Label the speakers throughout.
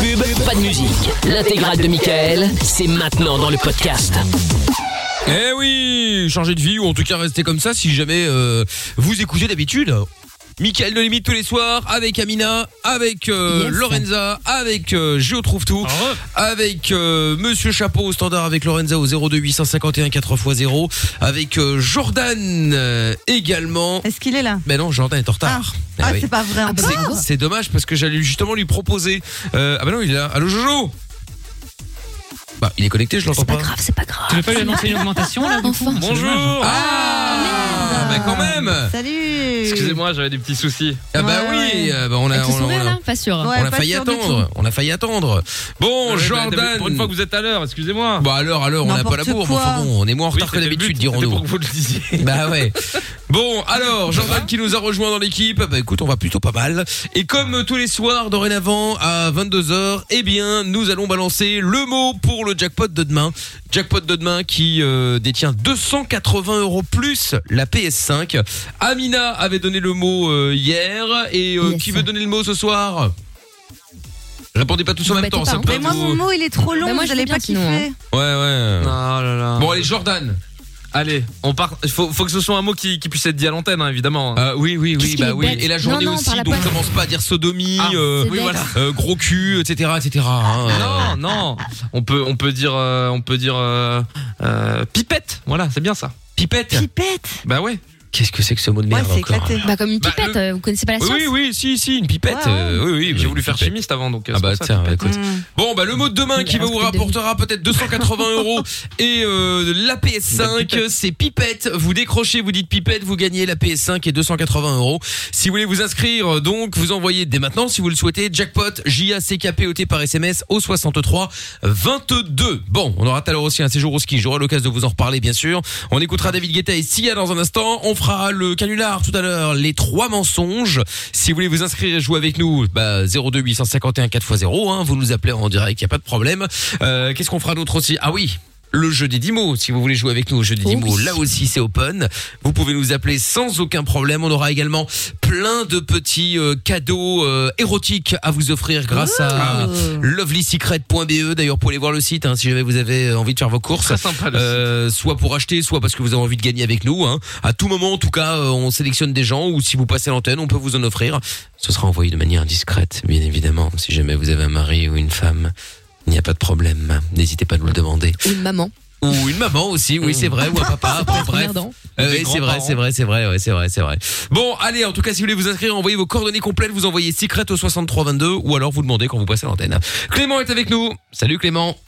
Speaker 1: pub, pas de musique. L'intégrale de Michael, c'est maintenant dans le podcast.
Speaker 2: Eh oui, changer de vie ou en tout cas rester comme ça si jamais euh, vous écoutez d'habitude. Michael de Limite tous les soirs avec Amina, avec euh, Lorenza, avec euh, Géo Trouve Tout, avec euh, Monsieur Chapeau au standard avec Lorenza au 02 851 4x0, avec euh, Jordan euh, également.
Speaker 3: Est-ce qu'il est là
Speaker 2: Mais non, Jordan est en retard. Eh
Speaker 3: Ah,
Speaker 2: oui.
Speaker 3: c'est pas Ah. vrai encore
Speaker 2: C'est- C'est dommage parce que j'allais justement lui proposer. Euh, ah bah non, il est là. Allô Jojo Bah, il est connecté, je l'entends pas.
Speaker 4: c'est pas grave.
Speaker 2: Tu veux pas lui annoncer une augmentation, là, du
Speaker 4: Enfin.
Speaker 2: coup Bonjour. Ah, bah quand même
Speaker 3: Salut
Speaker 5: Excusez-moi, j'avais des petits soucis.
Speaker 2: Ah bah oui, euh, bah, on a, on a- on a-
Speaker 4: Pas sûr.
Speaker 2: on a failli attendre. On a failli attendre. Bon,
Speaker 5: Ouais, bah,
Speaker 2: Jordan.
Speaker 5: d'habitude, pour une fois que vous êtes à l'heure, excusez-moi.
Speaker 2: Bah alors, alors, on n'a pas la bourre, mais enfin bon, on est moins en
Speaker 5: Oui,
Speaker 2: retard que
Speaker 5: c'était le
Speaker 2: d'habitude,
Speaker 5: but,
Speaker 2: dirons-nous.
Speaker 5: c'était pour que vous le disiez.
Speaker 2: Bah ouais. Bon, alors, Jordan qui nous a rejoint dans l'équipe, bah écoute, on va plutôt pas mal. Et comme euh, tous les soirs, dorénavant, à 22h, eh bien, nous allons balancer le mot pour le jackpot de demain. Jackpot de demain qui euh, détient 280 euros plus la PS5. Amina avait donné le mot euh, hier, et euh, qui veut donner le mot ce soir Répondez Bah, pas tous en même temps, ça peut
Speaker 3: Mais moi,
Speaker 2: vous-
Speaker 3: mon mot, il est trop long,
Speaker 4: Bah, moi,
Speaker 3: vous
Speaker 4: je
Speaker 3: allez
Speaker 4: veux bien
Speaker 3: pas
Speaker 4: sinon, hein.
Speaker 3: kiffer.
Speaker 2: Ouais, ouais.
Speaker 5: Bon,
Speaker 2: allez, Jordan.
Speaker 5: oh Allez, on part. Il faut, faut que ce soit un mot qui, qui puisse être dit à l'antenne, hein, évidemment.
Speaker 2: oui, oui,
Speaker 5: oui,
Speaker 2: bah oui. Et la journée aussi, donc commence pas à dire sodomie, euh,
Speaker 5: Ah, c'est bête.
Speaker 2: euh, gros cul, etc., etc. hein, euh.
Speaker 5: Non, non. On peut, on peut dire, euh, on peut dire euh, euh, pipette. Voilà, c'est bien ça.
Speaker 2: Pipette.
Speaker 3: Pipette.
Speaker 2: Bah ouais. Qu'est-ce que c'est que ce mot de merde encore
Speaker 4: Bah, comme une pipette, euh, vous connaissez pas la
Speaker 2: Oui,
Speaker 4: science
Speaker 2: oui, oui, si, si, une pipette. euh, oui, oui. J'ai voulu faire chimiste
Speaker 5: avant, donc. euh,
Speaker 2: Ah bah tiens, écoute.
Speaker 3: Mm.
Speaker 2: Bon, bah le mot de demain qui va
Speaker 5: Mais un
Speaker 2: vous
Speaker 5: truc de
Speaker 2: rapportera peut-être 280 euros et euh, la PS5, c'est pipette. Vous décrochez, vous dites pipette, vous gagnez la PS5 et 280 euros. Si vous voulez vous inscrire, donc vous envoyez dès maintenant, si vous le souhaitez, jackpot J A C K P O T par SMS au 63 22. Bon, on aura tout à l'heure aussi un séjour au ski. J'aurai l'occasion de vous en reparler, bien sûr. On écoutera David Guetta et Sia dans un instant. On fera le canular tout à l'heure, les trois mensonges. Si vous voulez vous inscrire et jouer avec nous, bah, 02 851 4x0, hein, vous nous appelez en direct, il n'y a pas de problème. Euh, Qu'est-ce qu'on fera d'autre aussi Ah oui le jeu des 10 mots, si vous voulez jouer avec nous au jeu des 10 mots, là aussi c'est open. Vous pouvez nous appeler sans aucun problème. On aura également plein de petits euh, cadeaux euh, érotiques à vous offrir grâce à lovelysecret.be. E, D'ailleurs, pour aller voir le site, hein, si jamais vous avez euh, envie de faire vos courses. Euh, soit pour acheter, soit parce que vous avez envie de gagner avec nous. hein. À tout moment, en tout cas, euh, on sélectionne des gens ou si vous passez à l'antenne, on peut vous en offrir. Ce sera envoyé de manière discrète, bien évidemment. Si jamais vous avez un mari ou une femme, il n'y a pas de problème. N'hésitez pas à nous le demander.
Speaker 4: Ou une maman.
Speaker 2: Ou une maman aussi, oui, c'est vrai, ou un papa, bon, bref.
Speaker 4: Merdant.
Speaker 2: Euh,
Speaker 5: Des
Speaker 2: oui, c'est vrai,
Speaker 5: grands-parents.
Speaker 2: c'est vrai, c'est vrai, ouais, c'est vrai, c'est vrai. Bon, allez, en tout cas, si vous voulez vous inscrire, envoyez vos coordonnées complètes, vous envoyez secret au 6322 ou alors vous demandez quand vous passez à l'antenne. Clément est avec nous. Salut Clément.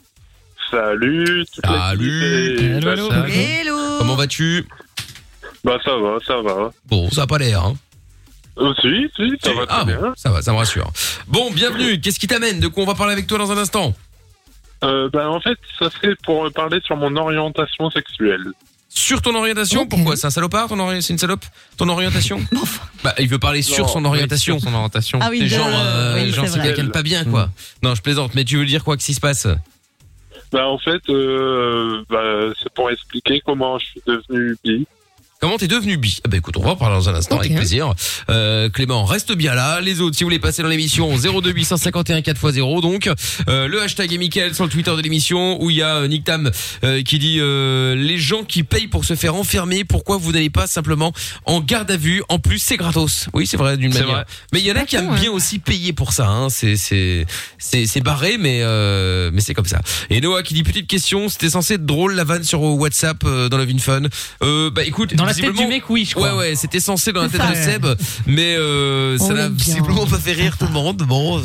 Speaker 6: Salut.
Speaker 2: Salut.
Speaker 6: Hello,
Speaker 3: Hello
Speaker 2: Comment vas-tu
Speaker 6: Bah ça va, ça va.
Speaker 2: Bon, ça a pas l'air. Hein.
Speaker 6: Euh, si, si, ça va très
Speaker 2: Ah
Speaker 6: bien.
Speaker 2: bon, ça va, ça me rassure. Bon, bienvenue. Qu'est-ce qui t'amène De quoi on va parler avec toi dans un instant
Speaker 6: Euh, bah, en fait, ça serait pour parler sur mon orientation sexuelle.
Speaker 2: Sur ton orientation Pourquoi C'est un salopard ton ori- C'est une salope Ton orientation Bah, il veut parler sur
Speaker 6: Non,
Speaker 2: son orientation.
Speaker 5: son orientation.
Speaker 3: Ah oui,
Speaker 2: Les
Speaker 3: de-
Speaker 2: gens, euh,
Speaker 3: oui,
Speaker 2: les gens
Speaker 3: c'est
Speaker 2: c'est
Speaker 3: vrai.
Speaker 2: quelqu'un de pas bien, quoi. Non, je plaisante, mais tu veux dire quoi que s'y se passe
Speaker 6: Bah en fait, euh, bah, c'est pour expliquer comment je suis devenu bi.
Speaker 2: Comment t'es devenu bi Eh ben, écoute, on va en parler dans un instant avec plaisir. Euh, Clément, reste bien là. Les autres, si vous voulez passer dans l'émission, 02851 4x0. Donc, euh, le hashtag est Mickaël sur le Twitter de l'émission où il y a euh, Nick Tam euh, qui dit euh, les gens qui payent pour se faire enfermer, pourquoi vous n'allez pas simplement en garde à vue En plus, c'est gratos. Oui, c'est vrai d'une
Speaker 5: C'est hein.
Speaker 2: manière.
Speaker 5: vrai.
Speaker 2: Mais il y en a qui aiment bien aussi payer pour ça. Hein. C'est c'est c'est c'est barré, mais euh, mais c'est comme ça. Et Noah qui dit petite question, c'était censé être drôle la vanne sur WhatsApp euh, dans Love in Fun. Euh, bah écoute,
Speaker 7: Dans la tête
Speaker 2: visiblement-
Speaker 7: du mec, oui, je crois.
Speaker 2: Ouais ouais, c'était censé dans la
Speaker 7: C'est
Speaker 2: tête
Speaker 7: ça,
Speaker 2: de
Speaker 7: ouais.
Speaker 2: Seb, mais euh,
Speaker 7: On
Speaker 2: ça n'a
Speaker 7: l'aime bien.
Speaker 2: visiblement pas fait rire tout le monde. Bon.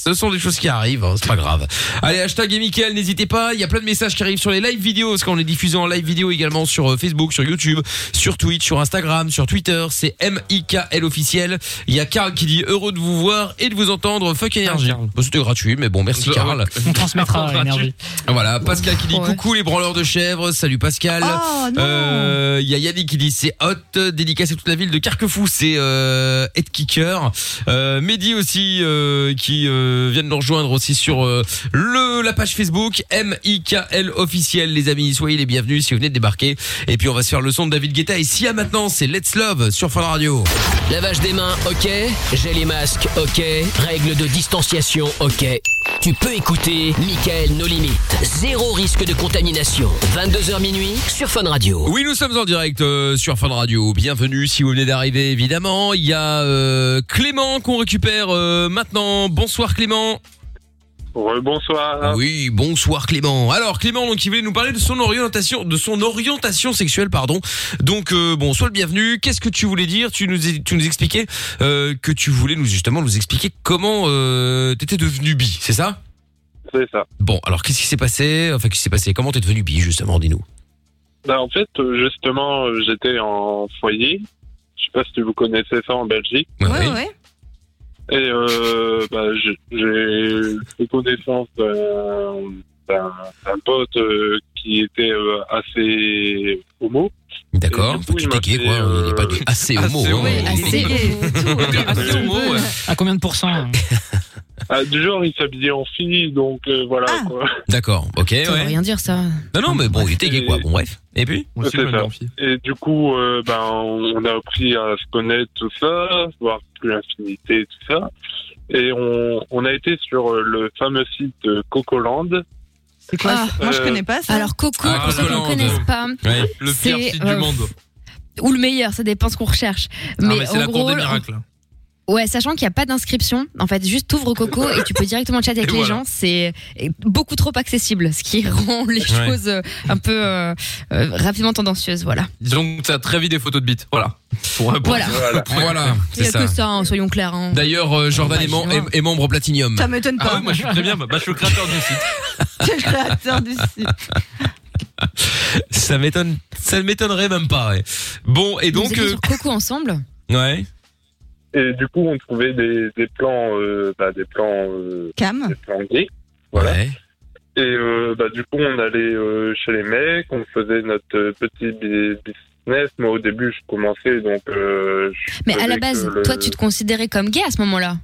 Speaker 2: Ce sont des choses qui arrivent, hein, c'est pas grave. Allez, hashtag et Mickaël, n'hésitez pas. Il y a plein de messages qui arrivent sur les live vidéos, parce qu'on est diffusé en live vidéo également sur euh, Facebook, sur YouTube, sur Twitch, sur Instagram, sur Twitter. C'est M-I-K-L officiel. Il y a Karl qui dit heureux de vous voir et de vous entendre. Fuck énergie. Bon, C'était gratuit, mais bon, merci
Speaker 5: Euh,
Speaker 2: Karl.
Speaker 7: On transmettra l'énergie.
Speaker 2: Ah, Voilà, Pascal qui dit coucou les branleurs de chèvres, salut Pascal.
Speaker 3: Oh, non.
Speaker 2: Euh, Il y a Yannick qui dit c'est hot, dédicacé toute la ville de Carquefou, c'est euh, Head Kicker. Euh, Mehdi aussi euh, qui euh, vient de nous rejoindre aussi sur euh, le la page Facebook M-I-K-L officiel les amis, soyez les bienvenus si vous venez de débarquer. Et puis on va se faire le son de David Guetta et Sia maintenant, c'est Let's Love sur Fun Radio.
Speaker 1: Lavage des mains, ok. J'ai les masques, ok. Règles de distanciation, ok. Tu peux écouter Michael No Limites. Zéro risque de contamination. 22h minuit sur Fun Radio.
Speaker 2: Oui, nous sommes en direct euh, sur Fun Radio. Bienvenue si vous venez d'arriver, évidemment. Il y a euh, Clément qu'on récupère euh, maintenant. Bonsoir Clément.
Speaker 6: Rebonsoir.
Speaker 2: Oui, bonsoir Clément. Alors Clément, donc il voulait nous parler de son orientation, de son orientation sexuelle, pardon. Donc euh, bon, sois le bienvenu. Qu'est-ce que tu voulais dire Tu nous tu nous expliquais euh, que tu voulais nous justement nous expliquer comment euh, t'étais devenu bi, c'est ça
Speaker 6: C'est ça.
Speaker 2: Bon, alors qu'est-ce qui s'est passé Enfin, qu'est-ce qui s'est passé Comment t'es devenu bi justement Dis-nous.
Speaker 6: Bah, en fait, euh, justement, euh, j'étais en foyer. Je sais pas si vous connaissez ça en Belgique.
Speaker 2: Ouais, oui.
Speaker 4: ouais.
Speaker 6: Et euh, bah, j'ai- j'ai fait connaissance d'un d'un- d'un pote euh, qui était euh, assez homo. Et
Speaker 2: D'accord.
Speaker 6: du coup,
Speaker 2: Faut que tu
Speaker 6: il m'a
Speaker 2: t'égayes,
Speaker 6: fait,
Speaker 2: quoi. Il est
Speaker 6: euh,
Speaker 2: pas du- assez homo.
Speaker 5: assez
Speaker 2: hein.
Speaker 5: homo.
Speaker 4: Ouais, assez tout, euh,
Speaker 5: Assez
Speaker 4: tout.
Speaker 5: homo, ouais.
Speaker 3: À combien de pourcents hein
Speaker 6: Ah, du genre, il s'habillait en fille, donc euh, voilà.
Speaker 4: Ah.
Speaker 6: quoi.
Speaker 2: D'accord. Ok.
Speaker 4: Ça veut
Speaker 2: Ouais.
Speaker 4: rien dire, ça.
Speaker 2: Non, non, mais bon, il était gay, quoi. Bon, bref.
Speaker 5: Et puis Moi aussi,
Speaker 6: C'est
Speaker 5: je me
Speaker 6: ça.
Speaker 5: méfie.
Speaker 6: Et du coup, euh, ben, on a appris à se connaître, tout ça, voir plus l'infinité, tout ça. Et on, on a été sur euh, le fameux site euh, Cocoland.
Speaker 7: C'est quoi
Speaker 4: Ah.
Speaker 7: Moi, je
Speaker 6: Euh,
Speaker 7: connais pas ça.
Speaker 4: Alors, Coco,
Speaker 2: Ah,
Speaker 4: pour ceux qui ne
Speaker 2: Hollande.
Speaker 4: connaissent pas,
Speaker 2: Ouais.
Speaker 5: Le
Speaker 4: C'est,
Speaker 5: pire site
Speaker 4: euh,
Speaker 5: du monde.
Speaker 4: ou le meilleur, ça dépend ce qu'on recherche.
Speaker 5: Ah, mais c'est
Speaker 4: en
Speaker 5: la cour
Speaker 4: gros,
Speaker 5: des miracles.
Speaker 4: ouais, sachant qu'il n'y a pas d'inscription, en fait, juste t'ouvres Coco et tu peux directement chatter avec
Speaker 5: Et
Speaker 4: les
Speaker 5: voilà.
Speaker 4: gens. C'est beaucoup trop accessible, ce qui rend les
Speaker 5: Ouais.
Speaker 4: choses euh, un peu euh, euh, rapidement tendancieuses. Voilà.
Speaker 5: Disons que ça a très vite des photos de bites. Voilà. Pour répondre.
Speaker 4: Voilà.
Speaker 6: Voilà.
Speaker 2: Voilà. C'est
Speaker 4: Il n'y a
Speaker 2: ça.
Speaker 4: que ça, hein, soyons clairs. hein.
Speaker 2: D'ailleurs, euh, Jordan
Speaker 4: Bah,
Speaker 2: est, mem-
Speaker 4: sinon.
Speaker 2: est- est membre Platinium.
Speaker 7: hein. ça m'étonne
Speaker 5: Ah
Speaker 7: pas.
Speaker 5: ouais, moi je suis très bien. Bah, je suis le créateur du site.
Speaker 7: Quel créateur du site.
Speaker 2: Ça m'étonne, ça ne m'étonnerait même pas. ouais. Bon, et
Speaker 4: Vous
Speaker 2: donc,
Speaker 4: étiez
Speaker 2: euh,
Speaker 4: sur Coco ensemble.
Speaker 2: ouais.
Speaker 6: Et du coup, on trouvait des, des plans, euh, bah, des plans, euh,
Speaker 7: Cam.
Speaker 6: des plans gays. Voilà.
Speaker 2: Ouais.
Speaker 6: Et euh, bah, du coup, on allait euh, chez les mecs, on faisait notre euh, petit bi- business. Moi, au début, je commençais, donc. euh, je
Speaker 4: Mais à la
Speaker 6: faisais
Speaker 4: base,
Speaker 6: que le-
Speaker 4: toi, tu te considérais comme gay à ce moment-là.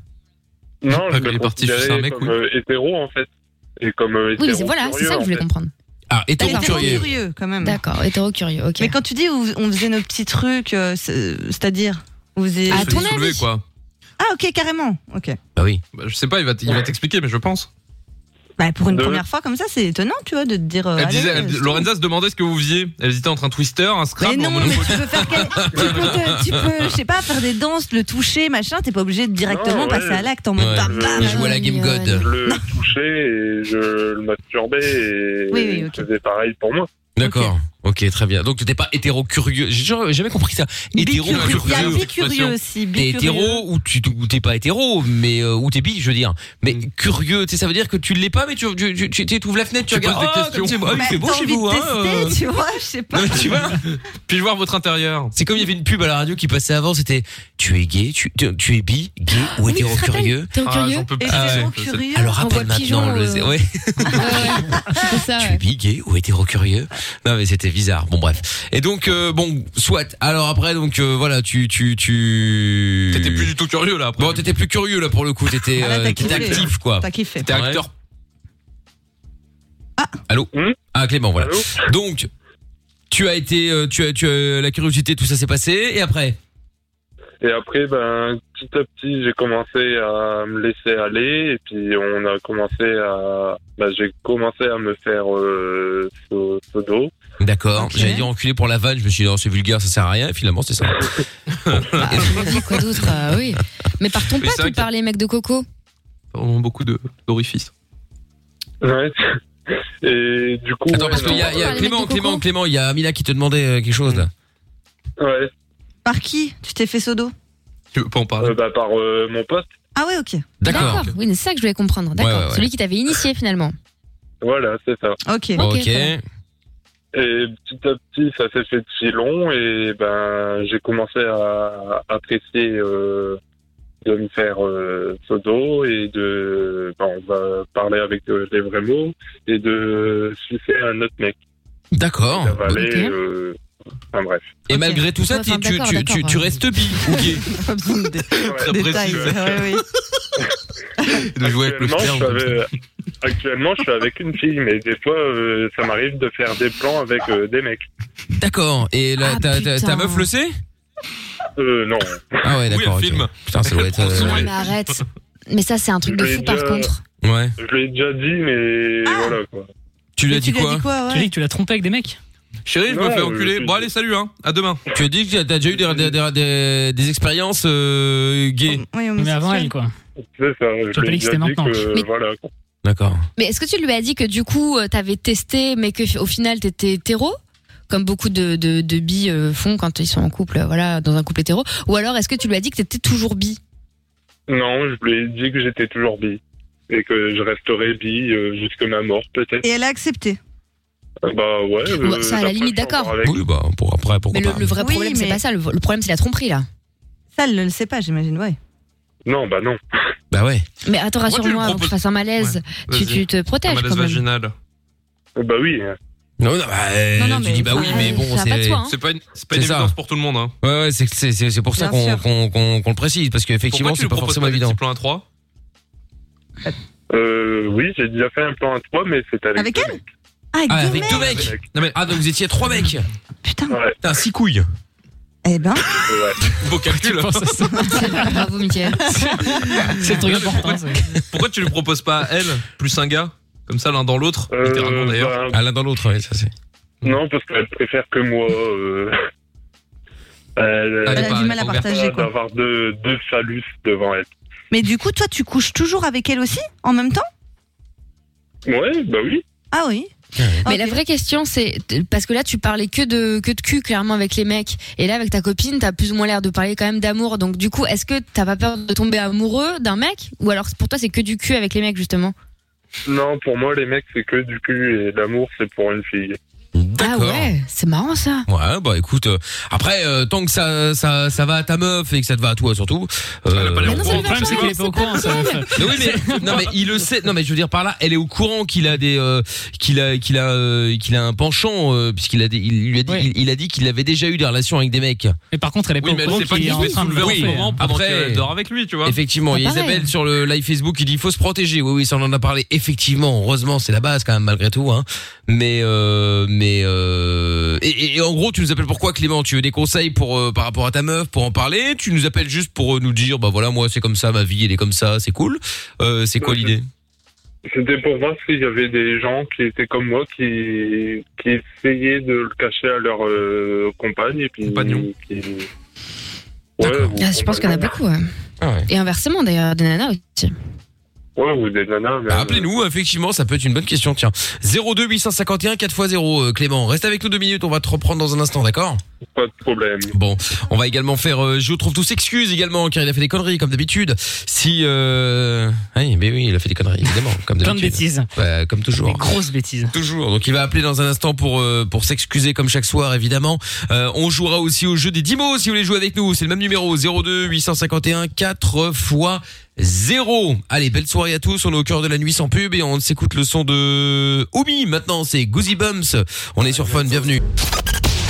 Speaker 6: Non, je
Speaker 5: Ah, il
Speaker 6: me
Speaker 5: est parti
Speaker 6: considérais
Speaker 5: sucer un mec,
Speaker 6: comme
Speaker 5: oui.
Speaker 6: euh, hétéro en fait. Et comme euh,
Speaker 4: Oui, mais
Speaker 6: hétéro
Speaker 4: c'est- voilà, c'est
Speaker 6: curieux,
Speaker 4: ça que je voulais
Speaker 6: en fait.
Speaker 4: comprendre.
Speaker 2: Ah, et ton
Speaker 4: D'accord.
Speaker 2: curieux.
Speaker 7: curieux quand même.
Speaker 4: D'accord, hétéro curieux, ok.
Speaker 7: Mais quand tu dis où on faisait nos petits trucs, euh, c'est- c'est-à-dire où vous faisiez-
Speaker 4: À
Speaker 5: Je
Speaker 4: ton
Speaker 5: l'ai soulevé,
Speaker 4: avis.
Speaker 5: quoi.
Speaker 7: Ah ok, carrément. Ok.
Speaker 2: Bah oui.
Speaker 5: Bah, je sais pas, il va t- il va t'expliquer, mais je pense.
Speaker 7: Bah, pour une
Speaker 6: De-
Speaker 7: première fois comme ça, c'est étonnant, tu vois, de te dire. euh,
Speaker 5: Elle
Speaker 7: allez,
Speaker 5: disait,
Speaker 7: euh,
Speaker 5: elle-
Speaker 7: c'est-
Speaker 5: Lorenza se demandait ce que vous faisiez. Elle hésitait entre un twister, un
Speaker 7: Mais
Speaker 5: scrabble ou un
Speaker 7: non, mais
Speaker 5: Monopoly.
Speaker 7: tu peux faire quel- tu peux, te- tu peux, je sais pas, faire des danses, le toucher, machin. T'es pas obligé de directement
Speaker 6: Ah, ouais.
Speaker 7: passer à l'acte en mode bah,
Speaker 2: Ouais.
Speaker 7: bam bam.
Speaker 2: Il jouait à la
Speaker 4: oui,
Speaker 2: Game
Speaker 4: ouais.
Speaker 2: God.
Speaker 6: Je le touchais et je le masturbais et
Speaker 7: Oui, oui,
Speaker 6: il
Speaker 7: ok.
Speaker 6: faisait pareil pour moi.
Speaker 2: D'accord. Ok, très bien. Donc, tu n'étais pas hétéro curieux. J'ai toujours- jamais compris ça. Hétéro
Speaker 7: Bicurieux. Il y a
Speaker 2: curieux.
Speaker 7: bicurieux aussi.
Speaker 2: T'es
Speaker 7: bicurieux.
Speaker 2: hétéro ou tu ou t'es pas hétéro, mais euh, ou t'es bi, je veux dire. Mais curieux, tu sais, ça veut dire que tu l'es pas, mais tu tu tu, tu- tu ouvres la fenêtre, tu,
Speaker 5: Tu
Speaker 2: regardes.
Speaker 5: poses des
Speaker 2: Ah,
Speaker 5: questions.
Speaker 2: comme c'est- ah oui,
Speaker 7: Bah,
Speaker 2: c'est beau
Speaker 7: t'as
Speaker 2: chez
Speaker 7: envie de
Speaker 2: vous, hein, euh.
Speaker 7: tester, tu vois, je sais pas.
Speaker 2: Non, mais tu vois.
Speaker 5: Puis-je voir votre intérieur
Speaker 2: C'est comme il y avait une pub à la radio qui passait avant, c'était tu es gay, tu, tu, tu es bi, gay ou
Speaker 4: Ah Oui,
Speaker 2: hétéro
Speaker 4: tu te rappelles
Speaker 2: curieux.
Speaker 4: Hétéro
Speaker 5: Ah,
Speaker 4: curieux
Speaker 5: j'en peux plus.
Speaker 7: Hétéro
Speaker 5: Ouais,
Speaker 7: curieux.
Speaker 2: Alors
Speaker 4: On voit
Speaker 2: rappelle
Speaker 4: le pigeon,
Speaker 2: maintenant le
Speaker 4: euh,
Speaker 2: zéro. ouais.
Speaker 4: Ouais, ouais. C'est ça,
Speaker 2: Tu es
Speaker 4: ouais.
Speaker 2: bi, gay ou hétéro curieux Non mais c'était bizarre. Bon bref. Et donc euh, bon, soit. Alors après donc euh, voilà, tu tu tu.
Speaker 5: T'étais plus du tout curieux là après.
Speaker 2: Bon t'étais plus curieux là pour le coup. T'étais
Speaker 7: Ah, là,
Speaker 2: euh,
Speaker 7: t'as
Speaker 2: t'étais
Speaker 7: kiffé.
Speaker 2: actif quoi.
Speaker 7: T'as kiffé.
Speaker 5: T'étais
Speaker 2: Ouais.
Speaker 5: acteur.
Speaker 2: Allô.
Speaker 6: Hmm
Speaker 2: Ah Clément voilà.
Speaker 6: Allô
Speaker 2: Donc tu as été euh, tu as tu as la curiosité tout ça s'est passé et après.
Speaker 6: Et après, ben, petit à petit, j'ai commencé à me laisser aller et puis on a commencé à, ben, j'ai commencé à me faire euh, so- sodo.
Speaker 2: D'accord.
Speaker 7: Ok.
Speaker 2: J'allais dire enculé pour la vanne. Je me suis dit non c'est vulgaire ça sert à rien. Et finalement c'est ça.
Speaker 4: Bah, on dit quoi d'autre euh, Oui. Mais par ton
Speaker 5: Mais c'est
Speaker 4: pote
Speaker 5: vrai
Speaker 4: ou
Speaker 5: que-
Speaker 4: par les mecs de Coco
Speaker 5: Vraiment beaucoup de- d'orifices.
Speaker 6: Ouais. Et du coup,
Speaker 2: Attends, parce
Speaker 6: ouais,
Speaker 2: qu'il y a,
Speaker 6: non,
Speaker 2: il y a
Speaker 4: Parler de
Speaker 2: Clément,
Speaker 4: coco.
Speaker 2: Clément, Clément, il y a Amina qui te demandait euh, quelque chose là.
Speaker 6: ouais,
Speaker 7: Par qui tu t'es fait sodo
Speaker 5: Tu veux pas en parler
Speaker 6: euh, ben, par euh, mon pote.
Speaker 7: Ah ouais, ok.
Speaker 2: D'accord.
Speaker 4: Oui, mais c'est ça que je voulais comprendre. D'accord.
Speaker 2: ouais, ouais.
Speaker 4: Celui qui t'avait initié finalement.
Speaker 6: Voilà, c'est ça.
Speaker 7: Ok.
Speaker 2: Bon,
Speaker 4: Ok,
Speaker 2: Ok.
Speaker 4: voilà.
Speaker 6: Et petit à petit, ça s'est fait de filon et ben j'ai commencé à apprécier euh, de me faire euh, sodo et de ben, on va parler avec euh, les vrais mots et de sucer un autre mec.
Speaker 2: D'accord.
Speaker 6: d'avaler,
Speaker 4: ok.
Speaker 6: euh, enfin bref.
Speaker 2: Et
Speaker 4: Ok.
Speaker 2: malgré tout ça,
Speaker 4: Enfin,
Speaker 2: tu, tu,
Speaker 4: d'accord,
Speaker 2: tu, tu,
Speaker 4: d'accord,
Speaker 2: tu
Speaker 4: ouais.
Speaker 2: restes bi ou gay.
Speaker 7: Pas besoin de dé-
Speaker 6: Voilà.
Speaker 5: Très
Speaker 7: détails.
Speaker 5: précis.
Speaker 7: ouais, ouais.
Speaker 5: De jouer avec le
Speaker 6: Actuellement,
Speaker 5: sperme.
Speaker 6: je suis avec- euh, Actuellement, je suis avec une fille, mais des fois, euh, ça m'arrive de faire des plans avec euh, des mecs.
Speaker 2: D'accord. Et là,
Speaker 4: Ah,
Speaker 2: ta- ta, ta
Speaker 4: putain.
Speaker 2: meuf le sait
Speaker 6: Euh, non.
Speaker 2: Ah ouais,
Speaker 5: Oui,
Speaker 2: d'accord.
Speaker 5: un
Speaker 2: ok.
Speaker 5: film.
Speaker 2: Putain, ça doit être. euh,
Speaker 4: Non,
Speaker 5: Ouais.
Speaker 4: Ah, mais arrête. Mais ça, c'est un truc de
Speaker 6: Je l'ai
Speaker 4: fou par
Speaker 6: déjà-
Speaker 4: contre. Ah
Speaker 2: Ouais.
Speaker 6: Je l'ai déjà dit, mais voilà quoi.
Speaker 2: Tu l'as
Speaker 7: Mais
Speaker 2: dit
Speaker 7: lui as
Speaker 2: quoi
Speaker 7: quoi
Speaker 5: Tu
Speaker 7: ouais.
Speaker 5: dis que tu l'as trompé avec des mecs Chérie, je me
Speaker 6: Non,
Speaker 5: fais
Speaker 6: je-
Speaker 5: enculer.
Speaker 6: je-
Speaker 5: Bon, allez, salut, hein. À demain.
Speaker 2: Tu as dit que t'as déjà eu des, des, des- des- des expériences euh, gays.
Speaker 7: Oui,
Speaker 3: Mais avant elle, quoi.
Speaker 6: C'est ça,
Speaker 3: Tu
Speaker 6: je
Speaker 3: rappelles
Speaker 6: l'ai
Speaker 3: que c'était
Speaker 6: déjà dit
Speaker 3: maintenant.
Speaker 6: que
Speaker 4: Mais-
Speaker 6: voilà quoi.
Speaker 2: D'accord.
Speaker 4: Mais est-ce que tu lui as dit que du coup, euh, t'avais testé, mais que au final, t'étais hétéro comme beaucoup de, de, de bi euh, font quand ils sont en couple, euh, voilà, dans un couple hétéro. Ou alors, est-ce que tu lui as dit que t'étais toujours bi
Speaker 6: Non, je lui ai dit que j'étais toujours bi. Et que je resterai bi euh, jusqu'à ma mort, peut-être.
Speaker 7: Et elle a accepté.
Speaker 6: Euh, Bah ouais. euh,
Speaker 4: Ouais, ça, à la
Speaker 6: après,
Speaker 4: limite,
Speaker 6: je suis encore
Speaker 4: d'accord.
Speaker 6: avec.
Speaker 2: Oui, bah, pour après, pourquoi
Speaker 4: Mais le,
Speaker 2: pas.
Speaker 4: le vrai
Speaker 7: Oui,
Speaker 4: problème, c'est
Speaker 7: mais-
Speaker 4: pas ça. Le, le problème, c'est la tromperie, là.
Speaker 7: Ça, elle ne le sait pas, j'imagine, ouais.
Speaker 6: Non, bah non.
Speaker 2: Bah ouais.
Speaker 4: Mais attends,
Speaker 5: Moi, tu le
Speaker 4: rassure-moi, avant que
Speaker 5: proposes.
Speaker 4: je fasse un malaise. tu,
Speaker 5: Vas-y.
Speaker 4: tu te
Speaker 5: Un
Speaker 4: protèges
Speaker 5: malaise
Speaker 4: quand même.
Speaker 5: vaginal.
Speaker 6: Bah oui. hein.
Speaker 2: Non, non, bah, euh,
Speaker 4: Non, non,
Speaker 2: tu
Speaker 4: mais
Speaker 2: dis bah
Speaker 4: ça-
Speaker 2: oui, mais bon,
Speaker 4: ça va pas de
Speaker 2: c'est.
Speaker 4: soi, hein.
Speaker 5: C'est pas une, c'est pas une
Speaker 2: C'est ça.
Speaker 5: évidence pour tout le monde, hein.
Speaker 2: Ouais, ouais, c'est- c'est c'est- c'est pour ça
Speaker 7: Bien
Speaker 2: qu'on
Speaker 7: sûr.
Speaker 2: qu'on- qu'on- qu'on le précise, parce
Speaker 5: Pourquoi
Speaker 2: qu'effectivement,
Speaker 5: tu
Speaker 2: c'est
Speaker 5: lui
Speaker 2: pas
Speaker 5: proposes
Speaker 2: forcément
Speaker 5: pas des
Speaker 2: évident.
Speaker 5: petits plans à 3
Speaker 6: Euh, oui, j'ai déjà fait un plan à trois, mais c'était avec.
Speaker 7: Avec
Speaker 6: deux
Speaker 7: elle
Speaker 6: mecs.
Speaker 7: Ah,
Speaker 2: Ah,
Speaker 7: deux
Speaker 2: avec
Speaker 7: mecs.
Speaker 2: deux mecs
Speaker 6: Avec-
Speaker 2: Non, mais, ah, donc vous étiez trois mecs
Speaker 7: Putain.
Speaker 6: Ouais,
Speaker 2: Putain, six couilles
Speaker 7: Eh ben,
Speaker 6: ouais.
Speaker 5: Beau calcul.
Speaker 3: Pense à ça.
Speaker 4: Bravo, Mickaël.
Speaker 3: C'est le truc important. ça.
Speaker 5: Pourquoi tu lui proposes pas à elle, plus un gars Comme ça, l'un dans l'autre,
Speaker 6: Euh,
Speaker 5: littéralement d'ailleurs.
Speaker 6: bah,
Speaker 2: Ah, l'un dans l'autre, ouais, ça c'est.
Speaker 6: non, parce qu'elle préfère que moi. euh, elle-
Speaker 5: Elle
Speaker 7: elle
Speaker 5: est
Speaker 7: a
Speaker 5: pas-
Speaker 7: du mal à
Speaker 5: elle est pas
Speaker 7: partager, quoi.
Speaker 6: d'avoir deux, deux phallus devant elle.
Speaker 7: Mais du coup, toi, tu couches toujours avec elle aussi, en même temps
Speaker 6: Ouais, bah oui.
Speaker 7: Ah oui.
Speaker 4: Mais
Speaker 7: Ok.
Speaker 4: la vraie question, c'est parce que là, tu parlais que de que de cul clairement avec les mecs, et là avec ta copine, t'as plus ou moins l'air de parler quand même d'amour. Donc du coup, est-ce que t'as pas peur de tomber amoureux d'un mec, ou alors pour toi c'est que du cul avec les mecs justement
Speaker 6: Non, pour moi, les mecs, c'est que du cul et l'amour, c'est pour une fille.
Speaker 4: Ah
Speaker 2: D'accord.
Speaker 4: ouais, c'est marrant ça.
Speaker 2: Ouais, bah écoute, euh, après, euh, tant que ça, ça, ça va à ta meuf et que ça te va à toi surtout. euh,
Speaker 5: Elle a pas l'air au
Speaker 3: Le
Speaker 4: non, ça
Speaker 5: courant.
Speaker 4: lui va
Speaker 3: problème, c'est
Speaker 4: pas,
Speaker 3: qu'elle est pas au courant, ça.
Speaker 2: Non, oui, mais, non, mais il le sait. Non, mais je veux dire par là, elle est au courant qu'il a des, euh, qu'il a, qu'il a, euh, qu'il a un penchant euh, puisqu'il a, des, il lui a dit,
Speaker 3: Ouais.
Speaker 2: il, il a dit qu'il avait déjà eu des relations avec des mecs.
Speaker 3: Mais par contre, elle est pas
Speaker 5: Oui,
Speaker 3: au
Speaker 5: mais elle
Speaker 3: courant
Speaker 5: sait pas
Speaker 3: qu'il
Speaker 5: qu'il
Speaker 3: est en
Speaker 5: fait
Speaker 3: train de
Speaker 5: soulever
Speaker 3: le
Speaker 5: en ce
Speaker 3: faire.
Speaker 5: moment pendant
Speaker 2: Après-
Speaker 5: qu'elle dort avec lui, tu vois.
Speaker 2: Effectivement, il y a
Speaker 4: Ah, pareil.
Speaker 2: Isabelle sur le live Facebook qui dit il faut se protéger. Oui, oui, ça on en a parlé. Effectivement, heureusement, c'est la base quand même malgré tout. Hein. Mais, euh, mais euh, et, et- et en gros, tu nous appelles pourquoi, Clément Tu veux des conseils pour euh, par rapport à ta meuf pour en parler Tu nous appelles juste pour euh, nous dire bah voilà, moi c'est comme ça, ma vie elle est comme ça, c'est cool. Euh, c'est quoi
Speaker 6: Ouais,
Speaker 2: l'idée
Speaker 6: C'était pour voir s'il y avait des gens qui étaient comme moi, qui, qui essayaient de le cacher à leur euh, compagne et puis.
Speaker 5: Compagnon.
Speaker 6: Qui... Ouais,
Speaker 2: D'accord.
Speaker 6: ou
Speaker 4: Ah, je pense qu'il y en a
Speaker 6: compagnon.
Speaker 4: beaucoup. ouais.
Speaker 2: Ah
Speaker 4: Et inversement d'ailleurs, des nanas aussi.
Speaker 6: Ouais, ou des nanas. mais-
Speaker 2: Bah, Appelez-nous, effectivement, ça peut être une bonne question. Tiens, 02 851 4x0, euh, Clément. Reste avec nous deux minutes, on va te reprendre dans un instant, d'accord
Speaker 6: Pas de problème.
Speaker 2: Bon, on va également faire. euh, je trouve tous excuses également, car il a fait des conneries comme d'habitude. Si, euh... oui, mais oui, il a fait des conneries évidemment, comme
Speaker 3: Plein de
Speaker 2: d'habitude.
Speaker 3: bêtises.
Speaker 2: Bah, comme
Speaker 3: Des
Speaker 2: toujours.
Speaker 3: grosses bêtises.
Speaker 2: Toujours. Donc il va appeler dans un instant pour euh, pour s'excuser comme chaque soir évidemment. Euh, on jouera aussi au jeu des 10 mots si vous voulez jouer avec nous. C'est le même numéro 02 851 4 fois 0. Allez, belle soirée à tous. On est au cœur de la nuit sans pub et on s'écoute le son de Oumi. Maintenant, c'est Goosey Bumps. On est sur Fun. Bienvenue.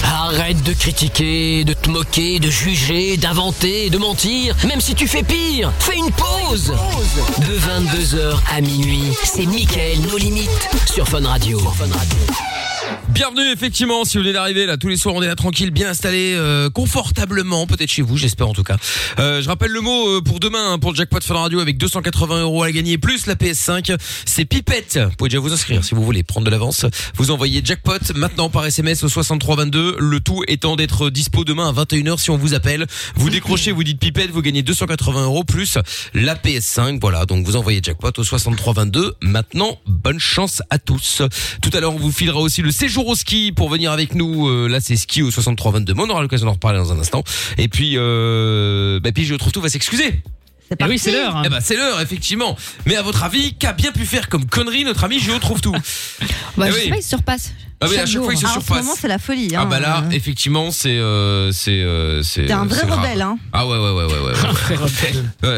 Speaker 1: Arrête de critiquer, de te moquer, de juger, d'inventer, de mentir, même si tu fais pire. Fais une pause. De 22h à minuit, c'est Mickaël nos limites sur Fun Radio.
Speaker 2: Bienvenue effectivement si vous venez d'arriver là tous les soirs on est là tranquille bien installé euh, confortablement peut-être chez vous j'espère en tout cas euh, je rappelle le mot euh, pour demain hein, pour le jackpot Fun Radio avec 280 euros à gagner plus la PS5 c'est pipette vous pouvez déjà vous inscrire si vous voulez prendre de l'avance vous envoyez jackpot maintenant par SMS au 6322 le tout étant d'être dispo demain à 21h si on vous appelle vous décrochez vous dites pipette vous gagnez 280 euros plus la PS5 voilà donc vous envoyez jackpot au 6322 maintenant bonne chance à tous tout à l'heure, on vous filera aussi le séjour au ski pour venir avec nous. Euh, là, c'est ski au 6322. Mais on aura l'occasion d'en reparler dans un instant. Et puis, euh, bah, puis je trouve tout va s'excuser.
Speaker 7: C'est
Speaker 3: Ah
Speaker 7: parti.
Speaker 3: oui, c'est l'heure. hein.
Speaker 2: Eh ben, c'est l'heure, effectivement. Mais à votre avis, qu'a bien pu faire comme connerie notre ami Géo trouve tout
Speaker 4: Bah,
Speaker 2: Eh
Speaker 4: je
Speaker 2: oui.
Speaker 4: sais pas, ils se surpassent.
Speaker 2: Ah oui, à
Speaker 4: Chaque
Speaker 2: chaque
Speaker 4: jour.
Speaker 2: fois il se
Speaker 7: Ah, en ce
Speaker 2: surpasse.
Speaker 7: moment, c'est la folie.
Speaker 2: Ah
Speaker 7: hein.
Speaker 2: bah là, effectivement, c'est euh, c'est euh, c'est
Speaker 7: T'es un vrai
Speaker 2: c'est grave.
Speaker 7: rebelle, hein.
Speaker 2: Ah ouais ouais ouais ouais ouais. ouais.
Speaker 3: Très rebelle.
Speaker 2: Ouais,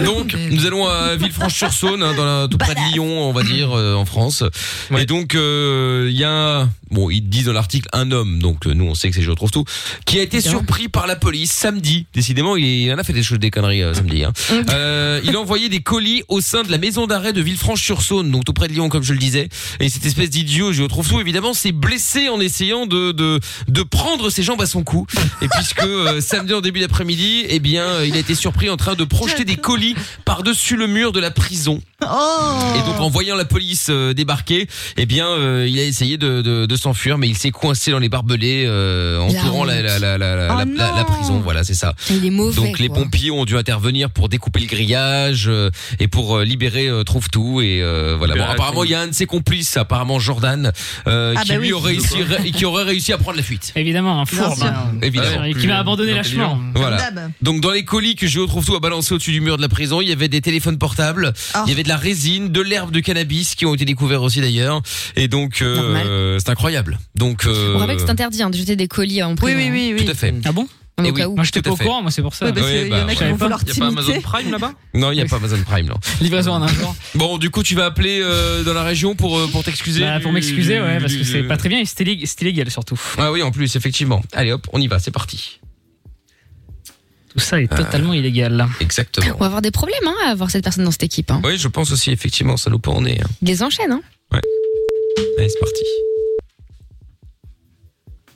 Speaker 2: ouais. Donc, nous allons à Villefranche-sur-Saône, hein, dans la- tout près de Lyon, on va dire, euh, en France.
Speaker 5: Ouais.
Speaker 2: Et donc, euh, il y a, un- bon, il dit dans l'article un homme, donc euh, nous on sait que c'est Je trouve tout, qui a été surpris par la police samedi. Décidément, il, il en a fait des choses, des conneries euh, samedi. Hein. Euh, il envoyait des colis au sein de la maison d'arrêt de Villefranche-sur-Saône, donc tout près de Lyon, comme je le disais. Et cette espèce d'idiot, Je trouve tout, évidemment, s'est blessé en essayant de, de, de prendre ses jambes à son cou. Et puisque euh, samedi en début d'après-midi, eh bien, euh, il a été surpris en train de projeter des colis par-dessus le mur de la prison. Et donc en voyant la police euh, débarquer, eh bien, euh, il a essayé de, de, de s'enfuir, mais il s'est coincé dans les barbelés euh, entourant la, la, la, la, la- la- la prison. Voilà, c'est ça.
Speaker 4: Oh Il est mauvais.
Speaker 2: Donc les
Speaker 4: quoi.
Speaker 2: pompiers ont dû intervenir pour découper le grillage euh, et pour euh, libérer trouve tout et euh, voilà. Bon,
Speaker 5: Libérer
Speaker 2: apparemment il y a un de ses complices, apparemment Jordan, euh,
Speaker 3: Ah
Speaker 2: qui
Speaker 3: bah
Speaker 2: lui
Speaker 3: oui.
Speaker 2: aurait réussi, qui aurait réussi à prendre la fuite.
Speaker 3: Évidemment, un
Speaker 2: Bien
Speaker 3: fourbe.
Speaker 2: sûr.
Speaker 3: hein.
Speaker 2: Évidemment.
Speaker 3: Et qui m'a abandonné lâchement.
Speaker 2: Voilà. Donc dans les colis que Géo trouve tout a balancé au-dessus du mur de la prison, il y avait des téléphones portables,
Speaker 4: Oh.
Speaker 2: il y avait de la résine, de l'herbe de cannabis qui ont été découverts aussi d'ailleurs. Et donc euh, c'est incroyable. Donc euh,
Speaker 4: On rappelle que c'est interdit hein, de jeter des colis en prison.
Speaker 2: oui, oui, oui. hein. Tout à fait.
Speaker 3: Ah bon
Speaker 4: Au
Speaker 2: Eh
Speaker 4: cas où.
Speaker 2: oui,
Speaker 4: Moi, j'étais
Speaker 2: tout à
Speaker 4: pas au
Speaker 2: fait.
Speaker 4: courant, moi, c'est pour ça. Oui, parce qu'il y en a
Speaker 2: bah,
Speaker 4: qui ont
Speaker 2: ouais.
Speaker 4: pas leur
Speaker 5: Y a pas Amazon Prime là-bas
Speaker 2: Non, il n'y a pas Amazon Prime, non.
Speaker 3: Livraison en un jour.
Speaker 2: Bon, du coup, tu vas appeler euh, dans la région pour, euh, pour t'excuser
Speaker 3: Bah, pour
Speaker 2: du-
Speaker 3: m'excuser,
Speaker 2: du-
Speaker 3: ouais, parce que
Speaker 2: du-
Speaker 3: c'est pas très bien et c'était lég- c'était illégal surtout.
Speaker 2: Ah oui, en plus, effectivement. Allez hop, on y va, c'est parti. Euh,
Speaker 3: Tout ça est totalement illégal.
Speaker 2: Exactement.
Speaker 4: On va avoir des problèmes hein, à avoir cette personne dans cette équipe. Hein.
Speaker 2: Oui, je pense aussi, effectivement, ça nous pas en est. hein.
Speaker 4: Il les enchaîne, hein.
Speaker 2: Allez, c'est parti.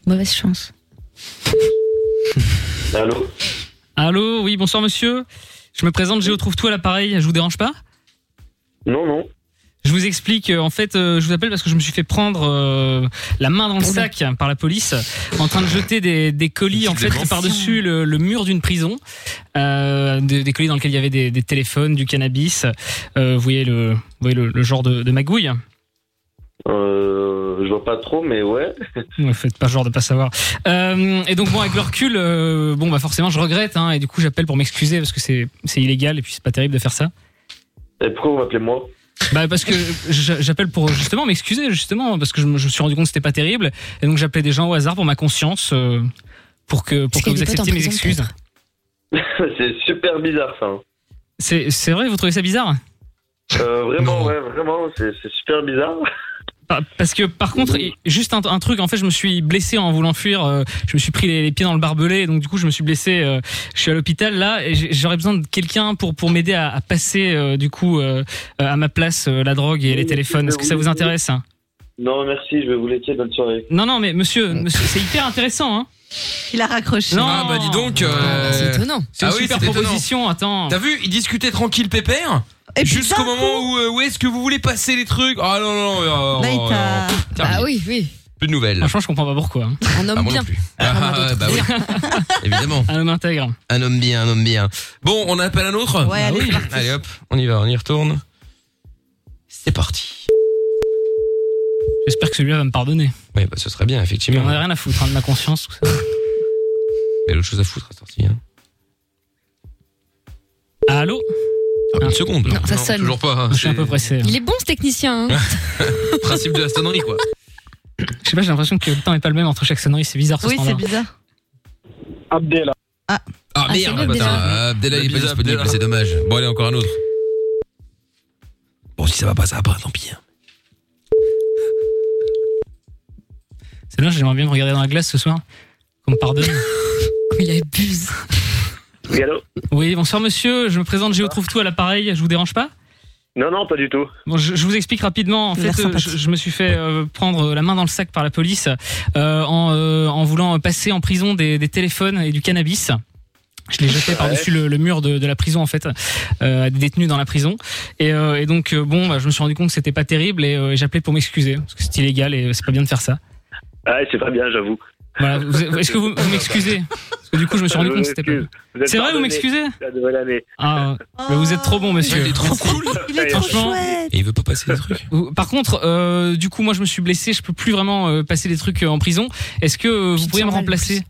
Speaker 4: Mauvaise chance.
Speaker 8: Allô
Speaker 3: Allô, oui, bonsoir monsieur. Je me présente, Géo trouve tout à l'appareil, je vous dérange pas
Speaker 8: Non, non.
Speaker 3: Je vous explique, euh, en fait, euh, je vous appelle parce que je me suis fait prendre euh, la main dans le sac euh, par la police en train de jeter des, des colis en fait
Speaker 5: démence.
Speaker 3: par-dessus le, le mur d'une prison. Euh, des, des colis dans lesquels il y avait des, des téléphones, du cannabis. Euh, vous voyez le, vous voyez le, le genre de, de magouille
Speaker 8: Euh, je vois pas trop, mais ouais.
Speaker 3: Ne faites pas genre de pas savoir. Euh, et donc bon, avec le recul, euh, bon bah forcément, je regrette hein, et du coup j'appelle pour m'excuser parce que c'est c'est illégal et puis c'est pas terrible de faire ça.
Speaker 8: Et pourquoi vous m'appelez moi
Speaker 3: Bah parce que je- j'appelle pour justement m'excuser justement parce que je me, je me suis rendu compte que c'était pas terrible et donc j'appelais des gens au hasard pour ma conscience euh, pour que pour
Speaker 8: Parce
Speaker 3: que
Speaker 8: qu'il y
Speaker 3: vous
Speaker 8: a des potes en
Speaker 3: acceptiez mes
Speaker 8: prison,
Speaker 3: excuses.
Speaker 8: C'est super bizarre ça. hein.
Speaker 3: C'est c'est vrai, vous trouvez ça bizarre
Speaker 8: Euh, vraiment, ouais, vraiment, c'est c'est super bizarre.
Speaker 3: Par- Ah, Parce que par contre, et- juste un, un truc, en fait, je me suis blessé en voulant fuir. euh, je me suis pris les, les pieds dans le barbelé, donc du coup, je me suis blessé. euh, je suis à l'hôpital là, et j'ai- j'aurais besoin de quelqu'un pour pour m'aider à, à passer euh, du coup euh, euh, à ma place euh, la drogue et les téléphones.
Speaker 2: bah
Speaker 3: Est-ce que ça vous intéresse hein
Speaker 8: Non, merci, je vais vous laisser, bonne soirée.
Speaker 3: Non, non, mais monsieur, monsieur, c'est hyper intéressant. Hein
Speaker 7: Il a raccroché.
Speaker 3: Non,
Speaker 2: Ah, bah, dis donc. euh,
Speaker 3: C'est une super
Speaker 2: c'est étonnant.
Speaker 3: proposition. Attends.
Speaker 2: T'as vu, ils discutaient tranquille, pépère. Jusqu'au moment où, euh, où est-ce que vous voulez passer les trucs Ah non, non, non. euh,
Speaker 3: Là, il
Speaker 2: oh,
Speaker 3: t'a-
Speaker 2: non.
Speaker 4: Bah oui, oui.
Speaker 2: Plus de nouvelles.
Speaker 3: Franchement, je comprends pas pourquoi. hein.
Speaker 4: Un homme
Speaker 2: Ah, moi non
Speaker 4: bien.
Speaker 2: plus. Ah, ah, ouais, bah oui. Évidemment.
Speaker 3: Un homme intègre.
Speaker 2: Un homme bien, un homme bien. Bon, on appelle un autre
Speaker 3: Ouais, allez, c'est parti.
Speaker 2: Allez hop, on y va, on y retourne. C'est parti.
Speaker 3: J'espère que celui-là va me pardonner.
Speaker 2: Oui, bah ce serait bien, effectivement.
Speaker 3: On a rien à foutre hein, de ma conscience. tout ça.
Speaker 2: Il y a autre chose à foutre hein. à sortir.
Speaker 3: Allô
Speaker 2: Ah,
Speaker 3: Ah.
Speaker 2: Une seconde.
Speaker 4: Non, ça sonne.
Speaker 2: Toujours pas. hein,
Speaker 3: Je suis un peu pressé.
Speaker 4: Il est bon ce technicien. Hein.
Speaker 2: Le principe de la sonnerie, quoi.
Speaker 3: Je sais pas, j'ai l'impression que le temps est pas le même entre chaque sonnerie. C'est bizarre. Ce
Speaker 7: Oui,
Speaker 3: standard.
Speaker 7: c'est bizarre.
Speaker 8: Abdella.
Speaker 7: Ah,
Speaker 2: Ah merde,
Speaker 7: c'est lui,
Speaker 2: putain,
Speaker 7: Abdella.
Speaker 2: ah, Abdella il est pas
Speaker 5: Abdella,
Speaker 2: disponible,
Speaker 5: Abdella.
Speaker 2: c'est dommage. Bon, allez, encore un autre. Bon, si ça va pas, ça va pas, tant pis. hein.
Speaker 3: C'est là, j'aimerais bien me regarder dans la glace ce soir. Qu'on me pardonne.
Speaker 4: Il abuse.
Speaker 8: Oui, allô
Speaker 3: Oui, bonsoir monsieur, je me présente, Géo trouve tout à l'appareil, je vous dérange pas
Speaker 8: Non, non, pas du tout.
Speaker 3: Bon, je, je vous explique rapidement. En
Speaker 8: Il a
Speaker 3: fait,
Speaker 8: l'air
Speaker 3: euh, je, je me suis fait euh, prendre la main dans le sac par la police euh, en, euh, en voulant passer en prison des, des téléphones et du cannabis. Je les jetais par-dessus le, le mur de, de la prison en fait, euh, à des détenus dans la prison. Et, euh, et donc euh, bon, bah, je me suis rendu compte que c'était pas terrible et, euh, et j'appelais pour m'excuser parce que c'est illégal et c'est pas bien de faire ça.
Speaker 8: Ah, c'est pas bien, j'avoue.
Speaker 3: Voilà, vous- est-ce que vous, vous m'excusez Parce que du coup, je me suis rendu compte que c'était pas.
Speaker 8: Vous êtes
Speaker 3: C'est vrai, vous
Speaker 8: pardonné.
Speaker 3: m'excusez
Speaker 8: La nouvelle année.
Speaker 3: Ah, bah, vous êtes trop bon, monsieur.
Speaker 2: Il est trop cool.
Speaker 8: Il est trop
Speaker 3: Franchement,
Speaker 2: Et il veut pas passer les trucs.
Speaker 3: Ou- Par contre, euh, du coup, moi, je me suis blessé. Je peux plus vraiment euh, passer des trucs euh, en prison. Est-ce que euh, vous pourriez me remplacer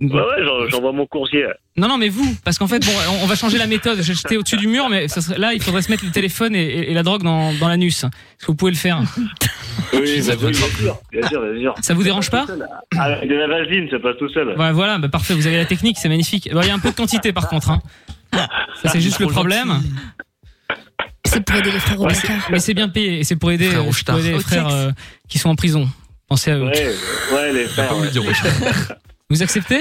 Speaker 8: Ouais, ouais, j'en- j'envoie mon coursier.
Speaker 3: Non, non, mais vous, parce qu'en fait, bon, on- on va changer la méthode. J'ai jeté au-dessus du mur, mais ça serait- là, il faudrait se mettre le téléphone et, et- et la drogue dans, dans l'anus. Est-ce que vous pouvez le faire
Speaker 8: Oui, bah, oui, bien sûr, bien sûr, bien sûr.
Speaker 3: Ça vous dérange pas
Speaker 8: Avec Ah, de la vaseline, ça passe tout seul.
Speaker 3: Voilà, voilà bah, parfait. Vous avez la technique, c'est magnifique. Bah, Il y a un peu de quantité, par contre. Hein. Ça, c'est juste le problème.
Speaker 4: C'est pour aider les frères au
Speaker 3: Ouais, c'est- mais c'est bien payé et c'est pour aider,
Speaker 2: Frère
Speaker 3: euh, c'est pour aider les
Speaker 2: Rochard.
Speaker 3: frères euh, qui sont en prison. Pensez à eux.
Speaker 8: Ouais, ouais, les frères. ouais.
Speaker 3: Vous acceptez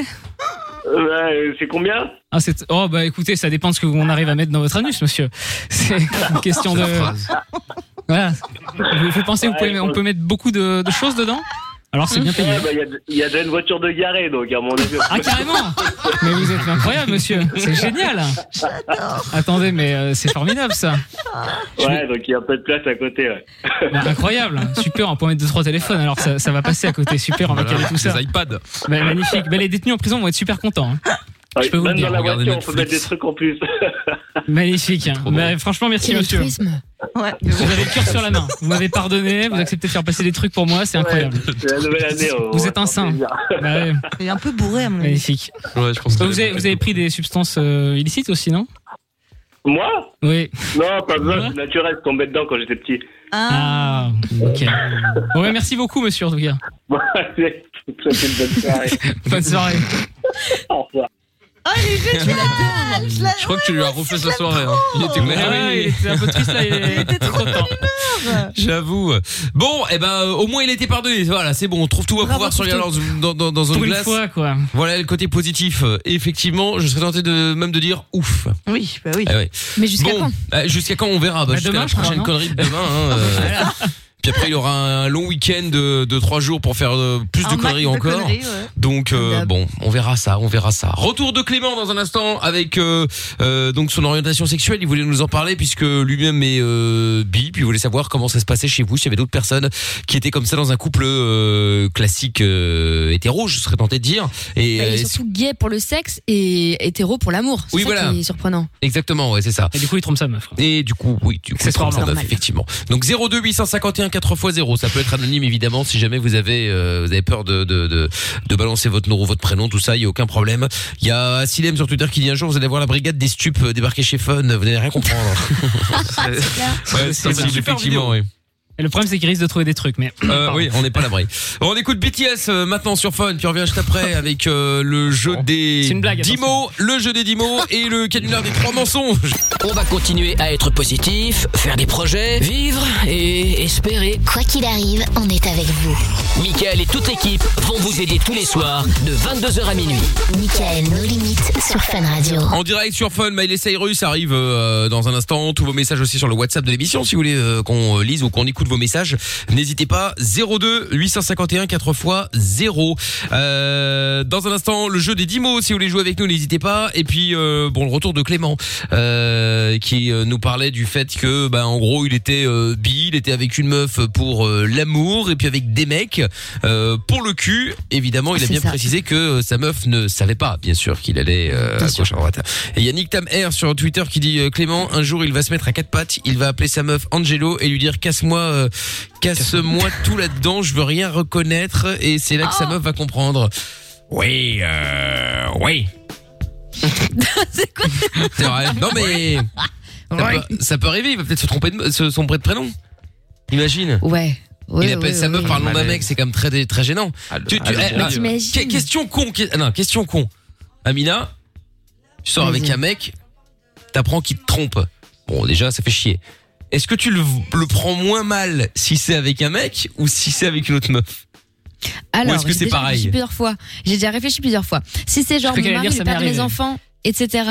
Speaker 8: Ouais, euh, c'est combien
Speaker 3: Ah, c'est... Oh, bah écoutez, ça dépend de ce qu'on arrive à mettre dans votre anus, monsieur. C'est une question de. Voilà. Vous, vous pensez qu'on on peut mettre beaucoup de, de choses dedans Alors c'est bien
Speaker 8: Ouais,
Speaker 3: payé.
Speaker 8: bah, Il y a de- il y, a déjà une voiture de garée, donc à mon avis.
Speaker 3: Ah carrément Mais vous êtes incroyable monsieur, c'est génial Attendez mais euh, c'est formidable ça
Speaker 8: Ouais, donc il y a un peu de place à côté. Ouais.
Speaker 3: Bah, Incroyable Super, on peut mettre deux trois téléphones alors ça, ça va passer à côté, super, on va
Speaker 2: Voilà,
Speaker 3: caler tout ça.
Speaker 2: des iPads.
Speaker 3: Bah, magnifique, Bah, les détenus en prison vont être super contents. hein.
Speaker 8: Ouais,
Speaker 3: peux vous
Speaker 8: Ah, Même
Speaker 3: le dire,
Speaker 8: dans la
Speaker 2: regardez
Speaker 8: voiture, on peut
Speaker 2: Netflix.
Speaker 8: mettre des trucs en plus.
Speaker 3: Magnifique. Bah, franchement, merci
Speaker 4: Quel
Speaker 3: monsieur.
Speaker 4: altruisme.
Speaker 7: Ouais.
Speaker 3: Vous avez le cœur sur la main. Vous m'avez pardonné, vous acceptez de faire passer des trucs pour moi, c'est incroyable.
Speaker 8: C'est la nouvelle année. on-
Speaker 3: Vous êtes un
Speaker 8: on
Speaker 3: saint.
Speaker 8: fait bien.
Speaker 3: Bah, ouais,
Speaker 7: Il est un peu bourré à mon avis.
Speaker 3: magnifique.
Speaker 5: Ouais, je pense que
Speaker 3: Bah, vous, avez, vous avez pris des substances euh, illicites aussi, non
Speaker 8: Moi
Speaker 3: Oui.
Speaker 8: Non, pas besoin, c'est naturel, je tombais dedans quand j'étais petit.
Speaker 7: Ah,
Speaker 3: Ah, ok. Bon, bah, merci beaucoup, monsieur, en tout cas.
Speaker 8: Bon, allez, je vous souhaite une bonne soirée.
Speaker 3: Bonne soirée.
Speaker 8: Au revoir.
Speaker 7: oh, les jeux, tu l'as Je l'adore.
Speaker 5: Je crois que tu lui as refait sa soirée. hein. Il était
Speaker 3: Ah ouais, il était un peu triste là.
Speaker 7: Il était trop
Speaker 3: content.
Speaker 2: J'avoue. Bon, eh ben, euh, au moins il était pardonné. Voilà, c'est bon. On trouve tout à
Speaker 7: Bravo
Speaker 2: pouvoir sur
Speaker 7: pour
Speaker 2: Galance dans, dans, dans un
Speaker 3: Pour une
Speaker 2: glace.
Speaker 3: fois, quoi.
Speaker 2: Voilà le côté positif. Euh, Effectivement, je serais tenté de même de dire ouf.
Speaker 7: Oui, bah oui.
Speaker 2: Ah ouais.
Speaker 4: Mais jusqu'à
Speaker 2: bon,
Speaker 4: quand
Speaker 2: euh, jusqu'à quand on verra. Bah,
Speaker 3: Bah,
Speaker 2: jusqu'à
Speaker 3: demain,
Speaker 2: la
Speaker 3: je crois,
Speaker 2: prochaine
Speaker 3: non
Speaker 2: connerie de demain. hein, euh. Puis après, il y aura un long week-end de, de trois jours pour faire euh, plus de
Speaker 7: Un max
Speaker 2: conneries encore.
Speaker 7: conneries, ouais.
Speaker 2: Donc euh,
Speaker 4: Comme d'hab.
Speaker 2: bon, on verra ça, on verra ça. Retour de Clément dans un instant avec euh, euh, donc son orientation sexuelle. Il voulait nous en parler puisque lui-même est euh, bi, puis il voulait savoir comment ça se passait chez vous. S'il y avait d'autres personnes qui étaient comme ça dans un couple euh, classique euh, hétéro, je serais tenté de dire. Et
Speaker 4: Bah, Il
Speaker 2: euh,
Speaker 4: est surtout gay pour le sexe et hétéro pour l'amour. C'est
Speaker 2: Oui,
Speaker 4: ça
Speaker 2: voilà.
Speaker 4: qui est surprenant.
Speaker 2: exactement, ouais, c'est ça.
Speaker 3: Et du coup, il trompe sa meuf. quoi.
Speaker 2: Et du coup, oui, du coup,
Speaker 3: C'est
Speaker 2: ça
Speaker 3: normal.
Speaker 2: neuf, effectivement. Donc 02 851 4x0, ça peut être anonyme évidemment si jamais vous avez euh, vous avez peur de de, de de balancer votre nom, votre prénom, tout ça, il y a aucun problème. Il y a Silem sur Twitter qui dit un jour vous allez voir la brigade des stupes euh, débarquer chez Fun, vous n'allez rien comprendre. ouais,
Speaker 3: c'est une
Speaker 2: possible,
Speaker 3: super
Speaker 2: effectivement, oui.
Speaker 3: Et le problème, c'est qu'il risque de trouver des trucs, mais.
Speaker 2: Euh,
Speaker 3: Pardon.
Speaker 2: oui, on n'est pas à l'abri. Bon, on écoute BTS euh, maintenant sur Fun, puis on revient juste après avec euh, le jeu des
Speaker 3: C'est une blague, hein,
Speaker 2: dix
Speaker 3: attention.
Speaker 2: mots, le jeu des dix mots et le canular des trois mensonges.
Speaker 1: On va continuer à être positif, faire des projets, vivre et espérer.
Speaker 9: Quoi qu'il arrive, on est avec vous.
Speaker 1: Michael et toute l'équipe vont vous aider tous les soirs de 22h à minuit.
Speaker 9: Michael, nos limites sur Fun Radio.
Speaker 2: En direct sur Fun, Miley Cyrus arrive euh, dans un instant. Tous vos messages aussi sur le WhatsApp de l'émission. Si vous voulez euh, qu'on euh, lise ou qu'on écoute vos messages, n'hésitez pas. 02 851 4 x 0. Euh, dans un instant, le jeu des 10 mots. Si vous voulez jouer avec nous, n'hésitez pas. Et puis, euh, bon, le retour de Clément euh, qui euh, nous parlait du fait que, bah, en gros, il était euh, bi, il était avec une meuf pour euh, l'amour et puis avec des mecs euh, pour le cul. Évidemment, il a
Speaker 4: C'est
Speaker 2: bien
Speaker 4: ça.
Speaker 2: précisé que euh, sa meuf ne savait pas, bien sûr, qu'il allait euh, à gauche à droite. Et il y a Nick Tam R sur Twitter qui dit euh, Clément, un jour il va se mettre à quatre pattes, il va appeler sa meuf Angelo et lui dire casse-moi, euh, casse-moi tout là-dedans, je veux rien reconnaître. Et c'est là que
Speaker 4: Ah.
Speaker 2: sa meuf va comprendre. Oui, euh, oui.
Speaker 4: C'est quoi
Speaker 2: C'est vrai. Non mais ça,
Speaker 4: Ouais.
Speaker 2: peut, ça peut arriver. Il va peut-être se tromper de se- son prêt de prénom. Imagine.
Speaker 4: Ouais. Ouais,
Speaker 2: il appelle
Speaker 4: ouais,
Speaker 2: sa meuf
Speaker 4: ouais.
Speaker 2: par le nom d'un
Speaker 5: Malaise.
Speaker 2: mec, c'est quand même très très gênant. Tu- tu- eh,
Speaker 4: Mais
Speaker 2: ah,
Speaker 4: t'imagines
Speaker 2: Que- question con. que- ah non, question con. Amina, tu sors avec
Speaker 4: Vas-y.
Speaker 2: un mec, t'apprends qu'il te trompe. Bon, déjà, ça fait chier. Est-ce que tu le, le prends moins mal si c'est avec un mec ou si c'est avec une autre meuf
Speaker 4: Alors,
Speaker 2: Ou est-ce que
Speaker 4: j'ai
Speaker 2: c'est
Speaker 4: déjà
Speaker 2: pareil
Speaker 4: réfléchi plusieurs fois. J'ai déjà réfléchi plusieurs fois. Si c'est genre
Speaker 3: crois
Speaker 4: mon
Speaker 3: qu'elle allait
Speaker 4: mari,
Speaker 3: dire,
Speaker 4: le
Speaker 3: ça m'est
Speaker 4: père de mes
Speaker 3: arrivé.
Speaker 4: enfants, etc.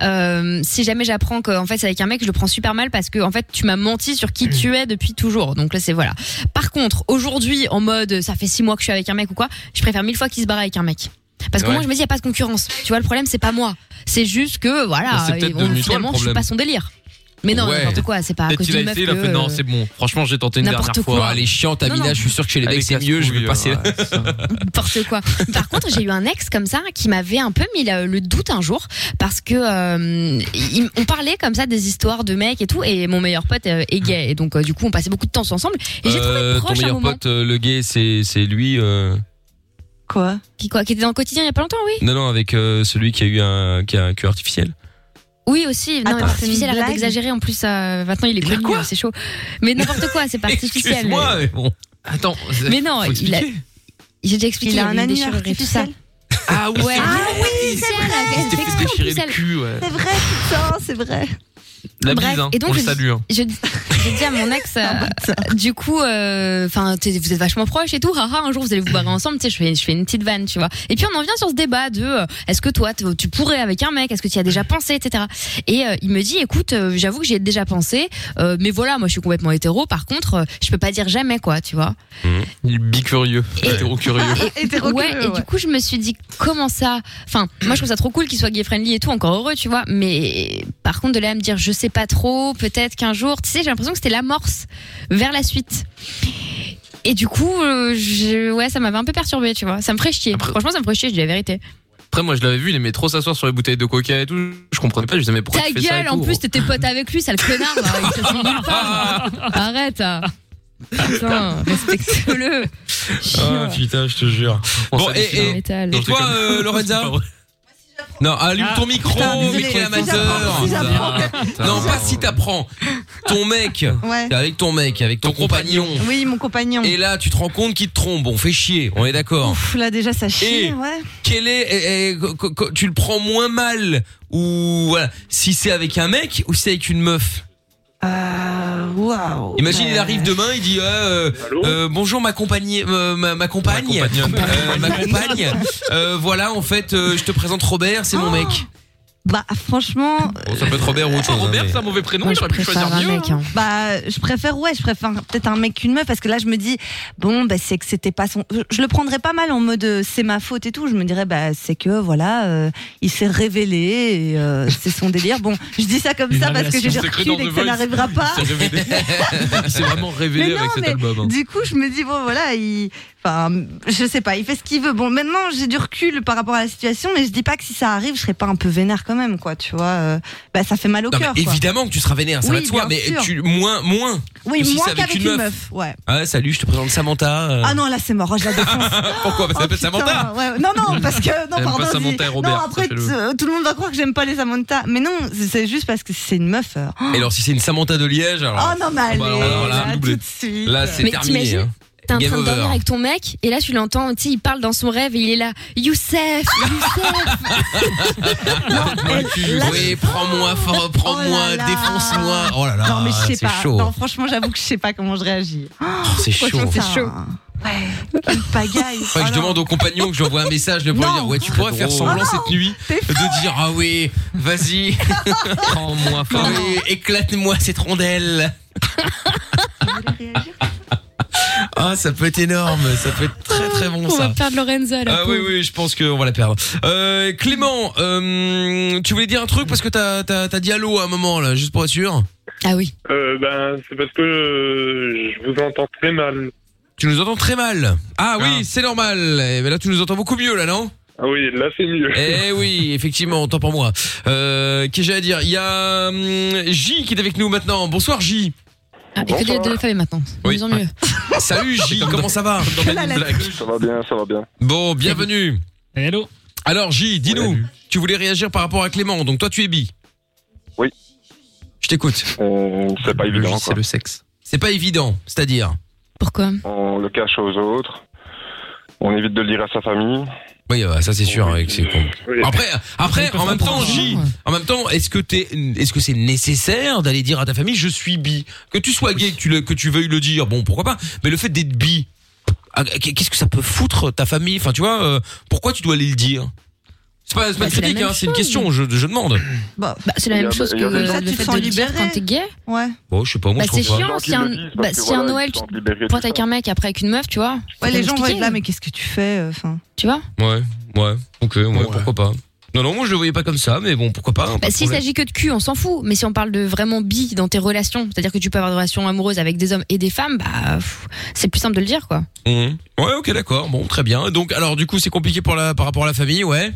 Speaker 4: euh, si jamais j'apprends qu'en fait c'est avec un mec, je le prends super mal parce que en fait tu m'as menti sur qui tu es depuis toujours. Donc là c'est voilà. Par contre, aujourd'hui en mode ça fait six mois que je suis avec un mec ou quoi, je préfère mille fois qu'il se barre avec un mec. Parce que
Speaker 2: Ouais.
Speaker 4: moi je me dis y a pas de concurrence. Tu vois le problème c'est pas moi, c'est juste que
Speaker 2: Bah,
Speaker 4: voilà
Speaker 2: c'est peut-être
Speaker 4: et
Speaker 2: devenu toi, le
Speaker 4: finalement je suis
Speaker 2: problème.
Speaker 4: pas son délire. Mais non
Speaker 2: Ouais.
Speaker 4: n'importe quoi, c'est pas à
Speaker 5: Peut-être
Speaker 4: cause
Speaker 5: qu'il a
Speaker 4: d'une meuf
Speaker 5: essayé, il a
Speaker 4: que,
Speaker 5: fait non,
Speaker 4: euh,
Speaker 5: c'est bon. Franchement, j'ai tenté une
Speaker 4: N'importe
Speaker 5: dernière
Speaker 4: quoi.
Speaker 5: fois.
Speaker 2: Allez, chiante,
Speaker 4: Non,
Speaker 2: Amina,
Speaker 4: non.
Speaker 2: je suis sûr que chez les
Speaker 5: Avec
Speaker 2: mecs c'est
Speaker 5: la
Speaker 2: mieux, je vais
Speaker 5: couille,
Speaker 2: passer.
Speaker 5: ouais, c'est ça.
Speaker 4: N'importe quoi. Par contre, j'ai eu un ex comme ça qui m'avait un peu mis le, le doute un jour parce que euh, il- on parlait comme ça des histoires de mecs et tout et mon meilleur pote euh, est gay et donc euh, du coup on passait beaucoup de temps ensemble et j'ai trouvé
Speaker 5: Euh, Ton
Speaker 4: proche à un
Speaker 5: meilleur
Speaker 4: moment
Speaker 5: pote, euh, le gay, c'est c'est lui. euh,
Speaker 7: Quoi
Speaker 4: qui quoi qui était dans le quotidien il y a pas longtemps oui
Speaker 5: Non, non, avec euh, celui qui a eu un qui a un cul artificiel.
Speaker 4: oui aussi
Speaker 7: Attends,
Speaker 4: non
Speaker 7: c'est
Speaker 4: mais
Speaker 7: une
Speaker 4: artificiel arrête
Speaker 7: blague
Speaker 4: d'exagérer en plus euh, maintenant il est
Speaker 2: Il a
Speaker 4: connu
Speaker 2: quoi
Speaker 4: euh, c'est chaud mais n'importe quoi c'est pas artificiel
Speaker 2: Excuse-moi, mais bon. Attends.
Speaker 4: mais non
Speaker 2: faut
Speaker 4: il a
Speaker 2: expliquer.
Speaker 4: j'ai déjà expliqué
Speaker 7: Il a un
Speaker 4: avait une
Speaker 7: anus
Speaker 4: déchirure et tout ça.
Speaker 7: artificiel.
Speaker 2: Ah oui,
Speaker 4: ouais
Speaker 7: Ah
Speaker 4: oui c'est
Speaker 5: Il s'était fait déchirer le cul, ouais.
Speaker 7: C'est vrai, putain, c'est vrai.
Speaker 5: La
Speaker 4: Bref,
Speaker 5: bise, hein.
Speaker 4: et donc
Speaker 5: on le
Speaker 4: je-
Speaker 5: salue. hein.
Speaker 4: Je, j'ai dit à mon ex, euh, du coup, euh, enfin, vous êtes vachement proches et tout, haha, un jour vous allez vous barrer ensemble, tu sais, je fais, je fais une petite vanne, tu vois. Et puis on en vient sur ce débat de, euh, est-ce que toi, t- tu pourrais avec un mec, est-ce que tu y as déjà pensé, etc. Et euh, il me dit, écoute, euh, j'avoue que j'y ai déjà pensé, euh, mais voilà, moi je suis complètement hétéro, par contre, euh, je peux pas dire jamais, quoi, tu vois.
Speaker 5: Il bicurieux, hétérocurieux.
Speaker 4: Et, ouais, et du coup, je me suis dit, comment ça Enfin, moi, je trouve ça trop cool qu'il soit gay friendly et tout, encore heureux, tu vois. Mais par contre, de là à me dire, je sais pas trop, peut-être qu'un jour, tu sais, j'ai l'impression que c'était l'amorce vers la suite. Et du coup, euh, je- ouais, ça m'avait un peu perturbé, tu vois. Ça me ferait chier. Franchement, ça me ferait chier, je dis la vérité.
Speaker 5: Après, moi, je l'avais vu, il aimait trop s'asseoir sur les bouteilles de coca et tout. Je comprenais pas, je disais, mais pourquoi
Speaker 4: Ta
Speaker 5: tu fais ça et
Speaker 4: gueule, en
Speaker 5: tout, hein
Speaker 4: plus, t'étais pote avec lui, sale connard. bah, il se fout nulle part. Arrête. hein. Putain, respecte-le.
Speaker 2: Ah putain, je te jure.
Speaker 5: On
Speaker 2: Bon,
Speaker 5: s'habitue,
Speaker 2: et, et-
Speaker 5: hein.
Speaker 4: Métal.
Speaker 2: et toi, euh, Lorenza Non, allume ton micro,
Speaker 7: putain, désolé,
Speaker 2: micro
Speaker 7: si
Speaker 2: amateur.
Speaker 7: j'apprends,
Speaker 2: Non, pas si t'apprends. Ton mec,
Speaker 7: Ouais.
Speaker 2: t'es avec ton mec, avec ton compagnon.
Speaker 7: Oui, mon compagnon.
Speaker 2: Et là, tu te rends compte qu'il te trompe. On fait chier, on est d'accord.
Speaker 7: Ouf, là déjà ça chie,
Speaker 2: Et-
Speaker 7: ouais.
Speaker 2: Quel est, eh, eh, co- co- co- tu le prends moins mal ou voilà, si c'est avec un mec ou si c'est avec une meuf.
Speaker 7: Euh, Waouh.
Speaker 2: Imagine,
Speaker 7: Ouais.
Speaker 2: il arrive demain, il dit euh,
Speaker 8: Allô
Speaker 2: euh, bonjour ma compagnie, euh, ma, ma compagne, euh, ma compagne. Euh, voilà, en fait, euh, je te présente Robert, c'est
Speaker 7: Ah.
Speaker 2: mon mec.
Speaker 7: Bah franchement,
Speaker 2: Bon, ça peut être Robert ou autre chose.
Speaker 5: Robert,
Speaker 2: hein,
Speaker 5: c'est un mauvais prénom,
Speaker 4: Moi, je
Speaker 5: j'aurais pu choisir
Speaker 4: préfère un
Speaker 5: mieux.
Speaker 4: mec. hein.
Speaker 7: bah je préfère ouais, je préfère peut-être un mec qu'une meuf parce que là je me dis bon bah c'est que c'était pas son je, je le prendrais pas mal en mode euh, c'est ma faute et tout, je me dirais bah c'est que voilà, euh, il s'est révélé et euh, c'est son délire. Bon, je dis ça comme
Speaker 3: Une
Speaker 7: ça parce que j'ai
Speaker 3: révélation.
Speaker 7: des
Speaker 5: C'est écrit
Speaker 7: reculs
Speaker 5: dans
Speaker 7: et
Speaker 5: The
Speaker 7: que ça
Speaker 5: Voice.
Speaker 7: n'arrivera pas.
Speaker 5: Il s'est révélé.
Speaker 7: Ah.
Speaker 5: Il s'est vraiment révélé
Speaker 7: Mais non,
Speaker 5: avec cet
Speaker 7: Ah, mais-
Speaker 5: album. hein.
Speaker 7: Du coup, je me dis bon voilà, il enfin je sais pas, il fait ce qu'il veut. Bon, maintenant, j'ai du recul par rapport à la situation, mais je dis pas que si ça arrive, je serais pas un peu vénère quand même quoi, tu vois. euh, bah ça fait mal au
Speaker 2: Non, mais
Speaker 7: cœur quoi.
Speaker 2: évidemment que tu seras vénère, ça
Speaker 7: Oui,
Speaker 2: va de soi,
Speaker 7: bien
Speaker 2: mais
Speaker 7: sûr.
Speaker 2: tu, moins, moins.
Speaker 7: Oui,
Speaker 2: que si c'est
Speaker 7: moins
Speaker 2: avec
Speaker 7: qu'avec
Speaker 2: une
Speaker 7: une,
Speaker 2: meuf.
Speaker 7: meuf. ouais.
Speaker 2: Ah, salut, je te présente Samantha. euh.
Speaker 7: Ah non, là c'est mort, je la défonce.
Speaker 2: Pourquoi Parce que
Speaker 7: Oh,
Speaker 2: ça s'appelle
Speaker 7: putain,
Speaker 2: Samantha.
Speaker 7: ouais. Non, non, parce que. Non,
Speaker 5: T'aimes
Speaker 7: pardon.
Speaker 5: pas
Speaker 7: si-
Speaker 5: Samantha et Robert,
Speaker 7: non, après,
Speaker 5: ça fait
Speaker 7: t-
Speaker 5: le-
Speaker 7: euh, tout le monde va croire que j'aime pas les Samantha. Mais non, c'est- c'est juste parce que c'est une meuf. euh.
Speaker 2: Et alors, si c'est une Samantha de Liège, alors.
Speaker 7: Oh non, mais allez,
Speaker 2: bah, alors, alors là,
Speaker 7: là,
Speaker 2: doublé.
Speaker 7: tout de suite.
Speaker 2: Là, c'est
Speaker 4: Mais
Speaker 2: terminé.
Speaker 4: t'imagines
Speaker 2: hein.
Speaker 4: T'es en
Speaker 2: Game
Speaker 4: train de
Speaker 2: over.
Speaker 4: dormir avec ton mec et là tu l'entends, tu sais, il parle dans son rêve et il est là, Youssef, Youssef.
Speaker 2: Oui, prends-moi, fa- prends-moi,
Speaker 7: Oh là là.
Speaker 2: défonce-moi. Oh là là,
Speaker 7: non, mais je sais
Speaker 2: c'est
Speaker 7: pas.
Speaker 2: chaud.
Speaker 7: Non, franchement, j'avoue que je sais pas comment je réagis.
Speaker 2: Oh, c'est chaud.
Speaker 7: Franchement,
Speaker 2: Faudrait
Speaker 4: C'est chaud.
Speaker 7: hein. Ouais, quelle pagaille.
Speaker 2: que
Speaker 7: Oh
Speaker 2: je
Speaker 7: non.
Speaker 2: demande au compagnon que j'envoie un message le premier
Speaker 7: Non. Oh,
Speaker 2: dire ouais tu pourrais faire semblant cette nuit
Speaker 7: T'es
Speaker 2: de dire ah oui vas-y
Speaker 5: Prends-moi fort.
Speaker 2: oui, éclate-moi cette rondelle ah ça peut être énorme ça peut être très très bon
Speaker 4: On va
Speaker 2: ça
Speaker 4: perdre Lorenza là.
Speaker 2: ah oui oui je pense qu'on va la perdre euh, Clément euh, tu voulais dire un truc parce que t'as t'as t'as dit allô à un moment là juste pour être sûr
Speaker 4: Ah oui.
Speaker 6: Euh, ben, c'est parce que euh, je vous entends très mal.
Speaker 2: tu nous entends très mal ah oui c'est normal eh, ben là tu nous entends beaucoup mieux là non
Speaker 6: Ah oui, là c'est mieux.
Speaker 2: Eh oui, effectivement, autant pour moi. Euh, Qu'est-ce que j'ai à dire Il y a hum, J qui est avec nous maintenant. Bonsoir J.
Speaker 4: Ah, et que des, de la femme maintenant. De
Speaker 2: Oui.
Speaker 4: mieux en mieux.
Speaker 2: Salut J, comment ça va hein
Speaker 7: Que la lettre.
Speaker 6: Ça va bien, ça va bien.
Speaker 2: Bon, bienvenue.
Speaker 3: Hello.
Speaker 2: Alors J, dis-nous, tu voulais réagir par rapport à Clément, donc toi tu es bi.
Speaker 6: Oui.
Speaker 2: Je t'écoute.
Speaker 6: On... C'est pas évident,
Speaker 5: C'est
Speaker 6: quoi.
Speaker 5: le sexe.
Speaker 2: C'est pas évident, c'est-à-dire
Speaker 4: Pourquoi
Speaker 6: On le cache aux autres. On évite de le dire à sa famille.
Speaker 2: Oui, euh, ça c'est sûr,
Speaker 6: Oui.
Speaker 2: hein, que c'est con.
Speaker 6: Oui.
Speaker 2: Après, après, en même temps, J,
Speaker 4: comprendre.
Speaker 2: en même temps, est-ce que t'es, est-ce que c'est nécessaire d'aller dire à ta famille je suis bi, que tu sois gay, que tu le, que tu veuilles le dire, bon, pourquoi pas, mais le fait d'être bi, ah, qu'est-ce que ça peut foutre ta famille, enfin, tu vois, euh, pourquoi tu dois aller le dire C'est pas, c'est pas
Speaker 4: Bah,
Speaker 2: une
Speaker 4: c'est la
Speaker 2: critique,
Speaker 4: même
Speaker 2: hein, c'est une
Speaker 4: chose.
Speaker 2: question, je, je demande.
Speaker 7: Bah,
Speaker 4: Bah, c'est la
Speaker 6: Il y a-
Speaker 4: même chose
Speaker 6: il
Speaker 4: que
Speaker 6: y a des-
Speaker 4: euh,
Speaker 7: Ça,
Speaker 4: le
Speaker 7: tu te
Speaker 4: fait
Speaker 7: sens
Speaker 4: de dire
Speaker 7: libéré.
Speaker 4: quand t'es gay.
Speaker 7: ouais.
Speaker 2: Bon, je sais pas, moi
Speaker 4: Bah,
Speaker 2: je
Speaker 4: c'est
Speaker 2: trouve pas.
Speaker 4: chiant.
Speaker 6: Donc,
Speaker 4: Si
Speaker 6: ils
Speaker 4: un,
Speaker 6: le disent parce
Speaker 4: bah,
Speaker 6: que,
Speaker 4: si
Speaker 6: voilà,
Speaker 4: un
Speaker 6: ils
Speaker 4: Noël,
Speaker 6: se
Speaker 4: tu
Speaker 6: sentent libérés,
Speaker 4: te pointes
Speaker 6: tout
Speaker 4: avec
Speaker 6: ça.
Speaker 4: un mec après avec une meuf, tu vois. c'est
Speaker 7: Ouais, les gens vont
Speaker 4: compliqué,
Speaker 7: être là, mais qu'est-ce que tu fais euh, Enfin.
Speaker 4: Tu vois
Speaker 2: Ouais, ouais, ok, ouais, pourquoi pas. Non, non, moi je le voyais pas comme ça, mais bon, pourquoi pas. pas
Speaker 4: Bah,
Speaker 2: de
Speaker 4: s'il
Speaker 2: problème.
Speaker 4: s'agit que de cul, on s'en fout. Mais si on parle de vraiment bi dans tes relations, c'est-à-dire que tu peux avoir des relations amoureuses avec des hommes et des femmes, bah, pff, c'est plus simple de le dire, quoi.
Speaker 2: Mhm. Ouais, ok, d'accord, bon, très bien. Donc, alors, du coup, c'est compliqué pour la, par rapport à la famille, ouais.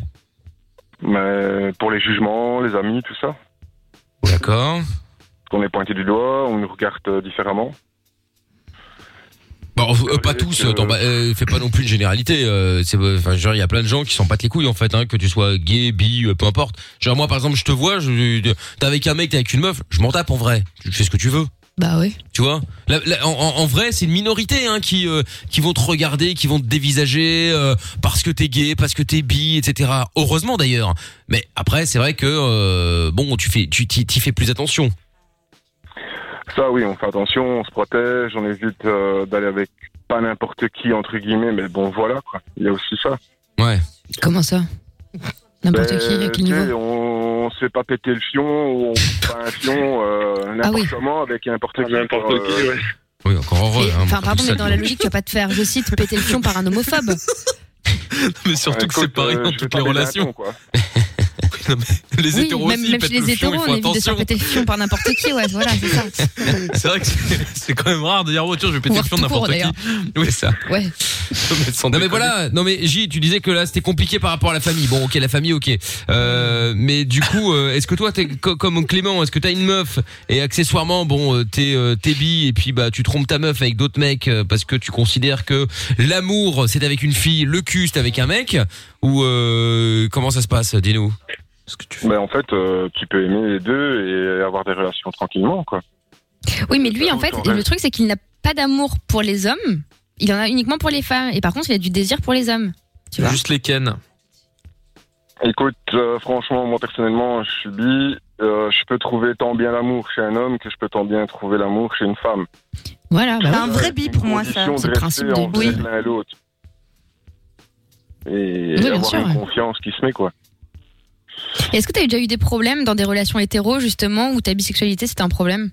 Speaker 6: Mais pour les jugements, les amis, tout ça.
Speaker 2: D'accord.
Speaker 6: Qu'on est pointé du doigt, on nous regarde euh, différemment.
Speaker 2: Bon, euh, pas tous,
Speaker 6: Euh,
Speaker 2: attends, bah, euh, fais pas non plus une généralité. euh, c'est, euh, enfin, genre, il y a plein de gens qui s'en battent les couilles en fait, hein, que tu sois gay, bi, euh, peu importe. Genre moi, par exemple, je te vois, je, je- t'es avec un mec, t'es avec une meuf, je m'en tape en vrai. Tu fais ce que tu veux,
Speaker 4: Bah oui.
Speaker 2: tu vois. La- la- en, en- en vrai, c'est une minorité hein, qui euh, qui vont te regarder, qui vont te dévisager euh, parce que t'es gay, parce que t'es bi, etc. Heureusement d'ailleurs. Mais après, c'est vrai que euh, bon, tu fais, tu t'y t'y fais plus attention.
Speaker 5: Ça, oui, on fait attention, on se protège, on évite euh, d'aller avec pas n'importe qui, entre guillemets, mais bon, voilà, quoi. Il y a aussi ça.
Speaker 2: Ouais.
Speaker 4: Comment ça N'importe
Speaker 5: Ben,
Speaker 4: qui, avec le
Speaker 5: tu sais,
Speaker 4: niveau.
Speaker 5: on, on se fait pas péter le fion, ou on coupe pas un fion euh, n'importe
Speaker 4: Ah oui.
Speaker 5: comment avec n'importe qui.
Speaker 6: N'importe
Speaker 5: quoi,
Speaker 6: qui,
Speaker 5: euh,
Speaker 6: ouais.
Speaker 2: Oui, encore heureux. hein,
Speaker 4: Enfin,
Speaker 2: bon,
Speaker 4: pardon,
Speaker 2: tout
Speaker 4: mais
Speaker 2: ça,
Speaker 4: dans
Speaker 2: dis-
Speaker 4: la logique, tu vas pas te faire, je cite, péter le fion par un homophobe.
Speaker 3: Mais surtout que
Speaker 5: écoute,
Speaker 3: c'est pareil
Speaker 5: euh,
Speaker 3: dans
Speaker 5: je vais
Speaker 3: toutes
Speaker 5: pas
Speaker 3: les
Speaker 5: péter un
Speaker 3: relations.
Speaker 5: con, quoi.
Speaker 3: Les
Speaker 4: oui,
Speaker 3: hétéros
Speaker 4: même,
Speaker 3: aussi,
Speaker 4: même
Speaker 3: pètent
Speaker 4: chez les
Speaker 3: le fion,
Speaker 4: hétéros,
Speaker 3: ils
Speaker 4: on
Speaker 3: font
Speaker 4: évite de se
Speaker 3: attention.
Speaker 4: faire péter le fion par n'importe qui, ouais, voilà, c'est ça.
Speaker 3: C'est vrai que c'est- c'est quand même rare de dire, oh tiens, je vais péter le
Speaker 4: Voire
Speaker 3: fion
Speaker 4: tout
Speaker 3: de n'importe
Speaker 4: court,
Speaker 3: qui. Oui, ça.
Speaker 4: Ouais.
Speaker 2: Non mais voilà, non mais J, tu disais que là c'était compliqué par rapport à la famille. Bon ok, la famille ok. Euh, mais du coup, euh, est-ce que toi, t'es co- comme Clément, est-ce que t'as une meuf et accessoirement, bon, euh, t'es euh, t'es bi et puis bah tu trompes ta meuf avec d'autres mecs euh, parce que tu considères que l'amour c'est avec une fille, le cul c'est avec un mec ou euh, comment ça se passe, dis-nous.
Speaker 5: Mais en fait, euh, tu peux aimer les deux et avoir des relations tranquillement, quoi.
Speaker 4: Oui, mais lui, en fait,
Speaker 5: Quand même.
Speaker 4: le truc, c'est qu'il n'a pas d'amour pour les hommes, il en a uniquement pour les femmes. Et par contre, il a du désir pour les hommes. Tu vois.
Speaker 3: Juste les ken.
Speaker 5: Écoute, euh, franchement, moi personnellement, je suis bi. euh, je peux trouver tant bien l'amour chez un homme que je peux tant bien trouver l'amour chez une femme.
Speaker 4: Voilà,
Speaker 7: C'est
Speaker 4: bah oui.
Speaker 7: un vrai bi pour moi, ça.
Speaker 5: Condition
Speaker 4: C'est le
Speaker 5: de
Speaker 4: principe
Speaker 5: rester
Speaker 4: de-
Speaker 5: envers
Speaker 4: oui.
Speaker 5: l'un et l'autre. Et
Speaker 4: Oui, bien
Speaker 5: avoir
Speaker 4: sûr,
Speaker 5: une
Speaker 4: ouais.
Speaker 5: confiance qui se met, quoi.
Speaker 4: Et Est-ce que tu as déjà eu des problèmes dans des relations hétéros, justement, où ta bisexualité, c'était un problème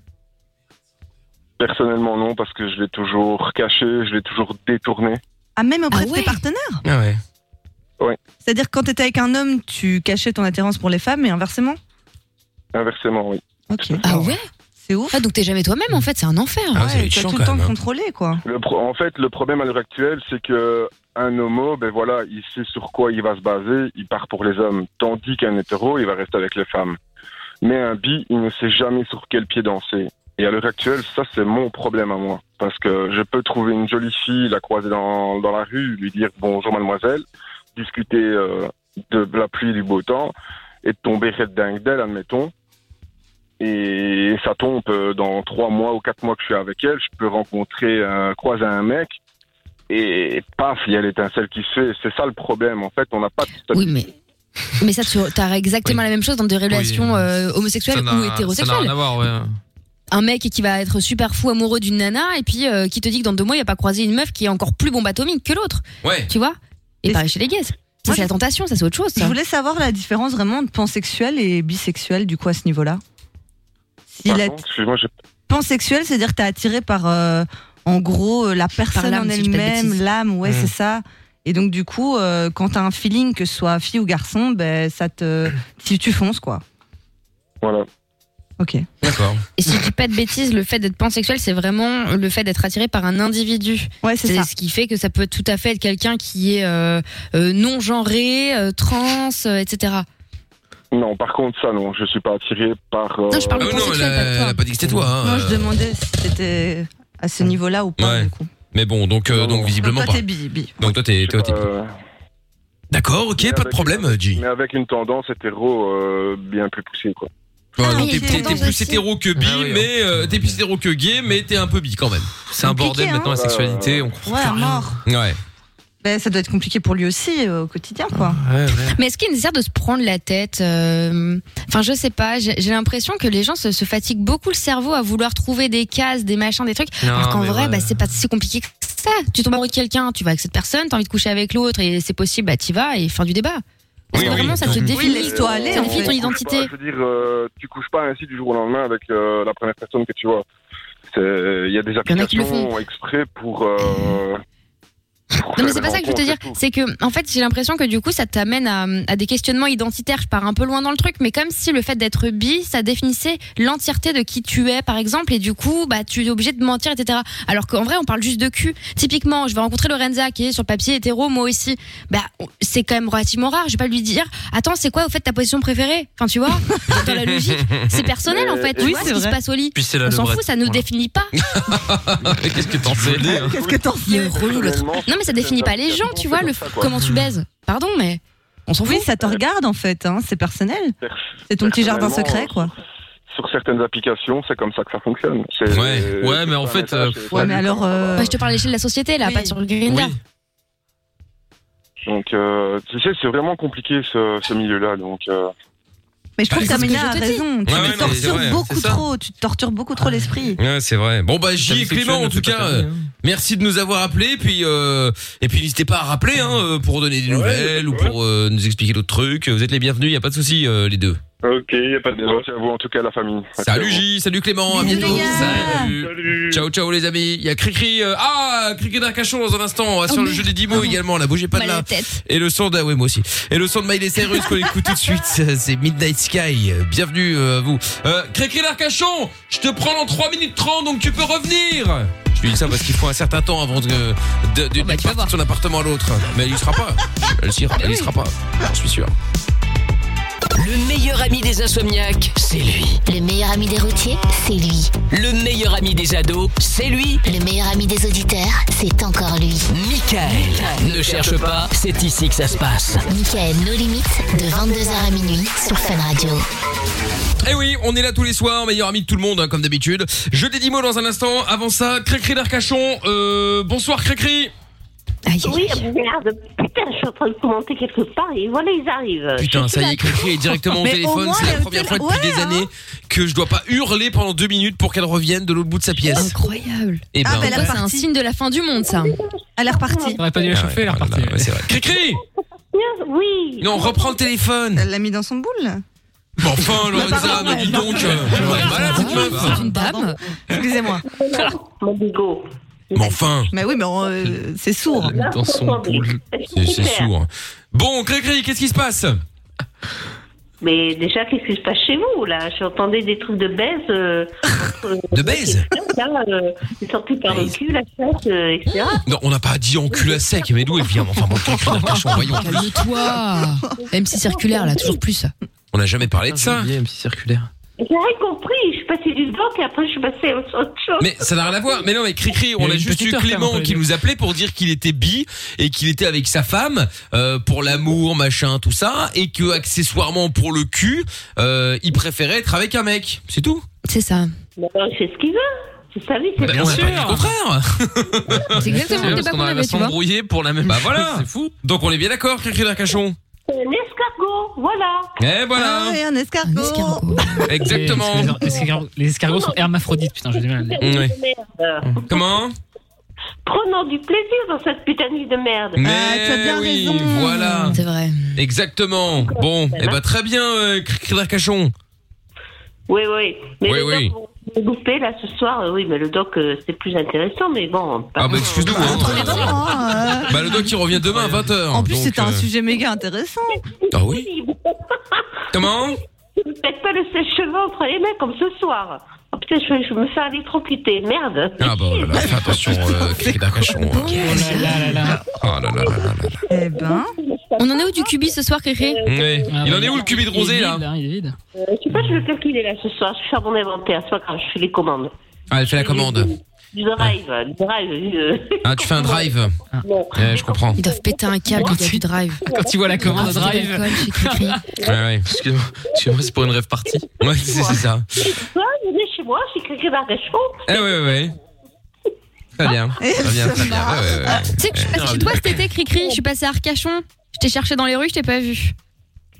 Speaker 5: Personnellement, non, parce que je l'ai toujours caché, je l'ai toujours détourné.
Speaker 7: Ah, même auprès
Speaker 4: Ah
Speaker 7: de
Speaker 4: ouais.
Speaker 7: tes partenaires
Speaker 2: Ah ouais.
Speaker 7: C'est-à-dire que quand t'étais avec un homme, tu cachais ton attirance pour les femmes et inversement
Speaker 5: Inversement, oui.
Speaker 7: Ok.
Speaker 4: Ah ouais
Speaker 7: C'est ouf.
Speaker 4: Ah, donc t'es jamais toi-même, en fait, c'est un enfer.
Speaker 2: Ah, ça va
Speaker 7: Ouais,
Speaker 2: être
Speaker 7: t'as
Speaker 2: chiant,
Speaker 7: tout
Speaker 2: quand
Speaker 7: le temps
Speaker 2: même, hein.
Speaker 7: contrôlé, quoi.
Speaker 5: Le pro- en fait, le problème à l'heure actuelle, c'est que un homo, ben voilà, il sait sur quoi il va se baser, il part pour les hommes, tandis qu'un hétéro, il va rester avec les femmes. Mais un bi, il ne sait jamais sur quel pied danser. Et à l'heure actuelle, ça, c'est mon problème à moi. Parce que je peux trouver une jolie fille, la croiser dans, dans la rue, lui dire bonjour mademoiselle, discuter euh, de la pluie et du beau temps, et tomber red dingue d'elle, admettons. Et ça tombe euh, dans trois mois ou quatre mois que je suis avec elle, je peux rencontrer, un croiser un mec, et paf, il y a l'étincelle qui se fait. C'est ça le problème, en fait, on n'a pas de
Speaker 4: Oui, mais. Mais ça, tu as exactement la même chose dans des relations euh,
Speaker 3: Ça
Speaker 4: homosexuelles
Speaker 3: n'a
Speaker 4: ou
Speaker 3: ça n'a rien
Speaker 4: hétérosexuelles.
Speaker 3: à voir, ouais.
Speaker 4: Un mec qui va être super fou amoureux d'une nana et puis euh, qui te dit que dans deux mois, il va pas croiser une meuf qui est encore plus bombe atomique que l'autre,
Speaker 2: Ouais.
Speaker 4: tu vois Et
Speaker 7: Et-
Speaker 4: pareil chez les gays. Ça,
Speaker 7: Moi,
Speaker 4: c'est
Speaker 7: je-
Speaker 4: la tentation, ça, c'est autre chose,
Speaker 7: Je
Speaker 4: ça.
Speaker 7: voulais savoir la différence vraiment de pansexuel et bisexuel, du coup, à ce niveau-là. Si la-
Speaker 5: Pardon, excuse-moi, j'ai-
Speaker 7: pansexuel, c'est-à-dire que t'es attiré par, euh, en gros, euh, la personne
Speaker 4: l'âme,
Speaker 7: en
Speaker 4: si je dis pas de
Speaker 7: elle-même,
Speaker 4: bêtises. Mmh.
Speaker 7: l'âme, ouais,
Speaker 3: Mm.
Speaker 7: c'est ça. Et donc, du coup, euh, quand t'as un feeling, que ce soit fille ou garçon, ben, ça te. Si tu fonces, quoi.
Speaker 5: Voilà.
Speaker 7: Ok.
Speaker 2: D'accord.
Speaker 4: Et si je dis pas de bêtises, le fait d'être pansexuel, c'est vraiment le fait d'être attiré par un individu.
Speaker 7: Ouais, c'est ça.
Speaker 4: ce qui fait que ça peut tout à fait être quelqu'un qui est euh, euh, non genré, euh, trans, euh, etc.
Speaker 5: Non, par contre, ça, non, je suis pas attiré par. euh,
Speaker 4: Non, je parle
Speaker 2: Ah
Speaker 4: de
Speaker 2: oui, non, elle
Speaker 4: pansexuel, pas de
Speaker 2: a,
Speaker 4: toi.
Speaker 2: elle a pas dit que c'était toi. hein. Mmh.
Speaker 7: Moi, je demandais si c'était à ce niveau-là ou pas,
Speaker 2: Ouais.
Speaker 7: du coup.
Speaker 2: Mais bon, donc euh, donc
Speaker 7: Donc,
Speaker 2: visiblement
Speaker 7: toi,
Speaker 2: pas.
Speaker 7: t'es bi, bi.
Speaker 2: Donc toi t'es
Speaker 5: je
Speaker 2: t'es
Speaker 5: sais pas,
Speaker 2: atypique.
Speaker 5: euh,
Speaker 2: D'accord, ok,
Speaker 4: Ah,
Speaker 5: mais
Speaker 2: pas de
Speaker 5: avec-
Speaker 2: problème, J.
Speaker 5: Mais avec une tendance hétéro euh, bien plus poussée, quoi.
Speaker 2: Ouais,
Speaker 4: Ah,
Speaker 2: donc
Speaker 4: oui,
Speaker 2: t'es-
Speaker 4: j'ai
Speaker 2: t'es t'es
Speaker 4: tendance
Speaker 2: plus
Speaker 4: aussi.
Speaker 2: hétéro que bi,
Speaker 3: Ah oui,
Speaker 2: mais euh, t'es plus hétéro que gay, mais t'es un peu bi quand même.
Speaker 3: C'est un
Speaker 7: Compliqué,
Speaker 3: bordel
Speaker 7: hein.
Speaker 3: maintenant la
Speaker 5: Ouais,
Speaker 3: sexualité.
Speaker 5: ouais,
Speaker 3: On
Speaker 7: Ouais, à mort.
Speaker 2: Ouais.
Speaker 7: Ben, ça doit être compliqué pour lui aussi euh, au quotidien, quoi.
Speaker 4: Mais est-ce qu'il est nécessaire de se prendre la tête euh, Enfin, je sais pas. J'ai j'ai l'impression que les gens se, se fatiguent beaucoup le cerveau à vouloir trouver des cases, des machins, des trucs. alors qu'en vrai, bah, c'est pas si compliqué que ça. Tu tombes amoureux de quelqu'un, tu vas avec cette personne, t'as envie de coucher avec l'autre et c'est possible, bah t'y vas et fin du débat. Parce
Speaker 2: Oui,
Speaker 4: que
Speaker 2: oui,
Speaker 4: vraiment, ça te
Speaker 2: oui.
Speaker 4: définit.
Speaker 7: Oui, laisse-toi aller,
Speaker 4: Ça
Speaker 7: en
Speaker 4: définit
Speaker 7: fait.
Speaker 4: ton
Speaker 5: Tu
Speaker 4: identité.
Speaker 5: couches pas, je veux dire, euh, tu couches pas ainsi du jour au lendemain avec euh, la première personne que tu vois. C'est- Il y a des
Speaker 4: Il y en a qui le
Speaker 5: applications exprès pour. euh, pour
Speaker 4: Non mais
Speaker 5: faire
Speaker 4: c'est
Speaker 5: des
Speaker 4: pas ça que je veux te dire,
Speaker 5: rencontres et tout.
Speaker 4: c'est que en fait j'ai l'impression que du coup ça t'amène à, à des questionnements identitaires. Je pars un peu loin dans le truc, mais comme si le fait d'être bi, ça définissait l'entièreté de qui tu es, par exemple, et du coup bah tu es obligé de mentir, etc. Alors qu'en vrai on parle juste de cul. Typiquement, je vais rencontrer Lorenza qui est sur le papier hétéro, moi aussi. Bah on- c'est quand même relativement rare. Je vais pas lui dire, attends c'est quoi au fait ta position préférée Enfin tu vois, Bah, dans la logique, c'est personnel
Speaker 2: Euh,
Speaker 4: en fait.
Speaker 7: Euh, Oui,
Speaker 4: tu vois
Speaker 7: c'est
Speaker 4: ce qui se
Speaker 7: vrai.
Speaker 4: passe au lit.
Speaker 3: Puis c'est la
Speaker 4: On s'en
Speaker 3: levrette.
Speaker 4: fout, ça nous
Speaker 3: Voilà.
Speaker 4: définit pas.
Speaker 3: Qu'est-ce que t'en sais
Speaker 7: Qu'est-ce que t'en
Speaker 4: Il est
Speaker 7: sais
Speaker 4: relou l'autre.
Speaker 5: Personnellement,
Speaker 4: Non mais ça définit pas les gens, tu vois, le
Speaker 5: C'est comme ça, quoi.
Speaker 4: comment tu baises. Pardon mais on s'en fout.
Speaker 7: Oui, ça te regarde, en fait. Hein. C'est personnel. C'est ton petit jardin secret, quoi.
Speaker 5: Sur certaines applications, c'est comme ça que ça fonctionne. C'est-
Speaker 3: Ouais.
Speaker 5: euh,
Speaker 3: Ouais, mais en
Speaker 5: un
Speaker 3: fait,
Speaker 5: message,
Speaker 3: euh,
Speaker 5: c'est
Speaker 7: Ouais,
Speaker 5: salut,
Speaker 7: mais alors.
Speaker 5: comment ça va
Speaker 7: euh,
Speaker 4: Moi, Bah, je te parle à l'échelle de la société, là,
Speaker 7: Oui.
Speaker 4: pas sur Grindr.
Speaker 3: Oui.
Speaker 5: Donc, euh, tu sais, c'est vraiment compliqué ce, ce milieu-là. Donc, euh,
Speaker 7: Mais je trouve
Speaker 2: Bah,
Speaker 7: que
Speaker 2: c'est ce que
Speaker 7: Amina a
Speaker 4: je te dis.
Speaker 7: raison. Tu
Speaker 2: Ouais, ouais,
Speaker 7: te
Speaker 2: mais c'est vrai,
Speaker 7: tortures beaucoup
Speaker 5: c'est ça.
Speaker 7: trop. Tu te tortures beaucoup trop l'esprit.
Speaker 2: Ouais, c'est vrai. Bon bah J et
Speaker 5: Homosexuel
Speaker 2: Clément en
Speaker 5: ne
Speaker 2: tout
Speaker 5: peut pas
Speaker 2: cas,
Speaker 5: terminer,
Speaker 2: euh,
Speaker 5: hein.
Speaker 2: merci de nous avoir appelés puis euh, et puis n'hésitez pas à rappeler hein, euh, pour donner des
Speaker 6: Ouais,
Speaker 2: nouvelles ou
Speaker 6: ouais.
Speaker 2: pour euh, nous expliquer d'autres trucs. Vous êtes les bienvenus, y a pas de souci euh, les deux.
Speaker 6: Ok, y a pas de débat, c'est à vous en tout cas la famille.
Speaker 2: Salut J, salut Clément, à
Speaker 7: Bisous,
Speaker 2: bientôt.
Speaker 7: les gars.
Speaker 2: Salut.
Speaker 6: Salut.
Speaker 2: Ciao ciao les amis. Il y a Cricri euh, ah Cricri d'Arcachon dans un instant, on va
Speaker 4: Oh,
Speaker 2: sur le
Speaker 4: merde.
Speaker 2: jeu des 10 mots
Speaker 4: Ah.
Speaker 2: également, là bougez pas de
Speaker 4: Mal à
Speaker 2: là.
Speaker 4: la tête.
Speaker 2: Et le son de, ah ouais, moi aussi. Et le son de Miley Cyrus qu'on écoute tout de suite, c'est Midnight Sky. Bienvenue euh, à vous. Euh, Crécré l'Arcachon, je te prends dans 3 minutes 30, donc tu peux revenir. Je lui dis ça parce qu'il faut un certain temps avant de, de, de- de
Speaker 4: vas
Speaker 2: partir
Speaker 4: voir.
Speaker 2: de son appartement à l'autre. Mais il y sera pas. Elle s'y- elle y sera pas. J'en suis sûr.
Speaker 1: Le meilleur ami des insomniaques, c'est lui.
Speaker 9: Le meilleur ami des routiers, c'est lui.
Speaker 1: Le meilleur ami des ados, c'est lui.
Speaker 9: Le meilleur ami des auditeurs, c'est encore lui.
Speaker 1: Michael. Ne cherche pas, c'est ici que ça se passe.
Speaker 9: Michael, nos limites, de 22h à minuit sur Fun Radio.
Speaker 2: Eh oui, on est là tous les soirs, meilleur ami de tout le monde, hein, comme d'habitude. Je des 10 mots dans un instant. Avant ça, Crécré d'Arcachon. Euh, bonsoir Crécré.
Speaker 7: Aïe, aïe,
Speaker 10: Oui,
Speaker 7: aï.
Speaker 10: merde, putain, je suis en train de commenter quelque part et voilà, ils arrivent.
Speaker 2: Putain, ça y est, Cricri est directement au
Speaker 7: Mais au
Speaker 2: téléphone.
Speaker 7: moins,
Speaker 2: C'est la
Speaker 7: elle
Speaker 2: première fois
Speaker 7: fait-
Speaker 2: depuis
Speaker 7: ouais,
Speaker 10: hein.
Speaker 2: des années que je dois pas hurler pendant deux minutes pour qu'elle revienne de l'autre bout de sa pièce.
Speaker 4: Incroyable.
Speaker 3: Eh
Speaker 2: Et
Speaker 7: Ah, ben là-
Speaker 4: Ça, C'est un
Speaker 7: partie.
Speaker 4: signe de la fin du monde, ça.
Speaker 7: Elle est repartie.
Speaker 3: Ah, T'aurais pas dû la
Speaker 2: Ah, oh
Speaker 3: chauffer, elle est repartie.
Speaker 2: Cricri
Speaker 10: Oui.
Speaker 2: Non, reprends le téléphone
Speaker 7: Elle l'a mis dans son boule.
Speaker 2: Bon, Enfin, Lorenza,
Speaker 7: pardon,
Speaker 2: mais
Speaker 7: ouais,
Speaker 2: dis donc euh, ouais, elle est malade, cette meuf.
Speaker 4: C'est une dame.
Speaker 7: Excusez-moi.
Speaker 10: Mon bigot.
Speaker 2: Mais enfin
Speaker 7: Mais oui, mais on, euh, c'est sourd.
Speaker 5: Dans son poule.
Speaker 2: c'est- C'est sourd. Bon, Cricri, qu'est-ce qui se passe
Speaker 10: Mais déjà, qu'est-ce qui se passe chez vous, là J'entendais des trucs de baise. euh, entre-
Speaker 2: De baise
Speaker 10: Là, euh, Ils sortaient par le cul, la chatte, euh, etc.
Speaker 2: Non, on n'a pas dit en cul à sec, mais d'où elle vient Enfin, bon, Cricri, d'Arcachon, voyons.
Speaker 4: Calme-toi. Même si circulaire, là, toujours plus.
Speaker 2: On n'a jamais parlé de
Speaker 5: J'ai
Speaker 2: ça.
Speaker 5: oublié un petit circulaire.
Speaker 10: J'ai rien compris. Je suis passée du doc et après, je suis passée à autre chose.
Speaker 2: Mais ça n'a rien à voir. Mais non, mais Cricri,
Speaker 3: Il y
Speaker 2: on
Speaker 3: a
Speaker 2: a
Speaker 3: une
Speaker 2: juste
Speaker 3: petite
Speaker 2: eu
Speaker 3: heure, quand
Speaker 2: Clément
Speaker 3: même,
Speaker 2: qui nous appelait pour dire qu'il était bi et qu'il était avec sa femme euh, pour l'amour, machin, tout ça, et que accessoirement pour le cul, euh, il préférait être avec un mec. C'est tout.
Speaker 4: C'est ça.
Speaker 10: Mais alors, il fait ben, ce qu'il veut. Vous savez, c'est
Speaker 2: Bah,
Speaker 3: bien
Speaker 2: on a
Speaker 3: sûr.
Speaker 2: pas dit le contraire.
Speaker 4: C'est exactement le
Speaker 5: Parce
Speaker 4: débat
Speaker 5: qu'on arrive
Speaker 4: qu'on
Speaker 5: à
Speaker 4: avait, tu vois.
Speaker 5: s'embrouiller pour la même
Speaker 2: Bah
Speaker 5: chose,
Speaker 2: voilà.
Speaker 5: C'est fou.
Speaker 2: Donc on est bien d'accord, Cricri d'Arcachon.
Speaker 10: un escargot. Voilà.
Speaker 2: Eh voilà,
Speaker 7: Ah oui, un
Speaker 4: Un
Speaker 7: escargot.
Speaker 4: escargot.
Speaker 2: exactement.
Speaker 3: Les, les escargots- les escargots sont hermaphrodites, putain, j'ai du mal. à le dire.
Speaker 2: Oui. Mmh.
Speaker 10: Merde.
Speaker 2: Comment
Speaker 10: Prenons du plaisir dans cette putain de vie de merde.
Speaker 2: Mais
Speaker 7: tu as Ah, bien
Speaker 2: oui,
Speaker 7: raison.
Speaker 4: Hmm.
Speaker 2: voilà,
Speaker 4: C'est vrai.
Speaker 2: exactement. Bon, eh ben très bien, euh, Cricri d'Arcachon.
Speaker 10: Oui, oui. Mais
Speaker 2: Oui,
Speaker 10: le
Speaker 2: oui.
Speaker 10: doc, on l'a loupé là ce soir. Euh, Oui, mais le doc, euh, c'est plus intéressant. Mais bon.
Speaker 2: Ah bah
Speaker 10: pardon.
Speaker 2: excuse-nous. hein.
Speaker 7: Ah, euh,
Speaker 2: Bah le doc qui revient demain à 20h.
Speaker 7: en plus, c'était un
Speaker 3: euh,
Speaker 2: sujet.
Speaker 7: sujet méga intéressant.
Speaker 2: Ah oui Comment
Speaker 10: Ne faites pas le sèche-cheveux entre les mains comme ce soir. Ah, putain, je, je me fais électrocuter. Merde.
Speaker 2: Ah bah voilà, fais attention, euh, Cricket d'Arcachon. hein.
Speaker 3: Oh là là là là.
Speaker 2: Oh là là là là là.
Speaker 7: Eh ben,
Speaker 4: On en est où du cubi ce soir, Kéké
Speaker 2: euh, Ouais.
Speaker 3: Ah,
Speaker 2: Il
Speaker 3: bah,
Speaker 2: en est où le cubit de rosé
Speaker 3: il est
Speaker 2: là
Speaker 3: vide, hein, Il est vide.
Speaker 10: Euh, je sais pas, je vais calculer là ce soir. Je suis à mon inventaire. C'est pas grave, je fais les commandes.
Speaker 2: Ah, elle fait la commande.
Speaker 10: Du drive. Du drive. euh,
Speaker 2: Ah, tu fais un drive
Speaker 4: Ah.
Speaker 10: bon.
Speaker 2: Ouais, Je comprends.
Speaker 4: Ils doivent péter un câble, les gars du drive. Ah,
Speaker 3: Quand il voit la commande drive.
Speaker 4: Alcool chez Cricri.
Speaker 2: Ouais, ouais.
Speaker 5: Excuse-moi, excuse-moi, c'est pour une rêve partie.
Speaker 2: Ouais, c'est c'est ça.
Speaker 10: Toi, venez chez moi, chez Cricket d'Arcachon.
Speaker 2: Eh ouais, ouais, ouais. Très bien. Très bien, très bien. Ah, Ouais, ouais, ouais.
Speaker 4: Tu sais que je suis
Speaker 3: Ah,
Speaker 4: passée chez toi cet été, Cricri. Je suis passée à Arcachon. Je t'ai cherché dans les rues, je t'ai pas vu.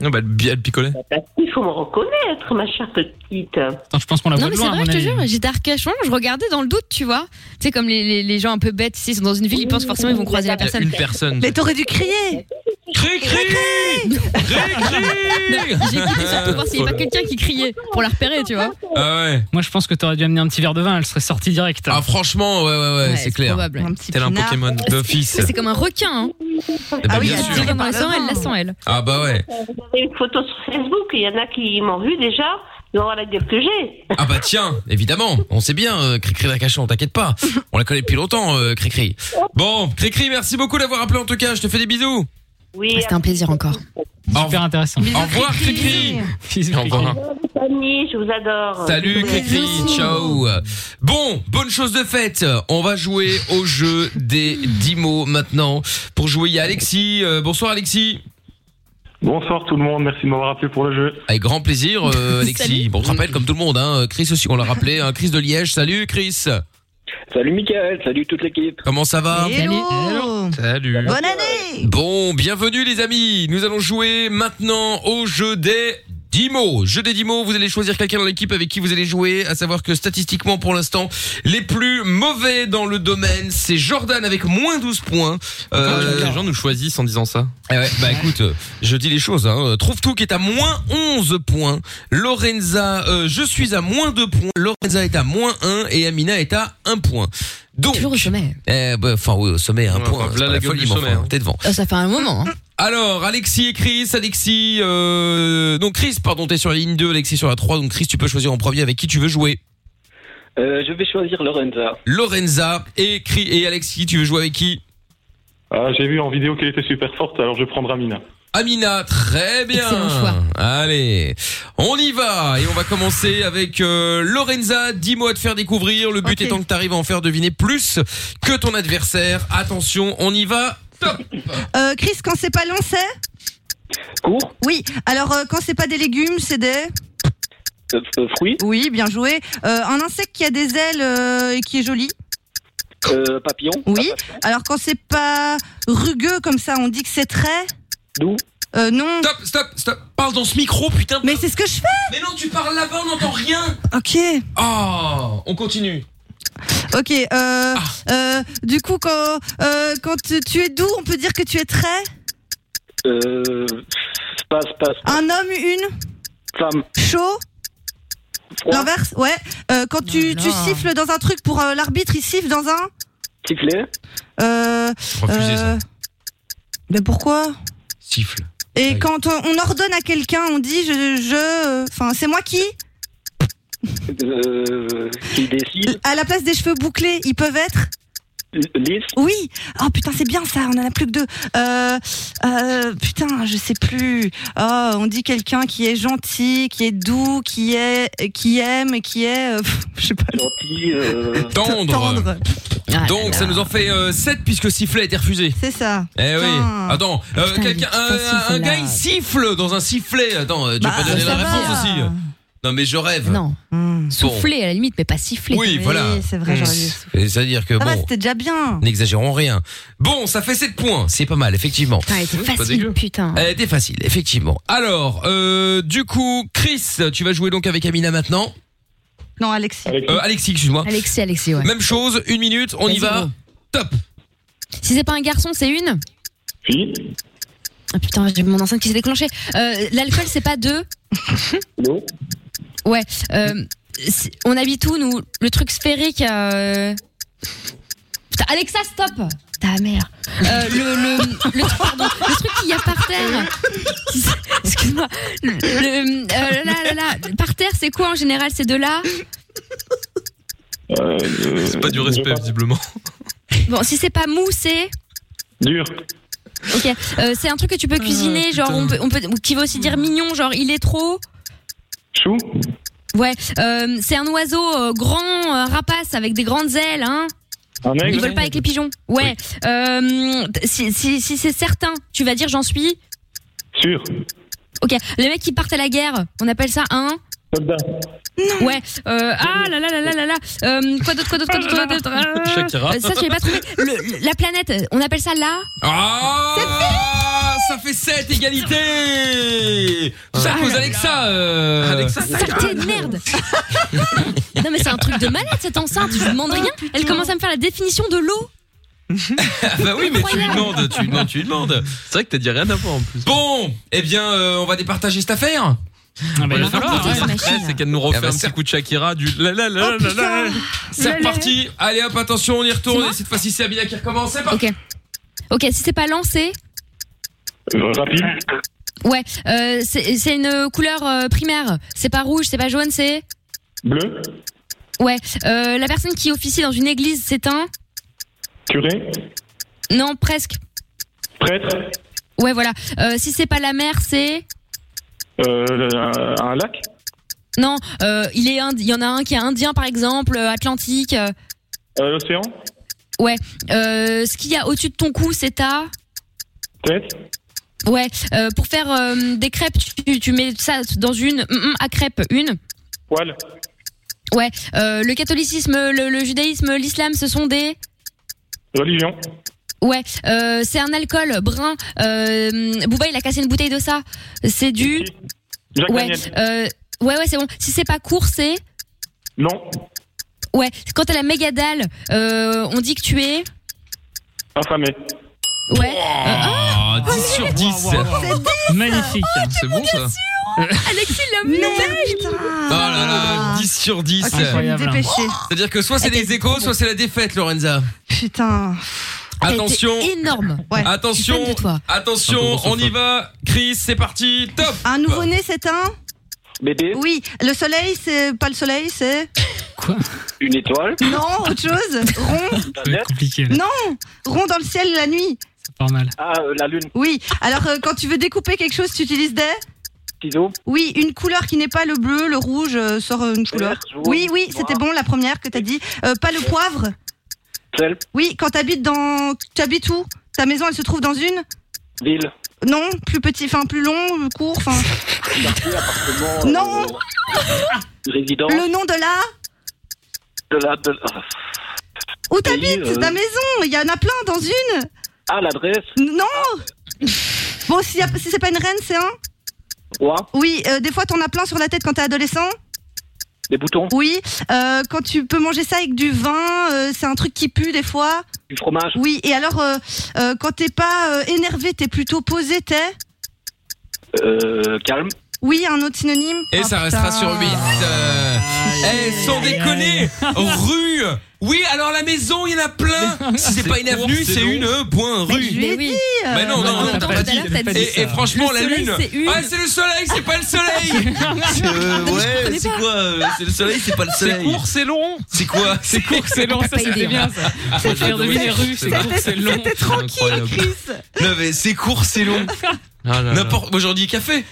Speaker 5: Non, bah, elle bi- elle picolait.
Speaker 10: Il faut me reconnaître, ma chère petite.
Speaker 3: Attends, je pense qu'on la
Speaker 4: Non,
Speaker 3: voit
Speaker 4: mais
Speaker 3: de
Speaker 4: c'est
Speaker 3: loin, à
Speaker 4: vrai,
Speaker 3: mon
Speaker 4: je te
Speaker 3: avis.
Speaker 4: jure, j'étais à Arcachon, je regardais dans le doute, tu vois. Tu sais, comme les, les, les gens un peu bêtes, ici, ils sont dans une ville, ils pensent forcément ils vont croiser la
Speaker 5: Il y a
Speaker 4: personne.
Speaker 5: une personne.
Speaker 7: mais t'aurais dû crier.
Speaker 2: Cri-cri Cri-cri
Speaker 4: J'ai écouté surtout voir s'il n'y avait pas quelqu'un qui criait pour la repérer, tu vois.
Speaker 2: Ah ouais.
Speaker 3: Moi, je pense que t'aurais dû amener un petit verre de vin, elle serait sortie direct.
Speaker 2: Ah franchement, ouais, ouais, ouais,
Speaker 4: Ouais,
Speaker 2: c'est clair.
Speaker 4: probable.
Speaker 7: Un petit
Speaker 5: Tel un
Speaker 7: pinard.
Speaker 5: Pokémon.
Speaker 2: D'office.
Speaker 4: C'est comme un requin, hein.
Speaker 2: Eh ben,
Speaker 7: Ah oui,
Speaker 2: bien
Speaker 7: elle
Speaker 2: sûr.
Speaker 7: dit-
Speaker 4: Comme elle sent, elle la sent, elle.
Speaker 2: Ah bah ouais.
Speaker 10: J'ai Euh, une photo sur Facebook, il y en a qui m'ont vu déjà, ils vont voir la gueule que j'ai.
Speaker 2: Ah bah tiens, évidemment, on sait bien, euh, Cricri Lacachon, t'inquiète pas. On la connaît depuis longtemps, euh, Cricri. Bon, Cricri, merci beaucoup d'avoir appelé en tout cas, je te fais des bisous.
Speaker 7: Ah,
Speaker 10: Oui,
Speaker 4: C'était un plaisir encore.
Speaker 2: Au,
Speaker 3: Super intéressant.
Speaker 2: au revoir Cricri.
Speaker 3: Bisous,
Speaker 5: Au revoir.
Speaker 10: famille, je vous adore.
Speaker 2: Salut Cricri, ciao. Bon, bonne chose de faite, on va jouer au jeu des 10 mots maintenant. Pour jouer, il y a Alexis. Euh, bonsoir Alexis.
Speaker 6: Bonsoir tout le monde, merci de m'avoir appelé pour le jeu.
Speaker 2: Avec grand plaisir euh, Alexis.
Speaker 4: Salut.
Speaker 2: Bon, on te rappelle comme tout le monde, hein, Chris aussi, on l'a rappelé, hein, Chris de Liège. Salut Chris,
Speaker 8: Salut Mickaël, salut toute l'équipe.
Speaker 2: comment ça va
Speaker 7: Hello.
Speaker 5: Salut.
Speaker 7: Bonne année.
Speaker 2: Bon, bienvenue les amis. Nous allons jouer maintenant au jeu des 10 mots. Jeu des 10 mots, vous allez choisir quelqu'un dans l'équipe avec qui vous allez jouer. À savoir que statistiquement, pour l'instant, les plus mauvais dans le domaine, c'est Jordan avec moins 12 points.
Speaker 5: Pourquoi les gens
Speaker 2: nous choisissent en disant ça. ouais, bah écoute, euh, je dis les choses. Hein. Trouve tout qui est à moins 11 points. Lorenza, euh, je suis à moins 2 points. Lorenza est à moins 1 et Amina est à 1 point. Donc, Toujours au sommet. Enfin oui, au sommet, un
Speaker 5: Ouais,
Speaker 2: point.
Speaker 5: enfin,
Speaker 2: c'est pas
Speaker 5: plein la
Speaker 2: la
Speaker 5: gueule
Speaker 2: folie,
Speaker 5: du
Speaker 2: mais enfin,
Speaker 5: sommet, hein.
Speaker 2: t'es devant.
Speaker 4: Ah, ça fait un moment. hein.
Speaker 2: Alors, Alexis et Chris, Alexis, euh, donc Chris, pardon, t'es sur la ligne 2, Alexis sur la 3, donc Chris, tu peux choisir en premier avec qui tu veux jouer.
Speaker 11: Euh, je vais choisir Lorenza.
Speaker 2: Lorenza et, Chris, et Alexis, tu veux jouer avec qui
Speaker 12: Ah, j'ai vu en vidéo qu'elle était super forte, alors je vais prendre Amina.
Speaker 2: Amina, très bien. Allez, on y va et on va commencer avec euh, Lorenza. 10 mots à te faire découvrir. Le but étant que tu arrives à en faire deviner plus que ton adversaire. Attention, on y va. Top.
Speaker 7: Euh, Chris, quand c'est pas long, c'est
Speaker 11: Court.
Speaker 7: Oui. Alors, euh, quand c'est pas des légumes, c'est des.
Speaker 11: Euh, euh, fruit.
Speaker 7: Oui, bien joué. Euh, un insecte qui a des ailes euh, et qui est joli.
Speaker 11: Ah, Euh, papillon.
Speaker 2: Oh,
Speaker 7: Oui. Alors, quand c'est pas rugueux comme ça, on dit que c'est très.
Speaker 11: Doux.
Speaker 7: Euh, non.
Speaker 2: Stop, stop, stop. Parle dans ce micro, putain.
Speaker 7: Mais c'est ce que je fais.
Speaker 2: Mais non, tu parles là-bas, on n'entend rien.
Speaker 7: Ok.
Speaker 2: Oh, Ah. on continue.
Speaker 7: Ok. euh, euh, du coup, quand euh, quand tu- tu es doux, on peut dire que tu es très.
Speaker 11: Euh, passe, passe.
Speaker 7: Un homme, une.
Speaker 11: Femme.
Speaker 7: Chaud. L'inverse, ouais. Euh, quand tu, tu siffles dans un truc pour euh, l'arbitre, il siffle dans un.
Speaker 11: Sifflet.
Speaker 7: Euh,
Speaker 11: Refusé, ça.
Speaker 7: euh, Mais pourquoi
Speaker 2: Siffle.
Speaker 7: Et quand on, on ordonne à quelqu'un, on dit je. je, euh, Enfin, c'est moi qui
Speaker 11: Euh, qui décide.
Speaker 7: À la place des cheveux bouclés, ils peuvent être.
Speaker 11: Lisse.
Speaker 7: Oui. Oh putain, c'est bien ça, on en a plus que deux. Euh, euh, putain, je sais plus. Oh, on dit quelqu'un qui est gentil, qui est doux, qui est. qui aime, qui est. euh, pff, je sais pas.
Speaker 11: Gentil. Euh...
Speaker 2: Tendre.
Speaker 7: Tendre. Ah
Speaker 2: Donc,
Speaker 7: là là.
Speaker 2: ça nous en fait 7 puisque sifflet a été refusé.
Speaker 7: C'est ça.
Speaker 2: Eh oui.
Speaker 7: Putain.
Speaker 2: Attends, euh,
Speaker 7: Putain,
Speaker 2: quelqu'un,
Speaker 7: mais
Speaker 2: un,
Speaker 7: putain, siffle,
Speaker 2: un
Speaker 7: là.
Speaker 2: gars il siffle dans un sifflet. Attends, euh, tu
Speaker 4: Bah,
Speaker 2: peux donner la
Speaker 4: ça va.
Speaker 2: réponse aussi. Non mais je rêve.
Speaker 4: Non.
Speaker 2: Bon.
Speaker 4: Souffler à la limite, mais pas siffler.
Speaker 2: Oui, voilà. Et C'est-à-dire que
Speaker 4: Ah bah,
Speaker 2: bon,
Speaker 4: c'était
Speaker 7: déjà bien.
Speaker 2: n'exagérons rien. Bon, ça fait 7 points, c'est pas mal effectivement.
Speaker 4: Ah, c'était facile, putain.
Speaker 2: Elle était facile, effectivement. Alors, euh, du coup, Chris, tu vas jouer donc avec Amina maintenant.
Speaker 7: Non, Alexis.
Speaker 2: Euh, Alexis, excuse-moi.
Speaker 4: Alexis, Alexis, ouais.
Speaker 2: Même chose, une minute, on y
Speaker 4: Vas-y,
Speaker 2: va.
Speaker 4: gros. Si c'est pas un garçon, c'est une Ah putain, j'ai mon enceinte qui s'est déclenchée. Euh, L'alcool, c'est pas deux
Speaker 11: Non.
Speaker 4: Ouais. euh, si- on habite où, nous Le truc sphérique. euh, Putain, Alexa, stop Ta mère. Euh, le, le, le, pardon, le truc qu'il y a par terre. Excuse-moi. Le, le- euh, là, là, là. Par terre, c'est quoi en général ces deux-là
Speaker 6: Euh,
Speaker 5: C'est pas du respect, visiblement.
Speaker 4: Bon, si c'est pas mou, c'est.
Speaker 12: Dur.
Speaker 4: Ok. Euh, c'est un truc que tu peux cuisiner, genre, on peut, on peut, ou qui veut aussi dire mignon, genre, il est trop.
Speaker 12: Chou.
Speaker 4: Ouais. Euh, c'est un oiseau euh, grand, euh, rapace, avec des grandes ailes, hein.
Speaker 12: Un aigle.
Speaker 4: Ils veulent pas avec les pigeons. Ouais. Euh, si si, si c'est certain, tu vas dire j'en suis.
Speaker 12: Sûr.
Speaker 4: Ok. Les mecs qui partent à la guerre, on appelle ça un.
Speaker 12: Soldat.
Speaker 4: Ouais. Euh, ah là là là là là là. Euh, quoi d'autre quoi d'autre quoi d'autre quoi d'autre Euh,
Speaker 2: Shakira.
Speaker 4: euh, Ça je l'ai pas trouvé. Le- la planète, on appelle ça la.
Speaker 2: Ah Ça fait 7 égalités Tout ça à
Speaker 4: Ah
Speaker 2: cause Alexa euh...
Speaker 4: Alexa, Saleté de merde Non mais c'est un truc de malade cette enceinte, je vous demande rien. Elle commence à me faire la définition de l'eau.
Speaker 2: Ah bah oui, mais tu lui demandes, tu lui demandes, tu lui demandes. C'est vrai que t'as dit rien à voir en plus. Bon, eh bien, euh, on va départager cette affaire.
Speaker 5: Ah bah,
Speaker 2: il
Speaker 5: il
Speaker 2: va
Speaker 5: va
Speaker 2: falloir, hein.
Speaker 5: c'est qu'elle nous refait un petit coup de Shakira du la la la la la.
Speaker 2: C'est reparti. Allez hop, attention, on y retourne. Et cette fois-ci, c'est Amina qui recommence. C'est parti.
Speaker 4: Ok, si c'est pas lancé,
Speaker 12: Rapide.
Speaker 4: ouais, euh, c'est c'est une couleur euh, primaire. C'est pas rouge, c'est pas jaune, c'est
Speaker 12: Bleu.
Speaker 4: ouais. Euh, la personne qui officie dans une église, c'est un
Speaker 12: Curé.
Speaker 4: non presque.
Speaker 12: Prêtre.
Speaker 4: Ouais voilà. Euh, si c'est pas la mer, c'est
Speaker 12: Euh, le- un, un lac.
Speaker 4: non. euh, il est indi- il y en a un qui est indien par exemple, euh, Atlantique. euh,
Speaker 12: Euh, L'océan.
Speaker 4: ouais. Euh, ce qu'il y a au-dessus de ton cou, c'est ta
Speaker 12: Tête.
Speaker 4: Ouais, euh, pour faire euh, des crêpes, tu, tu mets ça dans une hum, hum, à crêpes, une.
Speaker 12: Poil.
Speaker 4: Ouais, euh, le catholicisme, le, le judaïsme, l'islam, ce sont des.
Speaker 12: Religion.
Speaker 4: Ouais, euh, c'est un alcool brun. Euh, Bouba, il a cassé une bouteille de ça. C'est du.
Speaker 12: Jacques
Speaker 4: ouais,
Speaker 12: Daniel.
Speaker 4: euh, ouais, ouais, c'est bon. Si c'est pas court, c'est.
Speaker 12: Non.
Speaker 4: Ouais, quand t'as la méga dalle, euh, on dit que tu es.
Speaker 12: Infamé.
Speaker 4: Ouais.
Speaker 2: Ah, 10
Speaker 3: oh,
Speaker 2: sur 10.
Speaker 3: Magnifique.
Speaker 2: C'est bon ça
Speaker 4: Alexis l'a mis
Speaker 2: Oh là là, 10 sur 10.
Speaker 7: Ah. Ok, je vais me dépêcher.
Speaker 2: C'est-à-dire que soit c'est les échos, soit c'est la défaite, Lorenza.
Speaker 7: Putain.
Speaker 2: T'as été Attention.
Speaker 4: Énorme.
Speaker 2: Attention, attention, on y va. Chris, c'est parti. Top. Bah.
Speaker 7: Un nouveau-né, c'est un
Speaker 12: Bébé.
Speaker 7: Oui. Le soleil, c'est pas le soleil, c'est
Speaker 12: Une étoile.
Speaker 7: non autre chose. Rond.
Speaker 3: compliqué.
Speaker 7: Non. Rond dans le ciel la nuit.
Speaker 3: Pas mal.
Speaker 12: Ah, la lune.
Speaker 7: Oui. Alors euh, quand tu veux découper quelque chose, tu utilises des
Speaker 12: Ciseaux.
Speaker 7: Oui, une couleur qui n'est pas le bleu, le rouge, euh, sort euh, une couleur.
Speaker 12: jaune,
Speaker 7: Oui, oui,
Speaker 12: noir.
Speaker 7: c'était bon la première que t'as dit. Euh, pas le poivre.
Speaker 12: Sel.
Speaker 7: Oui, quand t'habites dans, t'habites où Ta maison, elle se trouve dans une
Speaker 12: Ville.
Speaker 7: Non, plus petit, enfin plus long, court, enfin.
Speaker 12: Quartier, appartement.
Speaker 7: Non.
Speaker 12: euh, Résidence.
Speaker 7: Le nom de la
Speaker 12: De la, de la-
Speaker 7: où
Speaker 12: Pays,
Speaker 7: t'habites,
Speaker 12: euh.
Speaker 7: ta maison. Il y en a plein dans une.
Speaker 12: Ah, l'adresse.
Speaker 7: Non. Bon, s'il y a- si c'est pas une reine, c'est un.
Speaker 12: Roi.
Speaker 7: Oui, euh, des fois t'en as plein sur la tête quand t'es adolescent.
Speaker 12: Des boutons.
Speaker 7: Oui, euh, quand tu peux manger ça avec du vin, euh, c'est un truc qui pue des fois.
Speaker 12: Du fromage.
Speaker 7: Oui, et alors euh, euh, quand t'es pas euh, énervé, t'es plutôt posé, t'es.
Speaker 12: Euh, calme.
Speaker 7: Oui, un autre synonyme. Ah,
Speaker 2: Et ça restera sur 8. Euh, Eh, sans déconner, rue. Oui, alors la maison, il y en a plein. Si c'est
Speaker 5: C'est
Speaker 2: pas une
Speaker 5: court,
Speaker 2: avenue,
Speaker 5: c'est
Speaker 2: c'est
Speaker 5: long.
Speaker 2: une euh, point
Speaker 7: Mais
Speaker 2: rue.
Speaker 7: je lui ai dit. euh,
Speaker 2: Mais non, non, non, t'as pas dit.
Speaker 5: t'as dit
Speaker 2: Et, et
Speaker 5: ça.
Speaker 2: franchement,
Speaker 5: Le
Speaker 2: la
Speaker 5: soleil,
Speaker 2: lune.
Speaker 5: c'est une.
Speaker 2: Ouais, c'est le soleil, c'est pas le soleil.
Speaker 5: Euh, ouais, c'est quoi euh, C'est le soleil, c'est pas le soleil.
Speaker 2: C'est court,
Speaker 5: c'est long.
Speaker 2: C'est quoi C'est
Speaker 3: court, c'est long, ça c'était bien
Speaker 7: hein.
Speaker 3: ça. Faut faire deviner rue, c'est court, c'est long.
Speaker 5: tranquille,
Speaker 7: Chris.
Speaker 5: Non mais c'est court, c'est long.
Speaker 2: N'importe. Aujourd'hui, café.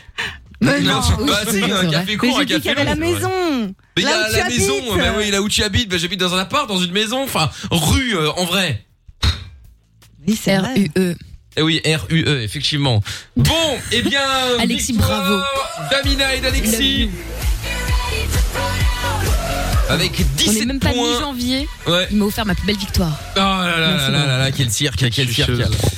Speaker 7: Mais
Speaker 2: Non,
Speaker 7: Euh, non,
Speaker 2: bah,
Speaker 7: oui.
Speaker 2: c'est un café
Speaker 7: Mais
Speaker 2: court,
Speaker 7: j'ai
Speaker 2: un
Speaker 7: dit qu'il y
Speaker 2: café
Speaker 7: avait la
Speaker 2: long.
Speaker 7: maison.
Speaker 2: Mais il y
Speaker 7: là
Speaker 2: a
Speaker 7: où tu
Speaker 2: la maison,
Speaker 7: habites.
Speaker 2: bah oui, là où tu habites, bah j'habite dans un appart, dans une maison, enfin rue euh, en vrai.
Speaker 7: Oui, c'est
Speaker 4: R-U-E.
Speaker 2: Eh oui, RUE, effectivement. Bon, eh bien,
Speaker 4: Alexis,
Speaker 2: victoire
Speaker 4: bravo.
Speaker 2: d'Amina et d'Alexis. Avec
Speaker 4: On
Speaker 2: 17
Speaker 4: est même pas
Speaker 2: points.
Speaker 4: mi-janvier.
Speaker 2: Ouais.
Speaker 4: Il m'a offert ma plus belle victoire.
Speaker 2: Oh là là là là là là, quel cirque, quel cirque.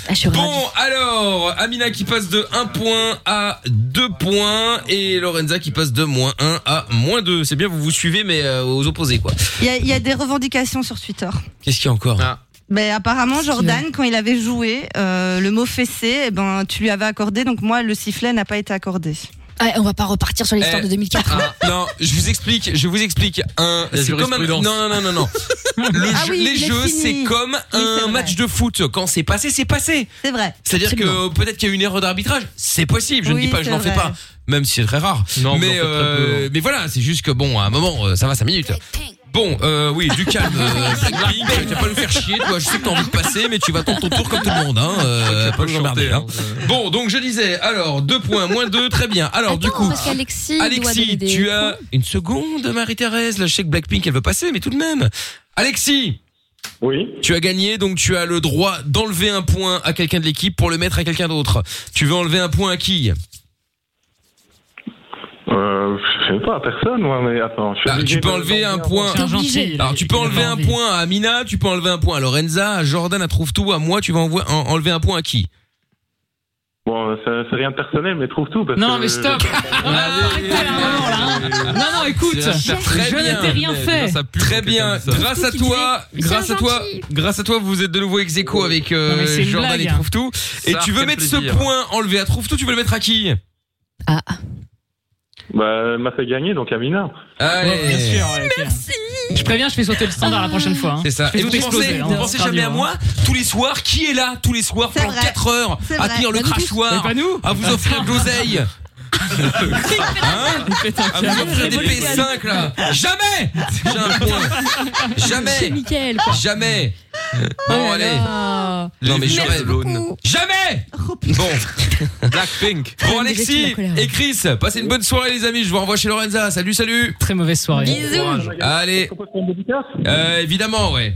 Speaker 4: Ah, je suis ravie.
Speaker 2: Bon, alors, Amina qui passe de 1 point à 2 points et Lorenza qui passe de moins 1 à moins 2. C'est bien, vous vous suivez, mais euh, aux opposés, quoi.
Speaker 7: Il y, a- il y a des revendications sur Twitter.
Speaker 2: Qu'est-ce qu'il y a encore
Speaker 7: Ben, apparemment, Jordan, quand il avait joué, euh, le mot fessé, eh ben, tu lui avais accordé, donc moi, le sifflet n'a pas été accordé.
Speaker 4: Ouais, on va pas repartir sur l'histoire
Speaker 2: Eh,
Speaker 4: de 2004.
Speaker 2: ah, non, je vous explique, je vous explique. Un,
Speaker 5: La
Speaker 2: c'est comme un, non,
Speaker 5: jurisprudence.
Speaker 2: non, non, non, non. Le
Speaker 7: Ah
Speaker 2: jeu-
Speaker 7: oui,
Speaker 2: les
Speaker 7: il est
Speaker 2: jeux,
Speaker 7: fini.
Speaker 2: c'est comme un match de foot. Quand c'est passé, c'est passé.
Speaker 7: C'est vrai.
Speaker 2: C'est-à-dire que peut-être qu'il y a eu une erreur d'arbitrage. C'est possible. Je ne
Speaker 7: Oui,
Speaker 2: dis pas, je
Speaker 7: c'est
Speaker 2: n'en fais
Speaker 7: vrai.
Speaker 2: pas. Même si c'est très rare.
Speaker 5: Non, vous en
Speaker 2: mais,
Speaker 5: faites très
Speaker 2: euh,
Speaker 5: peu, hein.
Speaker 2: mais voilà, c'est juste que bon, à un moment, euh, ça va 5 minutes. Bon, euh, oui, du calme. euh, Blackpink, tu vas pas nous faire chier, toi. Je sais que t'as envie de passer, mais tu vas tendre ton tour comme tout le monde, hein. euh, pas nous emmerder, hein. Bon, donc je disais, alors, 2 points, moins 2, très bien. Alors, du coup.
Speaker 4: Parce qu'Alexis doit donner
Speaker 2: Alexis,
Speaker 4: des
Speaker 2: tu as une seconde, Marie-Thérèse. Là, je sais que Blackpink, elle veut passer, mais tout de même. Alexis,
Speaker 12: Oui.
Speaker 2: tu as gagné, donc tu as le droit d'enlever un point à quelqu'un de l'équipe pour le mettre à quelqu'un d'autre. Tu veux enlever un point à qui
Speaker 12: Euh, je sais pas, personne, moi, mais attends. Je suis
Speaker 2: Ah,
Speaker 12: obligé
Speaker 2: Tu peux
Speaker 12: de-
Speaker 2: enlever un point.
Speaker 3: C'est un gentil.
Speaker 2: Alors tu peux enlever un point à Amina, tu peux enlever un point à Lorenza, à Jordan, à Trouve tout, à moi. Tu vas envo- en- enlever un point à qui
Speaker 12: Bon, c'est c'est rien de personnel, mais trouve tout. Parce
Speaker 3: Non,
Speaker 12: que-
Speaker 3: mais stop.
Speaker 2: euh,
Speaker 3: On
Speaker 2: ah,
Speaker 3: va arrêter à un moment, là, hein. Non, non, écoute,
Speaker 5: C'est la
Speaker 2: Très
Speaker 3: je
Speaker 2: bien.
Speaker 3: n'ai rien fait.
Speaker 2: Très bien. Grâce à
Speaker 4: qui
Speaker 2: toi,
Speaker 4: disait,
Speaker 2: grâce
Speaker 4: Bien
Speaker 2: à toi,
Speaker 4: gentil.
Speaker 2: grâce à toi, vous êtes de nouveau ex-écho avec euh,
Speaker 3: Non, mais c'est une
Speaker 2: Jordan
Speaker 3: blague,
Speaker 2: et
Speaker 3: hein.
Speaker 2: Trouve tout. Et
Speaker 5: Ça,
Speaker 2: tu veux
Speaker 5: quel
Speaker 2: mettre
Speaker 5: plaisir.
Speaker 2: ce point enlevé à Trouve tout, tu veux le mettre à qui
Speaker 4: Ah,
Speaker 12: Bah, elle m'a fait gagner, donc Amina.
Speaker 3: Ouais, bien sûr. ouais, ok. Je préviens, je fais sauter le standard la prochaine fois. hein.
Speaker 2: C'est ça.
Speaker 3: Je fais
Speaker 2: Et vous
Speaker 3: tout exploser.
Speaker 2: pensez,
Speaker 3: hein,
Speaker 2: vous pensez
Speaker 3: radio,
Speaker 2: jamais à
Speaker 3: hein.
Speaker 2: moi Tous les soirs, qui est là tous les soirs
Speaker 7: C'est
Speaker 2: pendant
Speaker 7: vrai.
Speaker 2: 4 heures
Speaker 7: C'est
Speaker 2: à
Speaker 7: vrai.
Speaker 2: tenir le
Speaker 4: Pas nous
Speaker 3: Mais
Speaker 2: crachoir,
Speaker 3: pas nous.
Speaker 2: à vous offrir de l'oseille Hein
Speaker 3: Il fait un
Speaker 2: Ah, vous
Speaker 3: câble.
Speaker 2: offrez des PS5 là Jamais J'ai un point
Speaker 4: c'est
Speaker 2: Jamais
Speaker 4: Mickaël, quoi.
Speaker 2: Jamais Bon
Speaker 4: Oh là
Speaker 2: allez
Speaker 4: là.
Speaker 2: Non mais je
Speaker 5: Merci
Speaker 2: rêve
Speaker 5: beaucoup.
Speaker 2: Jamais
Speaker 7: Oh,
Speaker 2: Bon
Speaker 5: Blackpink.
Speaker 2: Bon
Speaker 4: me décrit
Speaker 2: Alexis
Speaker 4: la colère.
Speaker 2: et Chris Passez une bonne soirée les amis Je vous renvoie chez Lorenza Salut salut
Speaker 3: Très mauvaise soirée.
Speaker 4: Bisous.
Speaker 2: Allez Euh, Évidemment ouais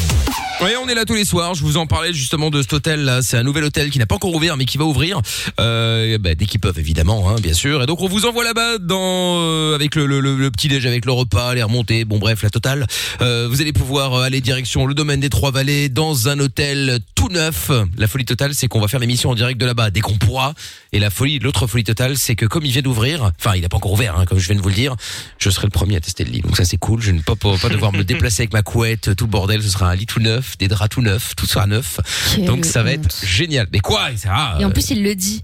Speaker 2: Oui, on est là tous les soirs. Je vous en parlais justement de cet hôtel là. C'est un nouvel hôtel qui n'a pas encore ouvert, mais qui va ouvrir euh, bah, dès qu'ils peuvent, évidemment, hein, bien sûr. Et donc on vous envoie là-bas dans euh, avec le, le- le- le petit déj, avec le repas, les remontées, bon bref, la totale. Euh, vous allez pouvoir euh, aller direction le domaine des Trois Vallées dans un hôtel tout neuf. La folie totale, c'est qu'on va faire l'émission en direct de là-bas dès qu'on pourra. Et la folie, l'autre folie totale, c'est que comme il vient d'ouvrir, enfin il n'a pas encore ouvert, hein, comme je viens de vous le dire, je serai le premier à tester le lit. Donc ça c'est cool. Je ne vais pas, pas, pas devoir me déplacer avec ma couette, tout le bordel. Ce sera un lit tout neuf, des draps tout neufs, tout sera neuf.
Speaker 4: Quelle
Speaker 2: Donc ça va être génial. Mais quoi ça
Speaker 4: Et en plus, il le dit.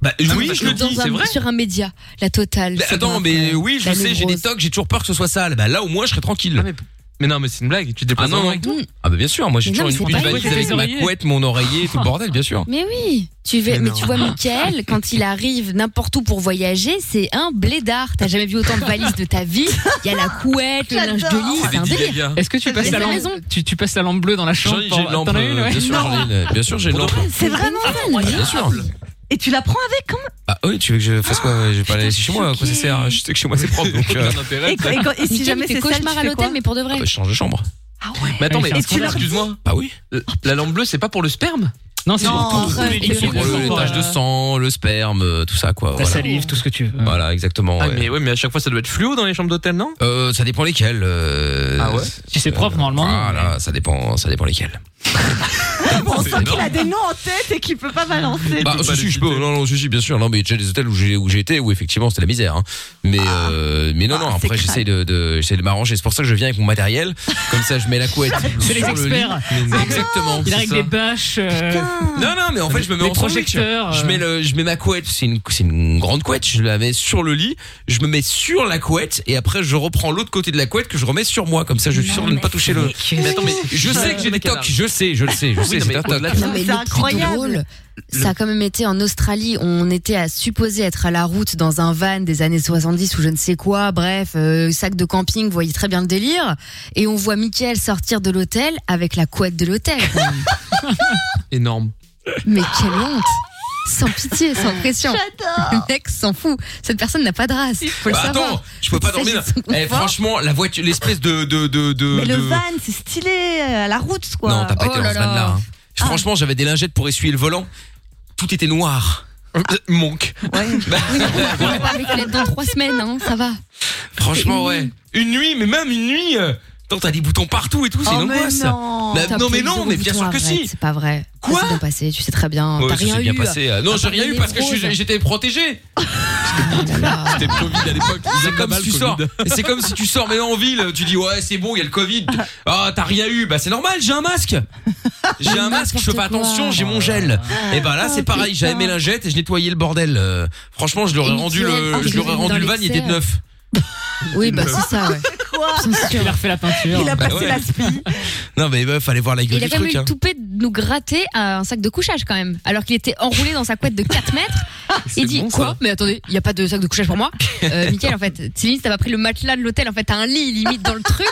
Speaker 2: bah, Euh, oui, je le
Speaker 4: Dans
Speaker 2: dis,
Speaker 4: un-
Speaker 2: c'est vrai.
Speaker 4: Sur un média, la totale.
Speaker 2: Bah,
Speaker 4: c'est
Speaker 2: attends,
Speaker 4: grave,
Speaker 2: mais
Speaker 4: euh,
Speaker 2: oui, je
Speaker 4: la
Speaker 2: sais, j'ai
Speaker 4: névrose.
Speaker 2: des tocs, j'ai toujours peur que ce soit sale. Bah là, au moins, je serai tranquille. mais, non, mais c'est une blague. Tu te
Speaker 5: déplaces
Speaker 2: ah, non,
Speaker 5: en
Speaker 2: non.
Speaker 5: vrai et tout.
Speaker 2: Ah, bah bien sûr, moi j'ai
Speaker 4: Mais non,
Speaker 2: toujours une,
Speaker 4: mais
Speaker 2: une
Speaker 4: c'est pas
Speaker 2: valise
Speaker 4: vrai.
Speaker 2: avec ma
Speaker 4: Oreiller.
Speaker 2: couette, mon oreiller, tout le bordel, bien sûr.
Speaker 4: Ah. Mais oui, tu vas,
Speaker 2: Mais
Speaker 4: mais,
Speaker 2: non.
Speaker 4: tu vois Michael, quand il arrive n'importe où pour voyager, c'est un blédard. T'as jamais vu autant de valises de ta vie. Il y a la couette, le linge de lit, c'est un délire.
Speaker 3: Est-ce que tu passes, la lampe, tu, tu passes la lampe bleue dans la chambre
Speaker 2: J'ai
Speaker 3: pour-
Speaker 2: j'ai une lampe,
Speaker 3: T'en as une,
Speaker 2: euh,
Speaker 3: ouais
Speaker 2: bien sûr,
Speaker 3: Non.
Speaker 2: j'ai une- bien sûr, j'ai une lampe.
Speaker 7: C'est vraiment
Speaker 2: Ah,
Speaker 7: ça.
Speaker 2: bien sûr.
Speaker 7: Et tu la prends avec comment
Speaker 2: Bah oui, tu veux que je fasse quoi Je vais pas aller chez moi, à quoi ça sert Je sais que chez moi c'est propre, donc. euh,
Speaker 7: Et, et quand- et si
Speaker 4: Michael,
Speaker 7: jamais
Speaker 4: il fait
Speaker 7: c'est
Speaker 4: cauchemar à l'hôtel, mais pour de vrai.
Speaker 2: Je change de chambre.
Speaker 5: Mais attends,
Speaker 2: Ouais,
Speaker 5: mais
Speaker 2: c'est un scandale.
Speaker 5: excuse-moi.
Speaker 2: Bah oui.
Speaker 5: La lampe bleue, c'est pas pour le sperme
Speaker 3: Non, c'est pour tout.
Speaker 5: arrête.
Speaker 3: Il fait
Speaker 2: Pour le- les taches de sang, le sperme, euh, tout ça quoi.
Speaker 3: Ta
Speaker 2: voilà.
Speaker 3: salive, tout ce que tu veux.
Speaker 2: Voilà, exactement.
Speaker 5: Ah,
Speaker 2: ouais.
Speaker 5: mais ouais, mais à chaque fois, ça doit être fluo dans les chambres d'hôtel, non
Speaker 2: Euh, ça dépend lesquels. ah ouais
Speaker 3: Si c'est propre, normalement.
Speaker 2: Voilà, ça dépend, ça dépend lesquels.
Speaker 7: Ah, On sent qu'il a des noms en tête et qu'il peut pas balancer.
Speaker 2: Ah, Bah, si, si, je peux. Non, non, si, si, bien sûr. Non, mais j'ai des hôtels où j'ai où j'ai été où effectivement c'était la misère. hein. Mais
Speaker 3: Ah.
Speaker 2: euh, mais non, non. Après, j'essaie de, de j'essaie de m'arranger. C'est pour ça que je viens avec mon matériel. Comme ça, je mets la couette.
Speaker 3: C'est les
Speaker 2: sur le lit.
Speaker 3: experts. Ah
Speaker 2: Mais Exactement.
Speaker 3: Il
Speaker 2: c'est
Speaker 3: arrive
Speaker 2: ça.
Speaker 3: des bâches. euh,
Speaker 2: Non, non, mais en fait, je me mets
Speaker 3: Des
Speaker 2: en sandwich.
Speaker 3: projecteurs, euh.
Speaker 2: Je mets le, je mets ma couette. C'est une, c'est une grande couette. Je la mets sur le lit. Je me mets sur la couette et après, je reprends l'autre côté de la couette que je remets sur moi. Comme ça, je suis sûr de ne pas toucher le.
Speaker 5: Mais attends, mais
Speaker 2: Je sais que j'ai des tocs. Je sais, je le sais, je
Speaker 5: Ah Oui,
Speaker 2: sais.
Speaker 5: non,
Speaker 2: C'est
Speaker 5: mais
Speaker 2: un toc.
Speaker 5: au-delà
Speaker 4: Non, mais
Speaker 7: C'est
Speaker 4: le
Speaker 7: incroyable.
Speaker 4: plus drôle, ça a quand même été en Australie. On était à supposer être à la route dans un van des années 70 ou je ne sais quoi. Bref, euh, sac de camping, vous voyez très bien le délire. Et on voit Mickaël sortir de l'hôtel avec la couette de l'hôtel. quand même.
Speaker 5: Énorme.
Speaker 4: mais quelle honte Sans pitié, sans
Speaker 7: Ah,
Speaker 4: pression. Le mec s'en fout. Cette personne n'a pas de race. Faut le
Speaker 2: Bah,
Speaker 4: savoir.
Speaker 2: attends, je peux pas
Speaker 4: Ça,
Speaker 2: dormir.
Speaker 4: c'est son
Speaker 2: Eh,
Speaker 4: confort.
Speaker 2: franchement, la voiture, l'espèce de de de de.
Speaker 7: Mais le
Speaker 2: de-
Speaker 7: van, c'est stylé euh, à la route, quoi.
Speaker 2: Non, t'as pas
Speaker 4: Oh
Speaker 2: été dans ce van-là. hein.
Speaker 7: Ah.
Speaker 2: Franchement, j'avais des lingettes pour essuyer le volant. Tout était noir.
Speaker 5: Euh,
Speaker 2: Bah, Monk.
Speaker 4: On va pas avec elle dans trois semaines, hein, ça va.
Speaker 2: Franchement, ouais. Une nuit, mais même une nuit. euh, Tant t'as des boutons partout et tout, c'est
Speaker 7: Oh,
Speaker 2: une
Speaker 7: mais
Speaker 2: angoisse.
Speaker 7: non.
Speaker 2: Bah,
Speaker 4: T'as
Speaker 2: non, mais
Speaker 4: pris
Speaker 2: non,
Speaker 4: zéro
Speaker 2: mais bien
Speaker 4: bouton,
Speaker 2: sûr que
Speaker 4: arrête,
Speaker 2: si.
Speaker 4: C'est pas vrai.
Speaker 2: Quoi
Speaker 4: Ça s'est bien passé, tu sais très bien.
Speaker 2: Ouais,
Speaker 4: T'as
Speaker 2: ça
Speaker 4: rien
Speaker 2: s'est
Speaker 4: eu.
Speaker 2: bien passé. Euh, Non,
Speaker 4: T'as
Speaker 2: j'ai
Speaker 4: pas
Speaker 2: rien
Speaker 4: des
Speaker 2: eu parce que je
Speaker 4: névroses.
Speaker 2: suis- j'étais protégé. C'était le Covid à l'époque. Ah, C'est comme si tu sors. C'est comme si tu sors maintenant en ville, tu dis ouais, c'est bon, il y a le Covid. Ah, t'as rien eu. Bah c'est normal, j'ai un masque. J'ai un masque, je fais pas attention, j'ai mon gel. Et bah là, c'est pareil, j'avais mes lingettes et je nettoyais le bordel. Euh, Franchement, je leur ai
Speaker 4: Et
Speaker 2: rendu
Speaker 4: nickel. Ah,
Speaker 2: le je leur ai
Speaker 4: dans
Speaker 2: rendu le van,
Speaker 4: l'excès.
Speaker 2: il était de neuf.
Speaker 4: Oui, bah c'est ça, ouais. C'est sûr.
Speaker 3: Il a refait la peinture.
Speaker 7: Il a
Speaker 2: Bah
Speaker 7: passé
Speaker 2: ouais.
Speaker 7: la spie.
Speaker 2: Non mais meuf, fallait voir la gueule
Speaker 4: Il
Speaker 2: du
Speaker 4: a quand même
Speaker 2: truc
Speaker 4: eu
Speaker 2: hein.
Speaker 4: le toupet de nous gratter à un sac de couchage quand même, alors qu'il était enroulé dans sa couette de 4 mètres. Il dit
Speaker 5: bon, ça.
Speaker 4: quoi Mais attendez, il y a pas de sac de couchage pour moi. Euh, Michael, en fait, Céline, t'as pas pris le matelas de l'hôtel, en fait, t'as un lit limite dans le truc.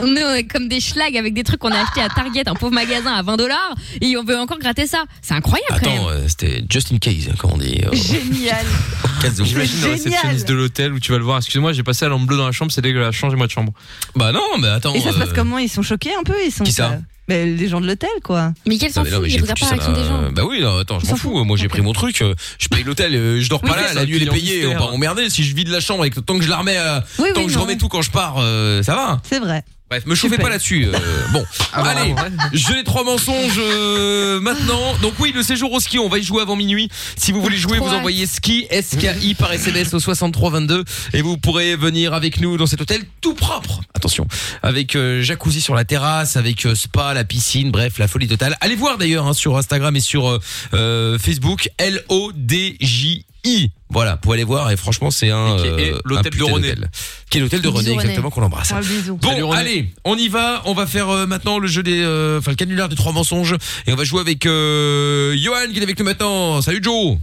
Speaker 4: On est, on est comme des schlags avec des trucs qu'on a acheté à Target, un pauvre magasin à 20 dollars, et on veut encore gratter ça. C'est incroyable quand même.
Speaker 2: Attends, euh, c'était just in case comme on dit. euh,
Speaker 7: Génial.
Speaker 2: au cas où.
Speaker 5: J'imagine le
Speaker 7: génial.
Speaker 5: réceptionniste de l'hôtel où tu vas le voir. Excuse-moi, j'ai passé la lampe bleue dans la chambre, c'est dégueulasse. Changez-moi de chambre.
Speaker 2: Bah non, mais attends.
Speaker 7: Et ça se passe
Speaker 2: euh,
Speaker 7: comment Ils sont choqués un peu Ils sont
Speaker 2: Qui ça
Speaker 7: euh, mais les gens de l'hôtel, quoi.
Speaker 4: Michael
Speaker 2: Non,
Speaker 4: s'en
Speaker 2: mais non,
Speaker 4: fout,
Speaker 2: mais
Speaker 4: il
Speaker 2: j'ai
Speaker 4: regarde
Speaker 2: foutu
Speaker 4: pas
Speaker 2: ça
Speaker 4: la réaction des gens.
Speaker 2: là- Bah oui, non, attends, je
Speaker 4: Ils
Speaker 2: m'en
Speaker 4: s'en
Speaker 2: fous.
Speaker 4: foutent.
Speaker 2: Moi, j'ai
Speaker 4: Ok.
Speaker 2: pris mon truc. euh, Je paye l'hôtel. euh, Je dors
Speaker 5: Oui,
Speaker 2: pas
Speaker 5: c'est
Speaker 2: là.
Speaker 5: ça,
Speaker 2: La nuit, elle est
Speaker 5: client
Speaker 2: payée. On
Speaker 5: mystère.
Speaker 2: part emmerder. Si je vide la chambre avec le temps que je la remets, euh,
Speaker 7: Oui,
Speaker 2: tant
Speaker 7: oui,
Speaker 2: que je
Speaker 7: non.
Speaker 2: remets tout quand je pars, euh, ça va.
Speaker 7: C'est vrai.
Speaker 2: Bref, me chauffez
Speaker 7: Super.
Speaker 2: pas là-dessus. euh, bon,
Speaker 5: bah,
Speaker 2: allez,
Speaker 5: ouais.
Speaker 2: j'ai les trois mensonges euh, maintenant. Donc oui, le séjour au ski, on va y jouer avant minuit. Si vous voulez jouer, vous
Speaker 4: Trop hâte.
Speaker 2: envoyez ski SKI par SMS au 6322 et vous pourrez venir avec nous dans cet hôtel tout propre. Attention, avec euh, jacuzzi sur la terrasse, avec euh, spa, la piscine, bref, la folie totale. Allez voir d'ailleurs hein, sur Instagram et sur euh, euh, Facebook L O D J I. Voilà, vous pouvez aller voir et franchement, c'est un
Speaker 5: Et qui est
Speaker 2: euh, un
Speaker 5: l'hôtel de
Speaker 2: putain
Speaker 5: René.
Speaker 2: d'hôtel. Qui est l'hôtel de
Speaker 4: Bisous,
Speaker 2: René
Speaker 4: René.
Speaker 2: exactement qu'on embrasse.
Speaker 7: Un bisou.
Speaker 2: Bon,
Speaker 5: Salut, René.
Speaker 2: allez, on y va. On va faire euh, maintenant le jeu des, euh, enfin le canular des trois mensonges et on va jouer avec euh, Johan qui est avec nous maintenant. Salut Joe.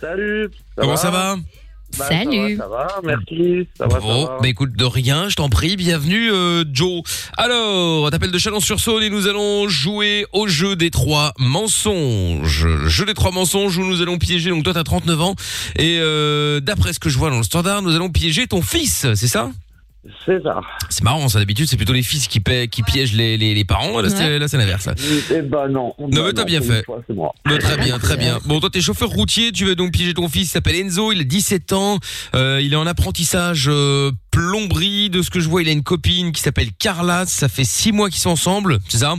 Speaker 11: Salut.
Speaker 2: Comment ça va
Speaker 11: Bah,
Speaker 4: Salut.
Speaker 11: Ça va, ça va, merci. Ça va,
Speaker 2: Bon,
Speaker 11: ça va.
Speaker 2: bah écoute de rien, je t'en prie. Bienvenue euh, Joe. Alors, on t'appelle de Chalon-sur-Saône et nous allons jouer au jeu des trois mensonges. Le Jeu des trois mensonges où nous allons piéger. Donc toi t'as 39 ans et euh, d'après ce que je vois dans le standard, nous allons piéger ton fils, c'est ça
Speaker 13: C'est ça.
Speaker 2: C'est marrant, ça d'habitude c'est plutôt les fils qui, paient, qui piègent les, les, les parents. Là c'est
Speaker 13: Ouais.
Speaker 2: là, c'est l'inverse. là.
Speaker 13: Eh ben non.
Speaker 2: Non mais t'as bien fait. Mais très bien, très bien. Bon toi t'es chauffeur routier, tu vas donc piéger ton fils, il s'appelle Enzo, il a 17 ans, euh, il est en apprentissage euh, plomberie, de ce que je vois il a une copine qui s'appelle Carla, ça fait 6 mois qu'ils sont ensemble, c'est ça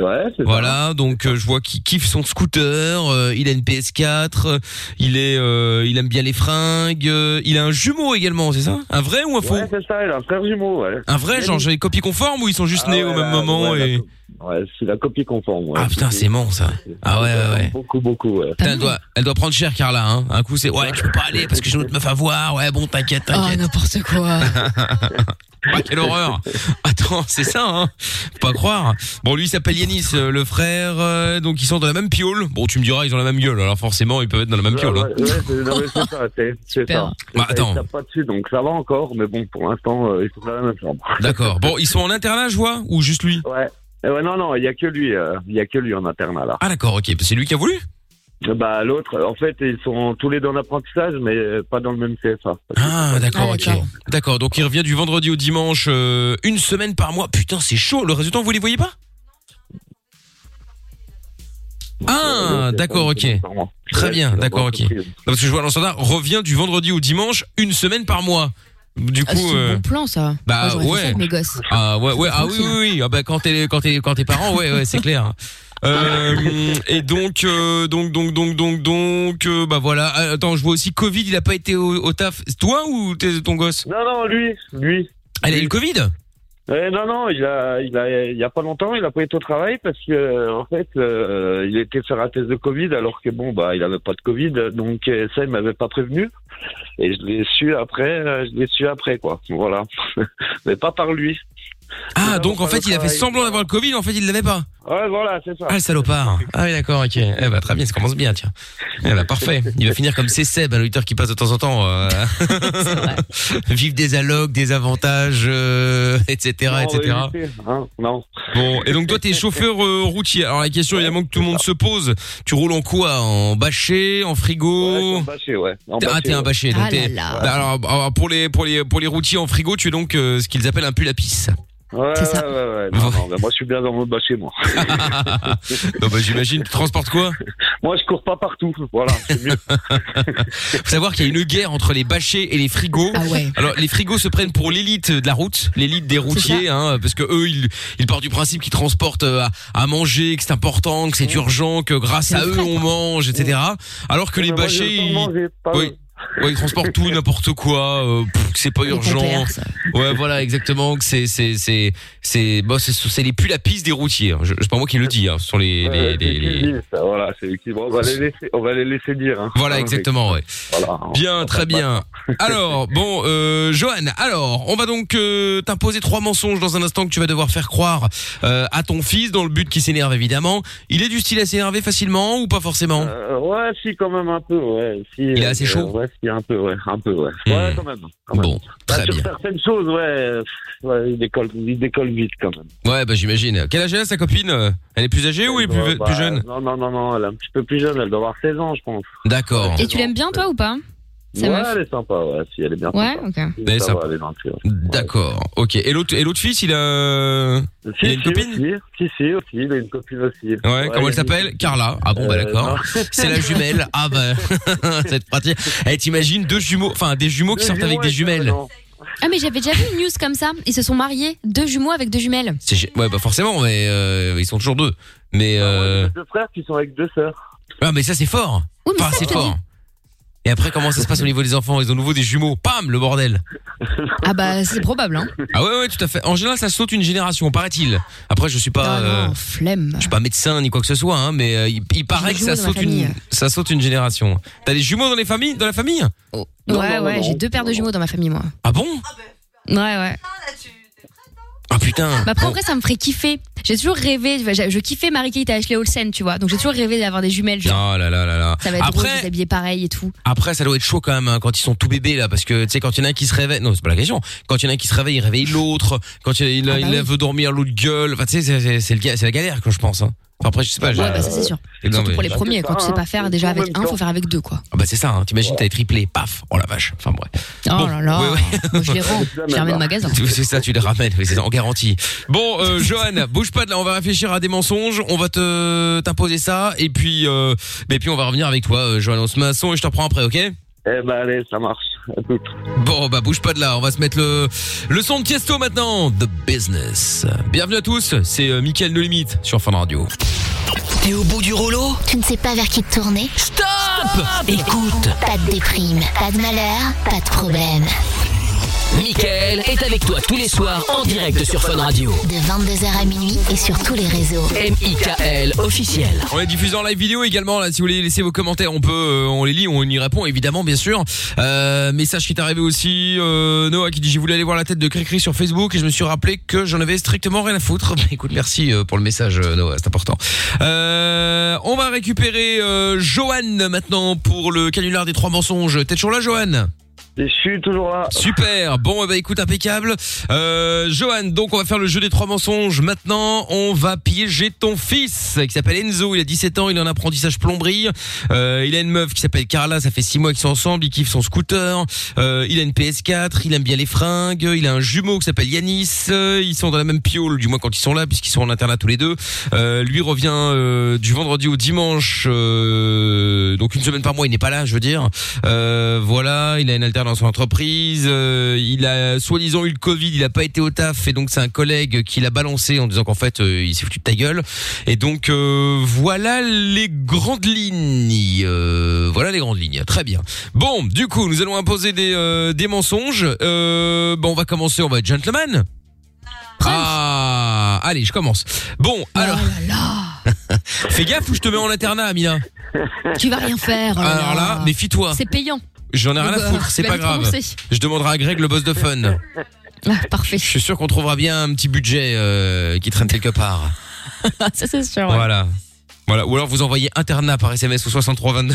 Speaker 13: Ouais, c'est ça.
Speaker 2: Voilà, donc euh, je vois qu'il kiffe son scooter, euh, il a une PS4, euh, il est, euh, il aime bien les fringues, euh, il a un jumeau également, c'est ça Un vrai ou un faux
Speaker 13: Ouais, c'est ça, il a un frère jumeau. Ouais.
Speaker 2: Un vrai, genre j'ai les copies conformes ou ils sont juste nés au même moment
Speaker 13: Ah ouais,
Speaker 2: et...
Speaker 13: Ouais, c'est la copie conforme. Ouais.
Speaker 2: Ah putain, c'est bon ça. Ah ouais, ouais, ouais.
Speaker 13: Beaucoup, beaucoup, ouais.
Speaker 2: Putain, elle doit, elle doit prendre cher Carla, hein. Un coup c'est, ouais, je peux pas aller parce que j'ai une autre meuf à voir, ouais, bon, t'inquiète,
Speaker 4: Oh,
Speaker 2: t'inquiète.
Speaker 4: n'importe quoi.
Speaker 2: Ah, quelle horreur Attends, c'est ça, hein Faut Pas croire. Bon, lui, il s'appelle Yanis, euh, le frère. euh, donc, ils sont dans la même piole. Bon, tu me diras, ils ont la même gueule. Alors, forcément, ils peuvent être dans la même
Speaker 13: Ouais,
Speaker 2: piole. hein.
Speaker 13: ouais, ouais, c'est- non, mais c'est ça, c'est- c'est ça.
Speaker 2: Bah, attends.
Speaker 13: Ils tapent pas dessus, donc ça va encore, mais bon, pour l'instant, euh, ils sont dans la même chambre.
Speaker 2: D'accord. Bon, ils sont en internat, je vois, ou juste lui
Speaker 13: Ouais. Eh ouais, non, non, il y a que lui, euh, il y a que lui en internat là.
Speaker 2: Ah d'accord, ok. C'est lui qui a voulu
Speaker 13: Bah l'autre, en fait, ils sont tous les deux en apprentissage, mais euh, pas dans le même CFA.
Speaker 2: Ah, d'accord, ok. D'accord, donc il revient du vendredi au dimanche, euh, une semaine par mois. Putain, c'est chaud. Le résultat, vous les voyez pas
Speaker 10: Euh,
Speaker 2: Ah, d'accord, ok. Très bien, d'accord, ok. Non, Parce que je vois dans le standard, revient du vendredi au dimanche, une semaine par mois. Du
Speaker 4: Ah, c'est
Speaker 2: coup,
Speaker 4: un
Speaker 2: euh,
Speaker 4: bon plan, ça.
Speaker 2: bah,
Speaker 4: Moi, j'aurais fait ça
Speaker 2: ouais.
Speaker 4: avec mes gosses.
Speaker 2: Ah ouais, ouais, ah oui,
Speaker 4: tranquille.
Speaker 2: oui, oui. Ah bah quand t'es quand t'es quand t'es parent, ouais, ouais, c'est clair. Euh, et donc, euh, donc, donc, donc, donc, donc, euh, bah voilà. Ah, Attends, je vois aussi Covid. Il a pas été au, au taf. C'est Toi ou t'es- ton gosse
Speaker 13: Non, non, lui, lui.
Speaker 2: Elle a eu le Covid.
Speaker 13: Eh, non, non, il a, il a, il y a pas longtemps, il a pas été au travail parce que, euh, en fait, euh, il était faire un test de Covid alors que bon, bah, il avait pas de Covid, donc euh, ça, il m'avait pas prévenu. Et je l'ai su après, euh, je l'ai su après, quoi. Voilà. Mais pas par lui.
Speaker 2: Ah donc en fait, il a fait
Speaker 13: travail.
Speaker 2: semblant d'avoir le Covid. En fait, il l'avait pas.
Speaker 13: Ouais, voilà, c'est ça.
Speaker 2: Ah le salopard. Ah oui, d'accord, ok. Eh bah très bien, ça commence bien, tiens. Eh bah parfait. Il va finir comme c'est Seb, un auditeur qui passe de temps en temps. euh, Vive des allocs, des avantages, euh, etc.,
Speaker 13: Non,
Speaker 2: etc.
Speaker 13: on va éviter, hein, non.
Speaker 2: Bon, et donc toi, t'es chauffeur euh, routier. Alors la question évidemment que tout le monde se pose, tu roules en quoi En bâché, en frigo
Speaker 13: Bâché, ouais. En
Speaker 2: T'es- ah,
Speaker 13: bâché,
Speaker 2: t'es un
Speaker 13: ouais.
Speaker 2: bâché. Donc
Speaker 13: Ah
Speaker 2: t'es-
Speaker 13: là là.
Speaker 2: Bah, alors, alors, pour les pour les pour les routiers en frigo, tu es donc euh, ce qu'ils appellent un pulapis.
Speaker 13: Ouais, ouais, ouais, ouais. Non, non, bah, moi, je suis bien dans mon bâché, moi.
Speaker 2: non, bah, j'imagine, tu transportes quoi
Speaker 13: Moi, je cours pas partout. Voilà, c'est mieux.
Speaker 2: Faut savoir qu'il y a une guerre entre les bâchés et les frigos. Alors, les frigos se prennent pour l'élite de la route, l'élite des routiers, hein, parce que eux, ils, ils partent du principe qu'ils transportent euh, à, à manger, que c'est important, que c'est urgent, que grâce à eux, on mange, etc. Alors que les
Speaker 13: moi, j'ai
Speaker 2: bâchés,
Speaker 13: le temps de
Speaker 2: ils,
Speaker 13: manger, pas
Speaker 2: oui. Ouais, ils transportent tout, n'importe quoi, euh, pff, que c'est pas urgent.
Speaker 13: compères, ça.
Speaker 2: Ouais, voilà, exactement, que c'est, c'est, c'est, c'est, bon, c'est, c'est les plus la piste des routiers. hein. Je- C'est pas moi qui le dis, hein, ce sont les, les,
Speaker 13: Ouais, c'est
Speaker 2: les- les-
Speaker 13: utile, ça, Voilà, c'est utile. Bon, on, va les laisser, on va les laisser dire. hein.
Speaker 2: Voilà,
Speaker 13: Hein,
Speaker 2: exactement, ouais.
Speaker 13: Voilà.
Speaker 2: Bien, très bien.
Speaker 13: bah.
Speaker 2: Alors, bon, euh, Johan, alors, on va donc euh, t'imposer trois mensonges dans un instant que tu vas devoir faire croire euh, à ton fils, dans le but qu'il s'énerve évidemment. Il est du style à s'énerver facilement ou pas forcément
Speaker 13: Euh, ouais, si, quand même un peu, ouais. Si,
Speaker 2: Il est
Speaker 13: euh,
Speaker 2: assez chaud
Speaker 13: Ouais, si, un peu, ouais. Un peu, ouais. Ouais,
Speaker 2: Hmm.
Speaker 13: quand même.
Speaker 2: Bon,
Speaker 11: Bah,
Speaker 2: très
Speaker 13: Sur
Speaker 2: bien.
Speaker 13: certaines choses, ouais, euh, ouais, il, décolle, il décolle vite, quand même.
Speaker 2: Ouais, bah j'imagine. Quel âge elle a sa copine euh Elle est plus âgée ou elle est plus,
Speaker 13: Ouais,
Speaker 2: plus
Speaker 13: bah,
Speaker 2: jeune
Speaker 13: Non, non, non, non, elle est un petit peu plus jeune, elle doit avoir 16 ans, je pense.
Speaker 2: D'accord.
Speaker 4: Et tu l'aimes bien, toi, ou pas
Speaker 13: Ouais,
Speaker 4: Sa meuf
Speaker 13: elle est sympa, ouais, si, elle est bien
Speaker 4: Ouais,
Speaker 13: sympa.
Speaker 4: ok.
Speaker 2: Elle est
Speaker 13: Ça
Speaker 2: sympa.
Speaker 13: va, elle est gentille, ouais.
Speaker 2: D'accord. Ok. Et l'autre, et l'autre fils, il a, il a une copine.
Speaker 13: Si, si, aussi, il a une copine aussi.
Speaker 2: Ouais, comment elle
Speaker 13: il-
Speaker 2: s'appelle Carla. Ah bon, bah
Speaker 13: Euh,
Speaker 2: d'accord.
Speaker 13: non.
Speaker 2: C'est la jumelle. Ah bah, cette pratique. Eh, t'imagines deux jumeaux, enfin des jumeaux qui
Speaker 13: Deux
Speaker 2: sortent avec
Speaker 13: jumeaux
Speaker 2: des
Speaker 13: et
Speaker 2: jumelles.
Speaker 4: Ah, mais j'avais déjà vu une news comme ça. Ils se sont mariés, deux jumeaux avec deux jumelles.
Speaker 2: C'est gé- ouais, bah forcément, mais euh, ils sont toujours deux.
Speaker 13: Bah,
Speaker 2: Mais euh,
Speaker 13: Deux frères qui sont avec deux sœurs.
Speaker 2: ah, mais ça c'est fort.
Speaker 4: Oui, mais
Speaker 2: Enfin,
Speaker 4: ça, je
Speaker 2: c'est
Speaker 4: te
Speaker 2: fort. Et après, comment ça se passe au niveau des enfants Ils ont de nouveau des jumeaux. Pam, le bordel.
Speaker 4: Ah, bah, c'est probable, hein.
Speaker 2: Ah ouais, ouais, tout à fait. En général, ça saute une génération, paraît-il. Après, je suis pas. euh,
Speaker 4: Flemme.
Speaker 2: Je suis pas médecin ni quoi que ce soit, hein, mais euh, il, il paraît que
Speaker 4: jumeaux
Speaker 2: ça
Speaker 4: dans ma
Speaker 2: saute, une,
Speaker 4: famille.
Speaker 2: ça saute une génération. T'as des jumeaux dans, les familles, dans la famille
Speaker 4: ouais, ouais, j'ai deux paires de jumeaux dans ma famille, moi.
Speaker 2: Ah bon
Speaker 4: Ouais, ouais.
Speaker 2: Ah putain
Speaker 4: Bah après, en
Speaker 2: Bon.
Speaker 4: vrai, ça me ferait kiffer. J'ai toujours rêvé, je, je kiffais Marie-Kate et Ashley Olsen, tu vois. Donc j'ai toujours rêvé d'avoir des jumelles. Genre.
Speaker 2: Oh là là là là.
Speaker 4: Ça va être drôle de
Speaker 2: Après,
Speaker 4: les habiller pareil et tout.
Speaker 2: après, ça doit être chaud quand même hein, quand ils sont tout bébés là, parce que tu sais quand il y en a un qui se réveille, non c'est pas la question. Quand il y en a un qui se réveille, il réveille l'autre. Quand il, il,
Speaker 4: Ah bah
Speaker 2: il
Speaker 4: oui.
Speaker 2: lève dormir l'autre gueule. Enfin tu sais c'est- c'est c'est le ga- c'est la galère que je pense. hein. Enfin, après, je sais pas.
Speaker 4: Ouais, bah, ça, c'est sûr.
Speaker 2: Et
Speaker 4: Surtout pour les premiers, quand tu sais pas faire, déjà avec un, faut faire avec deux, quoi.
Speaker 2: Ah bah c'est ça, hein. t'imagines, t'avais triplé, paf, oh la vache. Enfin bref.
Speaker 4: Oh là là. Moi, je les rends. Je les ramène au magasin.
Speaker 2: Tu- C'est ça, tu les ramènes, oui, c'est ça, en garantie. Bon, euh, Johan, bouge pas de là, on va réfléchir à des mensonges, on va te t'imposer ça, et puis, euh, mais puis on va revenir avec toi, euh, Johan, on se met à son et je te reprends après, ok
Speaker 11: Eh ben allez, ça marche. Écoute.
Speaker 2: Bon, bah bouge pas de là, on va se mettre le, le son de Tiesto maintenant, The Business. Bienvenue à tous, c'est euh, Mickaël No Limite sur Fun Radio.
Speaker 9: T'es au bout du rouleau Tu ne sais pas vers qui te tourner Stop,
Speaker 1: Écoute
Speaker 9: Pas de déprime, pas de malheur, pas de problème.
Speaker 1: Michael est avec toi tous les soirs en direct sur Fun Radio.
Speaker 9: De 22h à minuit et sur tous les réseaux.
Speaker 1: M.I.K.L. officiel.
Speaker 2: On est diffusé en live vidéo également là si vous voulez laisser vos commentaires on peut euh, on les lit on y répond évidemment bien sûr euh, message qui est arrivé aussi euh, Noah qui dit j'ai voulu aller voir la tête de Cricri sur Facebook et je me suis rappelé que j'en avais strictement rien à foutre Bah, écoute merci euh, pour le message euh, Noah c'est important euh, on va récupérer euh, Johan maintenant pour le canular des trois mensonges t'es toujours là Johan
Speaker 11: Je suis toujours là.
Speaker 2: Super. Bon, eh ben, écoute, impeccable. Euh, Johan, donc on va faire le jeu des trois mensonges. Maintenant, on va piéger ton fils qui s'appelle Enzo. Il a 17 ans, il est en apprentissage plomberie. Euh, il a une meuf qui s'appelle Carla. Ça fait 6 mois qu'ils sont ensemble. Il kiffe son scooter. Euh, il a une PS4. Il aime bien les fringues. Il a un jumeau qui s'appelle Yanis. Euh, ils sont dans la même piole, du moins quand ils sont là, puisqu'ils sont en internat tous les deux. Euh, lui revient euh, du vendredi au dimanche, euh, donc une semaine par mois, il n'est pas là, je veux dire. Euh, voilà, il a une alternance en entreprise. euh, il a soi-disant eu le Covid, il n'a pas été au taf, et donc c'est un collègue qui l'a balancé en disant qu'en fait, euh, il s'est foutu de ta gueule. Et donc euh, voilà les grandes lignes. Euh, voilà les grandes lignes. Très bien. Bon, du coup, nous allons imposer des, euh, des mensonges. Euh, bon, on va commencer, on va être gentleman. Ah, allez, je commence.
Speaker 4: Oh
Speaker 2: Bon, alors. Fais gaffe ou je te mets en internat, Amina.
Speaker 4: Tu vas rien faire. oh là
Speaker 2: Alors
Speaker 4: là.
Speaker 2: là, méfie-toi.
Speaker 4: C'est payant.
Speaker 2: J'en ai rien à
Speaker 4: Donc, euh,
Speaker 2: foutre, c'est
Speaker 4: tu vas
Speaker 2: pas
Speaker 4: le
Speaker 2: grave.
Speaker 4: prononcer.
Speaker 2: Je demanderai à Greg, le boss de fun.
Speaker 4: Ah, Parfait.
Speaker 2: Je suis sûr qu'on trouvera bien un petit budget euh, qui traîne quelque part.
Speaker 4: ça, c'est sûr. ouais.
Speaker 2: Voilà. Voilà. Ou alors vous envoyez internat par SMS au 6322.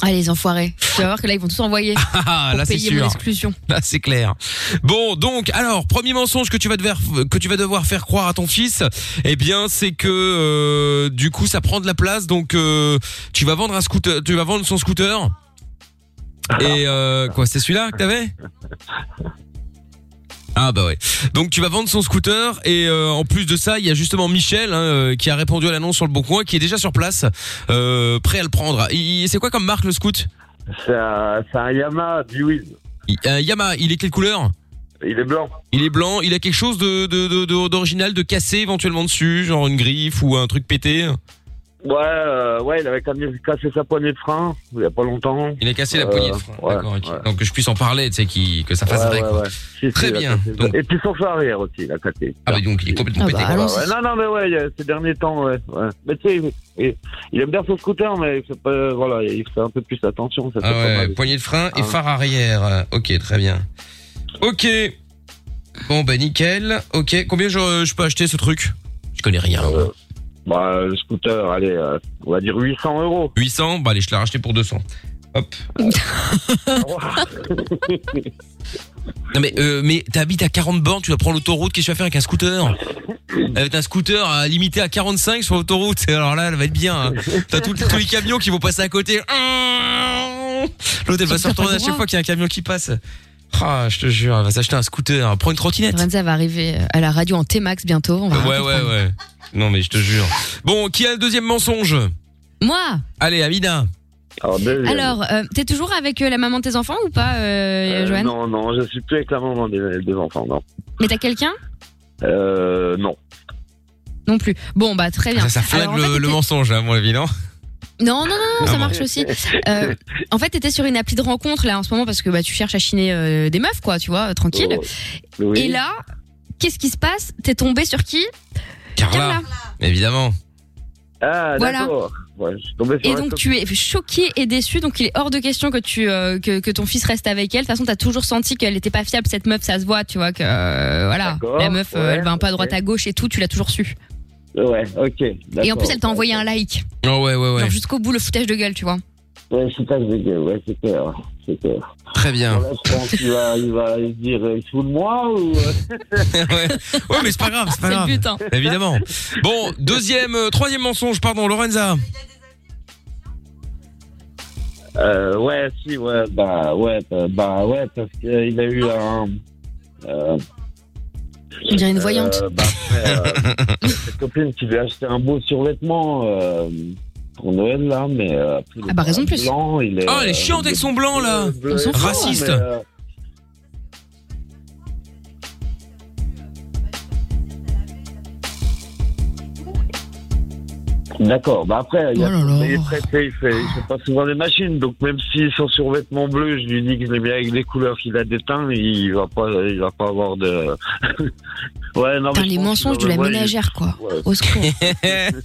Speaker 4: Ah, les enfoirés. Tu vas voir que là, ils vont tous envoyer.
Speaker 2: Ah,
Speaker 4: pour
Speaker 2: là, c'est
Speaker 4: payer mon
Speaker 2: sûr.
Speaker 4: exclusion.
Speaker 2: Là, c'est clair. Bon, donc, alors, premier mensonge que tu vas devoir, que tu vas devoir faire croire à ton fils, eh bien, c'est que euh, du coup, ça prend de la place. Donc, euh, tu vas vendre un scooter, tu vas vendre son scooter. Et euh, quoi, c'est celui-là que t'avais ah bah ouais. Donc tu vas vendre son scooter et euh, en plus de ça, il y a justement Michel hein, euh, qui a répondu à l'annonce sur le Bon Coin, qui est déjà sur place, euh, prêt à le prendre. Il- C'est quoi comme marque le scoot
Speaker 11: C'est un, c'est un Yamaha Biwiz.
Speaker 2: Il- Un Yamaha, il est quelle couleur
Speaker 11: Il est blanc.
Speaker 2: Il est blanc, il a quelque chose de de- de- de- d'original, de, cassé éventuellement dessus, genre une griffe ou un truc pété.
Speaker 11: Ouais, euh, ouais, il avait quand même cassé sa poignée de frein il y a pas longtemps.
Speaker 2: Il a cassé la poignée de frein. D'accord, ok. Donc que je puisse en parler, tu sais, qui- que ça fasse
Speaker 11: Euh, Ouais,
Speaker 2: vrai.
Speaker 11: ouais,
Speaker 2: quoi.
Speaker 11: ouais. Si, si,
Speaker 2: Très
Speaker 11: il a
Speaker 2: bien.
Speaker 11: cassé-
Speaker 2: Donc-
Speaker 11: Et puis son feu arrière aussi, il a cassé.
Speaker 2: Ah bah donc il est complètement pété.
Speaker 11: Ouais, ouais. Non, non, mais ouais, il y a- ces derniers temps, ouais. ouais. Mais tu sais, il, il- il aime bien son scooter, mais il fait, pas- voilà, il fait un peu plus attention. Ça fait
Speaker 2: Ah
Speaker 11: pas
Speaker 2: ouais,
Speaker 11: mal.
Speaker 2: poignée de frein et
Speaker 11: Ah.
Speaker 2: phare arrière. Euh, Ok, très bien. Ok. Bon bah nickel. Ok, combien je, je peux acheter ce truc Je connais rien.
Speaker 3: Euh,
Speaker 11: Bah, le scooter, allez, euh, on va dire 800 euros.
Speaker 2: 800 Bah allez, je l'ai racheté pour 200. Hop. Non mais, euh, mais t'habites à 40 bornes, tu vas prendre l'autoroute, qu'est-ce que tu vas faire avec un scooter Avec un scooter à limité à 45 sur l'autoroute, alors là, elle va être bien. hein. T'as tout- tous les camions qui vont passer à côté. L'autre, elle va se retourner à chaque fois qu'il y a un camion qui passe. Ah, je te jure, elle va s'acheter un scooter. hein. Prends une trottinette.
Speaker 4: Lorenza va arriver à la radio en T-Max bientôt. On va
Speaker 2: Ouais, ouais, ouais. Non mais je te jure. Bon, qui a le deuxième mensonge
Speaker 4: Moi
Speaker 2: Allez, Amina.
Speaker 11: Ah,
Speaker 4: Alors, euh, t'es toujours avec euh, la maman de tes enfants ou pas, euh,
Speaker 11: Euh,
Speaker 4: Johan
Speaker 11: non, non, je suis plus avec la maman des, des enfants, non.
Speaker 4: Mais t'as quelqu'un
Speaker 11: Euh, non.
Speaker 4: Non plus. Bon, bah très
Speaker 11: Ah,
Speaker 4: bien.
Speaker 2: Ça, ça flingue
Speaker 4: Alors, en
Speaker 2: le,
Speaker 4: fait,
Speaker 2: le mensonge, hein, à mon avis, non
Speaker 4: Non, non, non, non,
Speaker 2: Ah
Speaker 4: ça
Speaker 2: bon.
Speaker 4: marche aussi. Euh, en fait, t'étais sur une appli de rencontre là en ce moment parce que bah, tu cherches à chiner euh, des meufs, quoi, tu vois, euh, tranquille.
Speaker 11: Oh,
Speaker 2: Oui.
Speaker 4: Et là, qu'est-ce qui se passe T'es tombé sur qui
Speaker 2: Carla. Évidemment.
Speaker 11: Ah,
Speaker 4: Voilà.
Speaker 11: d'accord. Ouais, je suis tombé sur
Speaker 4: Et
Speaker 11: la
Speaker 4: donc
Speaker 11: sauce.
Speaker 4: tu es choqué et déçu, donc il est hors de question que tu euh, que, que ton fils reste avec elle. De toute façon, t'as toujours senti qu'elle était pas fiable cette meuf, ça se voit, tu vois que euh, voilà,
Speaker 11: D'accord,
Speaker 4: la meuf euh,
Speaker 11: ouais,
Speaker 4: elle va un peu à droite
Speaker 11: ok.
Speaker 4: à gauche et tout, tu l'as toujours su.
Speaker 11: Ouais, ok.
Speaker 4: Et en
Speaker 11: d'accord.
Speaker 4: plus, elle t'a envoyé un like.
Speaker 2: Ah ouais, ouais, ouais.
Speaker 4: Genre jusqu'au bout le foutage de gueule, tu vois.
Speaker 3: Ouais, je suis pas avec eux, ouais, c'est clair. C'est clair.
Speaker 2: Très bien.
Speaker 3: Alors là, je pense qu'il va, il va se dire, euh, fous de moi ou. euh,
Speaker 2: ouais. ouais, mais c'est pas grave, c'est
Speaker 3: C'est
Speaker 2: pas
Speaker 3: le
Speaker 2: grave.
Speaker 3: but, hein.
Speaker 2: Évidemment. Bon, deuxième, euh, troisième mensonge, pardon, Lorenza.
Speaker 3: Euh, ouais, si, ouais, bah, ouais, bah, bah, ouais, parce qu'il a eu un. Euh,
Speaker 4: On dirait une voyante.
Speaker 3: euh, bah, frère, euh, cette copine qui lui a acheté un beau survêtement euh, pour Noël, là, mais. euh, après, il
Speaker 4: Ah, bah,
Speaker 3: est
Speaker 4: raison de plus.
Speaker 3: blanc, il est,
Speaker 2: Ah, elle est
Speaker 3: euh,
Speaker 2: chiante avec son blanc, là.
Speaker 3: bleu,
Speaker 2: On s'en fout, Raciste.
Speaker 3: mais, euh, D'accord, bah après, il y a
Speaker 6: Oh là là.
Speaker 3: il est prêté, il fait, il fait pas souvent des machines, donc même si son survêtement bleu, je lui dis que je l'ai mis avec des couleurs qu'il a déteint, il va pas, il va pas avoir de. ouais, non,
Speaker 4: Putain,
Speaker 3: mais je
Speaker 4: les
Speaker 3: pense
Speaker 4: mensonges
Speaker 3: qu'il
Speaker 4: de la
Speaker 3: va- ouais, il-
Speaker 4: ménagère, quoi. Au secours.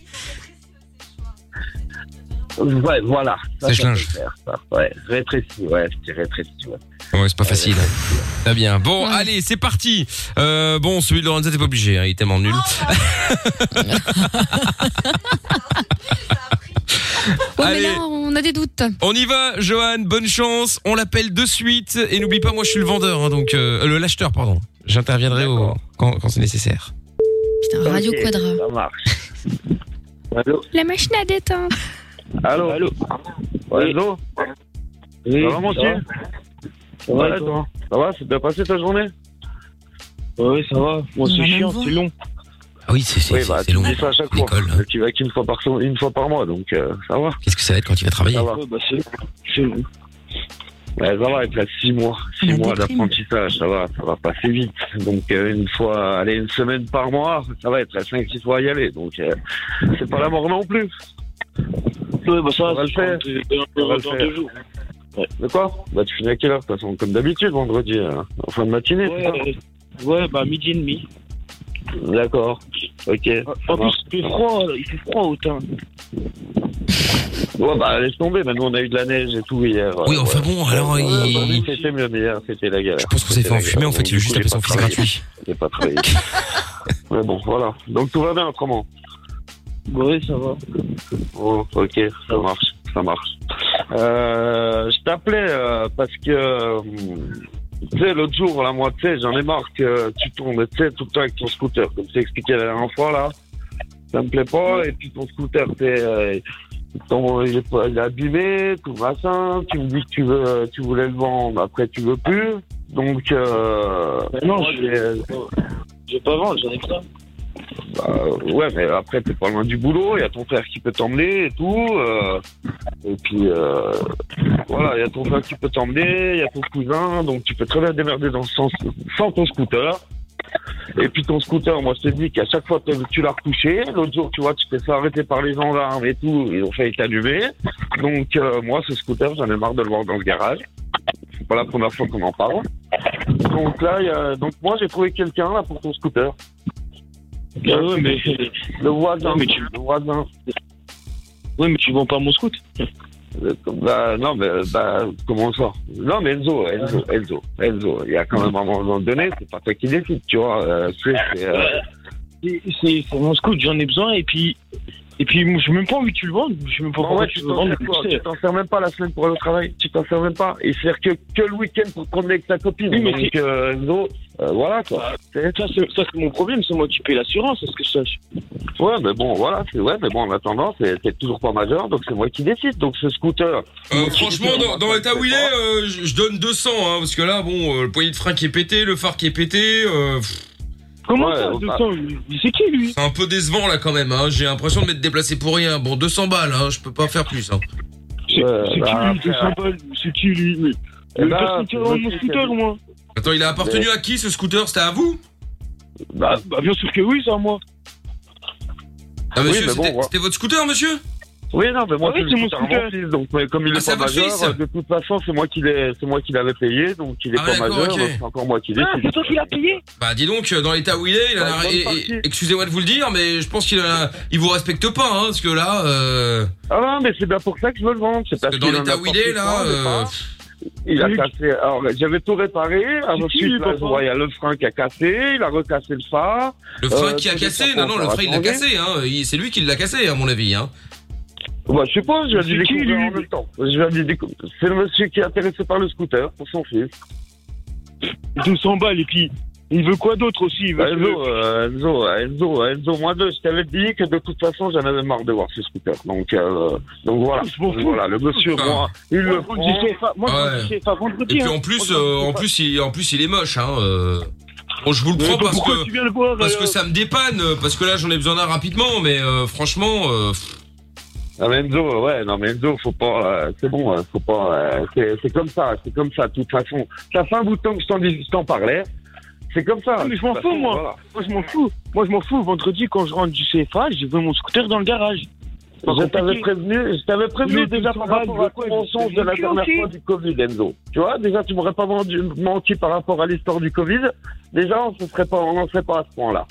Speaker 3: Ouais, voilà. Ça,
Speaker 2: C'est
Speaker 3: ça peut
Speaker 2: schlingue.
Speaker 3: faire, ça. Ouais, rétréci, ouais, c'est rétréci, ouais.
Speaker 2: Ouais, c'est pas facile. hein. Très bien. Bon, allez, c'est parti. Euh, bon, celui de Lorenza, t'es pas obligé, hein, il est tellement nul.
Speaker 4: Oh, Ouais,
Speaker 2: Allez.
Speaker 4: mais là, on a des doutes.
Speaker 2: On y va, Johan, bonne chance. On l'appelle de suite. Et n'oublie pas, moi, je suis le vendeur, hein, donc euh, le l'acheteur, pardon. J'interviendrai au- quand, quand c'est nécessaire.
Speaker 4: Putain, Radio
Speaker 3: Ok,
Speaker 4: Quadra.
Speaker 3: Ça marche. Allô
Speaker 4: La machine à déteindre.
Speaker 3: Allô Allô Allô Oui,
Speaker 13: Ça va, mon
Speaker 3: ça
Speaker 13: Dieu
Speaker 3: va.
Speaker 13: Ça va, et toi Ça va, c'est bien passé ta journée
Speaker 3: Oui, ça va.
Speaker 13: Bon,
Speaker 3: On
Speaker 13: c'est
Speaker 3: a même
Speaker 13: chiant,
Speaker 3: voix.
Speaker 13: c'est long.
Speaker 2: Ah oui, c'est
Speaker 13: oui, bah, long. ça à chaque fois. Tu vas qu'une fois par sem- une fois par mois, donc euh, ça va.
Speaker 2: hein. Qu'est-ce que ça va être quand tu vas travailler
Speaker 13: Ça va. bah, c'est, long. Ouais, ça va, il te reste six mois, six mois d'apprentissage, ça va, ça va passer vite. Donc euh, une fois, allez, une semaine par mois, ça va, il te reste cinq, six fois à y aller. Donc euh, c'est pas la mort non plus. Oui, bah ça, va le faire. Ça va le
Speaker 10: Euh, dans
Speaker 13: faire.
Speaker 10: deux jours.
Speaker 13: Ouais. De quoi Bah tu finis à quelle heure de toute façon Comme d'habitude, vendredi, euh, en fin de matinée.
Speaker 10: Ouais,
Speaker 13: c'est ça ouais bah midi et demi. D'accord. Ok.
Speaker 10: En plus, il fait froid, il fait froid au teint.
Speaker 13: Ouais, bah laisse tomber, maintenant on a eu de la neige et tout hier.
Speaker 2: Oui, enfin bon, alors,
Speaker 13: Ouais,
Speaker 2: il-
Speaker 13: aujourd'hui, C'était mieux, mais hier c'était la galère. Je pense
Speaker 2: qu'on s'est fait enfumer, en fait, il a juste appelé son fils gratuit.
Speaker 13: J'ai pas travaillé. mais bon, voilà. Donc tout va bien autrement.
Speaker 10: Oui, ça va.
Speaker 13: Oh, ok, ça marche, ça marche. Euh, je t'appelais euh, parce que, euh, tu sais, l'autre jour, là, moi, tu sais, j'en ai marre que tu tournes, tu sais, tout le temps avec ton scooter, comme tu expliqué la dernière fois, là. Ça me plaît pas, et puis ton scooter, t'es, euh, ton- il, est, pas- il est abîmé, tout machin, tu me dis que tu veux, tu voulais le vendre, après tu veux plus, donc, euh,
Speaker 10: Ben non,
Speaker 13: moi,
Speaker 10: je-
Speaker 13: j'ai-
Speaker 10: Je vais pas vendre, j'en ai plein.
Speaker 13: bah, ouais, mais après, t'es pas loin du boulot, il y a ton frère qui peut t'emmener et tout. euh, et puis, euh, voilà, il y a ton frère qui peut t'emmener, il y a ton cousin, donc tu peux très bien te démerder dans ce sens sans ton scooter. Et puis ton scooter, moi je te dis qu'à chaque fois que tu l'as retouché, l'autre jour tu vois, tu t'es fait arrêter par les gendarmes et tout, ils ont failli t'allumer. Donc euh, moi ce scooter, j'en ai marre de le voir dans le garage. C'est pas la première fois qu'on en parle. Donc là, il y a- donc moi j'ai trouvé quelqu'un là pour ton scooter. Euh,
Speaker 10: Ah ouais, mais-
Speaker 13: Le voisin,
Speaker 10: Non, mais tu-
Speaker 13: le voisin.
Speaker 10: Oui, mais tu vends pas mon scout.
Speaker 13: Euh, Bah, non, mais bah, comment ça Non, mais Enzo, Enzo, Enzo, Enzo, il y a quand même un moment donné, c'est pas toi qui décide, tu vois. euh, tu sais, c'est, euh,
Speaker 10: C'est c'est- c'est mon scout, j'en ai besoin, et puis. Et puis, moi, j'ai même pas envie que tu le vendes. Je sais même pas
Speaker 13: Bon,
Speaker 10: pourquoi
Speaker 13: ouais,
Speaker 10: tu
Speaker 13: tu
Speaker 10: veux le
Speaker 13: t'en
Speaker 10: vendre.
Speaker 13: sers quoi
Speaker 10: tu sais.
Speaker 13: Tu t'en sers même pas la semaine pour aller au travail. Tu t'en sers même pas. Il sert que, que le week-end pour te promener avec ta copine.
Speaker 10: Oui, mais
Speaker 13: Donc,
Speaker 10: c'est-
Speaker 13: euh, Enzo, euh, voilà quoi.
Speaker 10: Ça, c'est ça, c'est mon problème, c'est moi qui paye l'assurance, est-ce que je sache
Speaker 13: Ouais, mais bon, voilà, c'est ouais, mais bon, en attendant, c'est c'est toujours pas majeur, donc c'est moi qui décide. Donc ce scooter.
Speaker 2: Euh, franchement, dans, dans l'état où il est, euh, je je donne 200, hein, parce que là, bon, euh, le poignet de frein qui est pété, le phare qui est pété.
Speaker 10: Comment ça,
Speaker 3: bah,
Speaker 10: 200?
Speaker 2: C'est qui lui C'est un peu décevant là quand même. Hein. J'ai l'impression de m'être déplacé pour rien. Bon, 200 balles, hein, je peux pas faire plus. Hein.
Speaker 10: C'est
Speaker 3: bah,
Speaker 10: c'est qui
Speaker 13: bah,
Speaker 10: lui, 200 balles C'est qui lui mais-
Speaker 2: Eh
Speaker 10: Mais
Speaker 2: ben,
Speaker 10: personne qui va vendre mon
Speaker 2: c'est-
Speaker 10: scooter, moi
Speaker 2: Attends, il a appartenu à qui ce scooter C'était à vous
Speaker 10: bah, bah, bien sûr que oui, c'est à moi.
Speaker 2: Ah, monsieur,
Speaker 13: Oui, mais bon,
Speaker 2: c'était
Speaker 13: ouais.
Speaker 2: c'était votre scooter, monsieur
Speaker 13: Oui, non, mais moi,
Speaker 2: Ah oui,
Speaker 13: je
Speaker 2: c'est
Speaker 13: le
Speaker 2: mon
Speaker 13: scooter à
Speaker 2: scooter.
Speaker 13: fils, donc mais comme il
Speaker 2: Ah,
Speaker 13: est
Speaker 2: c'est
Speaker 13: pas
Speaker 2: à votre
Speaker 13: majeur,
Speaker 2: fils.
Speaker 13: euh, de toute façon, c'est moi qui l'ai, c'est moi qui l'avais payé, donc il est
Speaker 2: Ah,
Speaker 13: pas
Speaker 2: d'accord,
Speaker 13: majeur,
Speaker 2: ok.
Speaker 13: donc c'est encore moi qui décide.
Speaker 2: Ah, c'est toi qui l'as
Speaker 10: payé
Speaker 2: Bah, dis donc, euh, dans l'état où il est, il a
Speaker 13: Bah,
Speaker 2: la-
Speaker 13: bonne
Speaker 2: et- et-
Speaker 13: partie.
Speaker 2: excusez-moi de vous le dire, mais je pense qu'il a- il vous respecte pas, hein, parce que là, euh,
Speaker 13: Ah non, mais c'est bien pour ça que je veux le vendre. C'est parce
Speaker 2: que dans
Speaker 13: qu'il en
Speaker 2: l'état
Speaker 13: a
Speaker 2: où il est là.
Speaker 13: porté soin,
Speaker 2: euh,
Speaker 13: Il a
Speaker 2: Luc.
Speaker 13: cassé. Alors, j'avais tout réparé. Ensuite, là, je vois, il y a le frein qui a cassé. Il a recassé le phare.
Speaker 2: Le frein
Speaker 13: Euh,
Speaker 2: qui a
Speaker 13: tout
Speaker 2: cassé,
Speaker 13: ça,
Speaker 2: non, non, le
Speaker 13: ça va
Speaker 2: frein il l'a
Speaker 13: changer.
Speaker 2: cassé, hein. Il- c'est lui qui l'a cassé à mon avis. Hein.
Speaker 13: Bah, je sais pas, je viens
Speaker 11: C'est
Speaker 13: de
Speaker 11: qui,
Speaker 13: découvrir
Speaker 11: lui
Speaker 13: en même temps. Je viens de décou- C'est le monsieur qui est intéressé par le scooter pour son fils.
Speaker 8: 200 balles, et puis il veut quoi d'autre aussi il veut
Speaker 13: Enzo, euh, Enzo, Enzo, Enzo, moi deux, je t'avais dit que de toute façon j'en avais marre de voir ce scooter. Donc, euh, donc voilà. Voilà, le monsieur, moi, il
Speaker 8: Moi,
Speaker 13: le
Speaker 8: je vous le
Speaker 13: prend.
Speaker 8: disais, enfin, moi, je vous le
Speaker 2: Ouais.
Speaker 8: disais, enfin, vendredi,
Speaker 2: Et puis
Speaker 8: hein.
Speaker 2: en plus,
Speaker 8: Moi, je vous le
Speaker 2: euh,
Speaker 8: disais
Speaker 2: en
Speaker 8: pas.
Speaker 2: plus, il, en plus, il est moche. Hein, euh. Bon, je vous le
Speaker 8: Mais
Speaker 2: prends
Speaker 8: attends,
Speaker 2: parce
Speaker 8: pourquoi
Speaker 2: que
Speaker 8: tu viens le voir,
Speaker 2: parce
Speaker 8: euh,
Speaker 2: que ça me dépanne, euh, parce que là, j'en ai besoin d'un rapidement. Mais euh, franchement, euh, pff,
Speaker 13: Non mais Enzo, ouais, non mais Enzo, faut pas, euh, c'est bon, euh, faut pas, euh, c'est, c'est comme ça, c'est comme ça, de toute façon. Ça fait un bout de temps que je t'en, dis, je t'en parlais, c'est comme ça.
Speaker 8: Ah, mais je m'en
Speaker 13: De
Speaker 8: fous,
Speaker 13: toute façon,
Speaker 8: moi.
Speaker 13: voilà.
Speaker 8: Moi, je m'en fous. Moi, je m'en fous. Vendredi, quand je rentre du CFA, j'ai vu mon scooter dans le garage. Pas
Speaker 13: Je
Speaker 8: compliqué.
Speaker 13: t'avais prévenu, je t'avais prévenu
Speaker 8: L'autre,
Speaker 13: déjà
Speaker 8: il
Speaker 13: par
Speaker 8: s'en va,
Speaker 13: rapport
Speaker 8: il veut
Speaker 13: à
Speaker 8: quoi,
Speaker 13: ton
Speaker 8: il veut
Speaker 13: mensonge
Speaker 8: se
Speaker 13: de la
Speaker 8: faire
Speaker 13: dernière
Speaker 8: enculer.
Speaker 13: fois du Covid, Enzo. Tu vois, déjà tu m'aurais pas vendu- menti par rapport à l'histoire du Covid. Déjà, on ne serait pas, on en serait pas à ce point-là.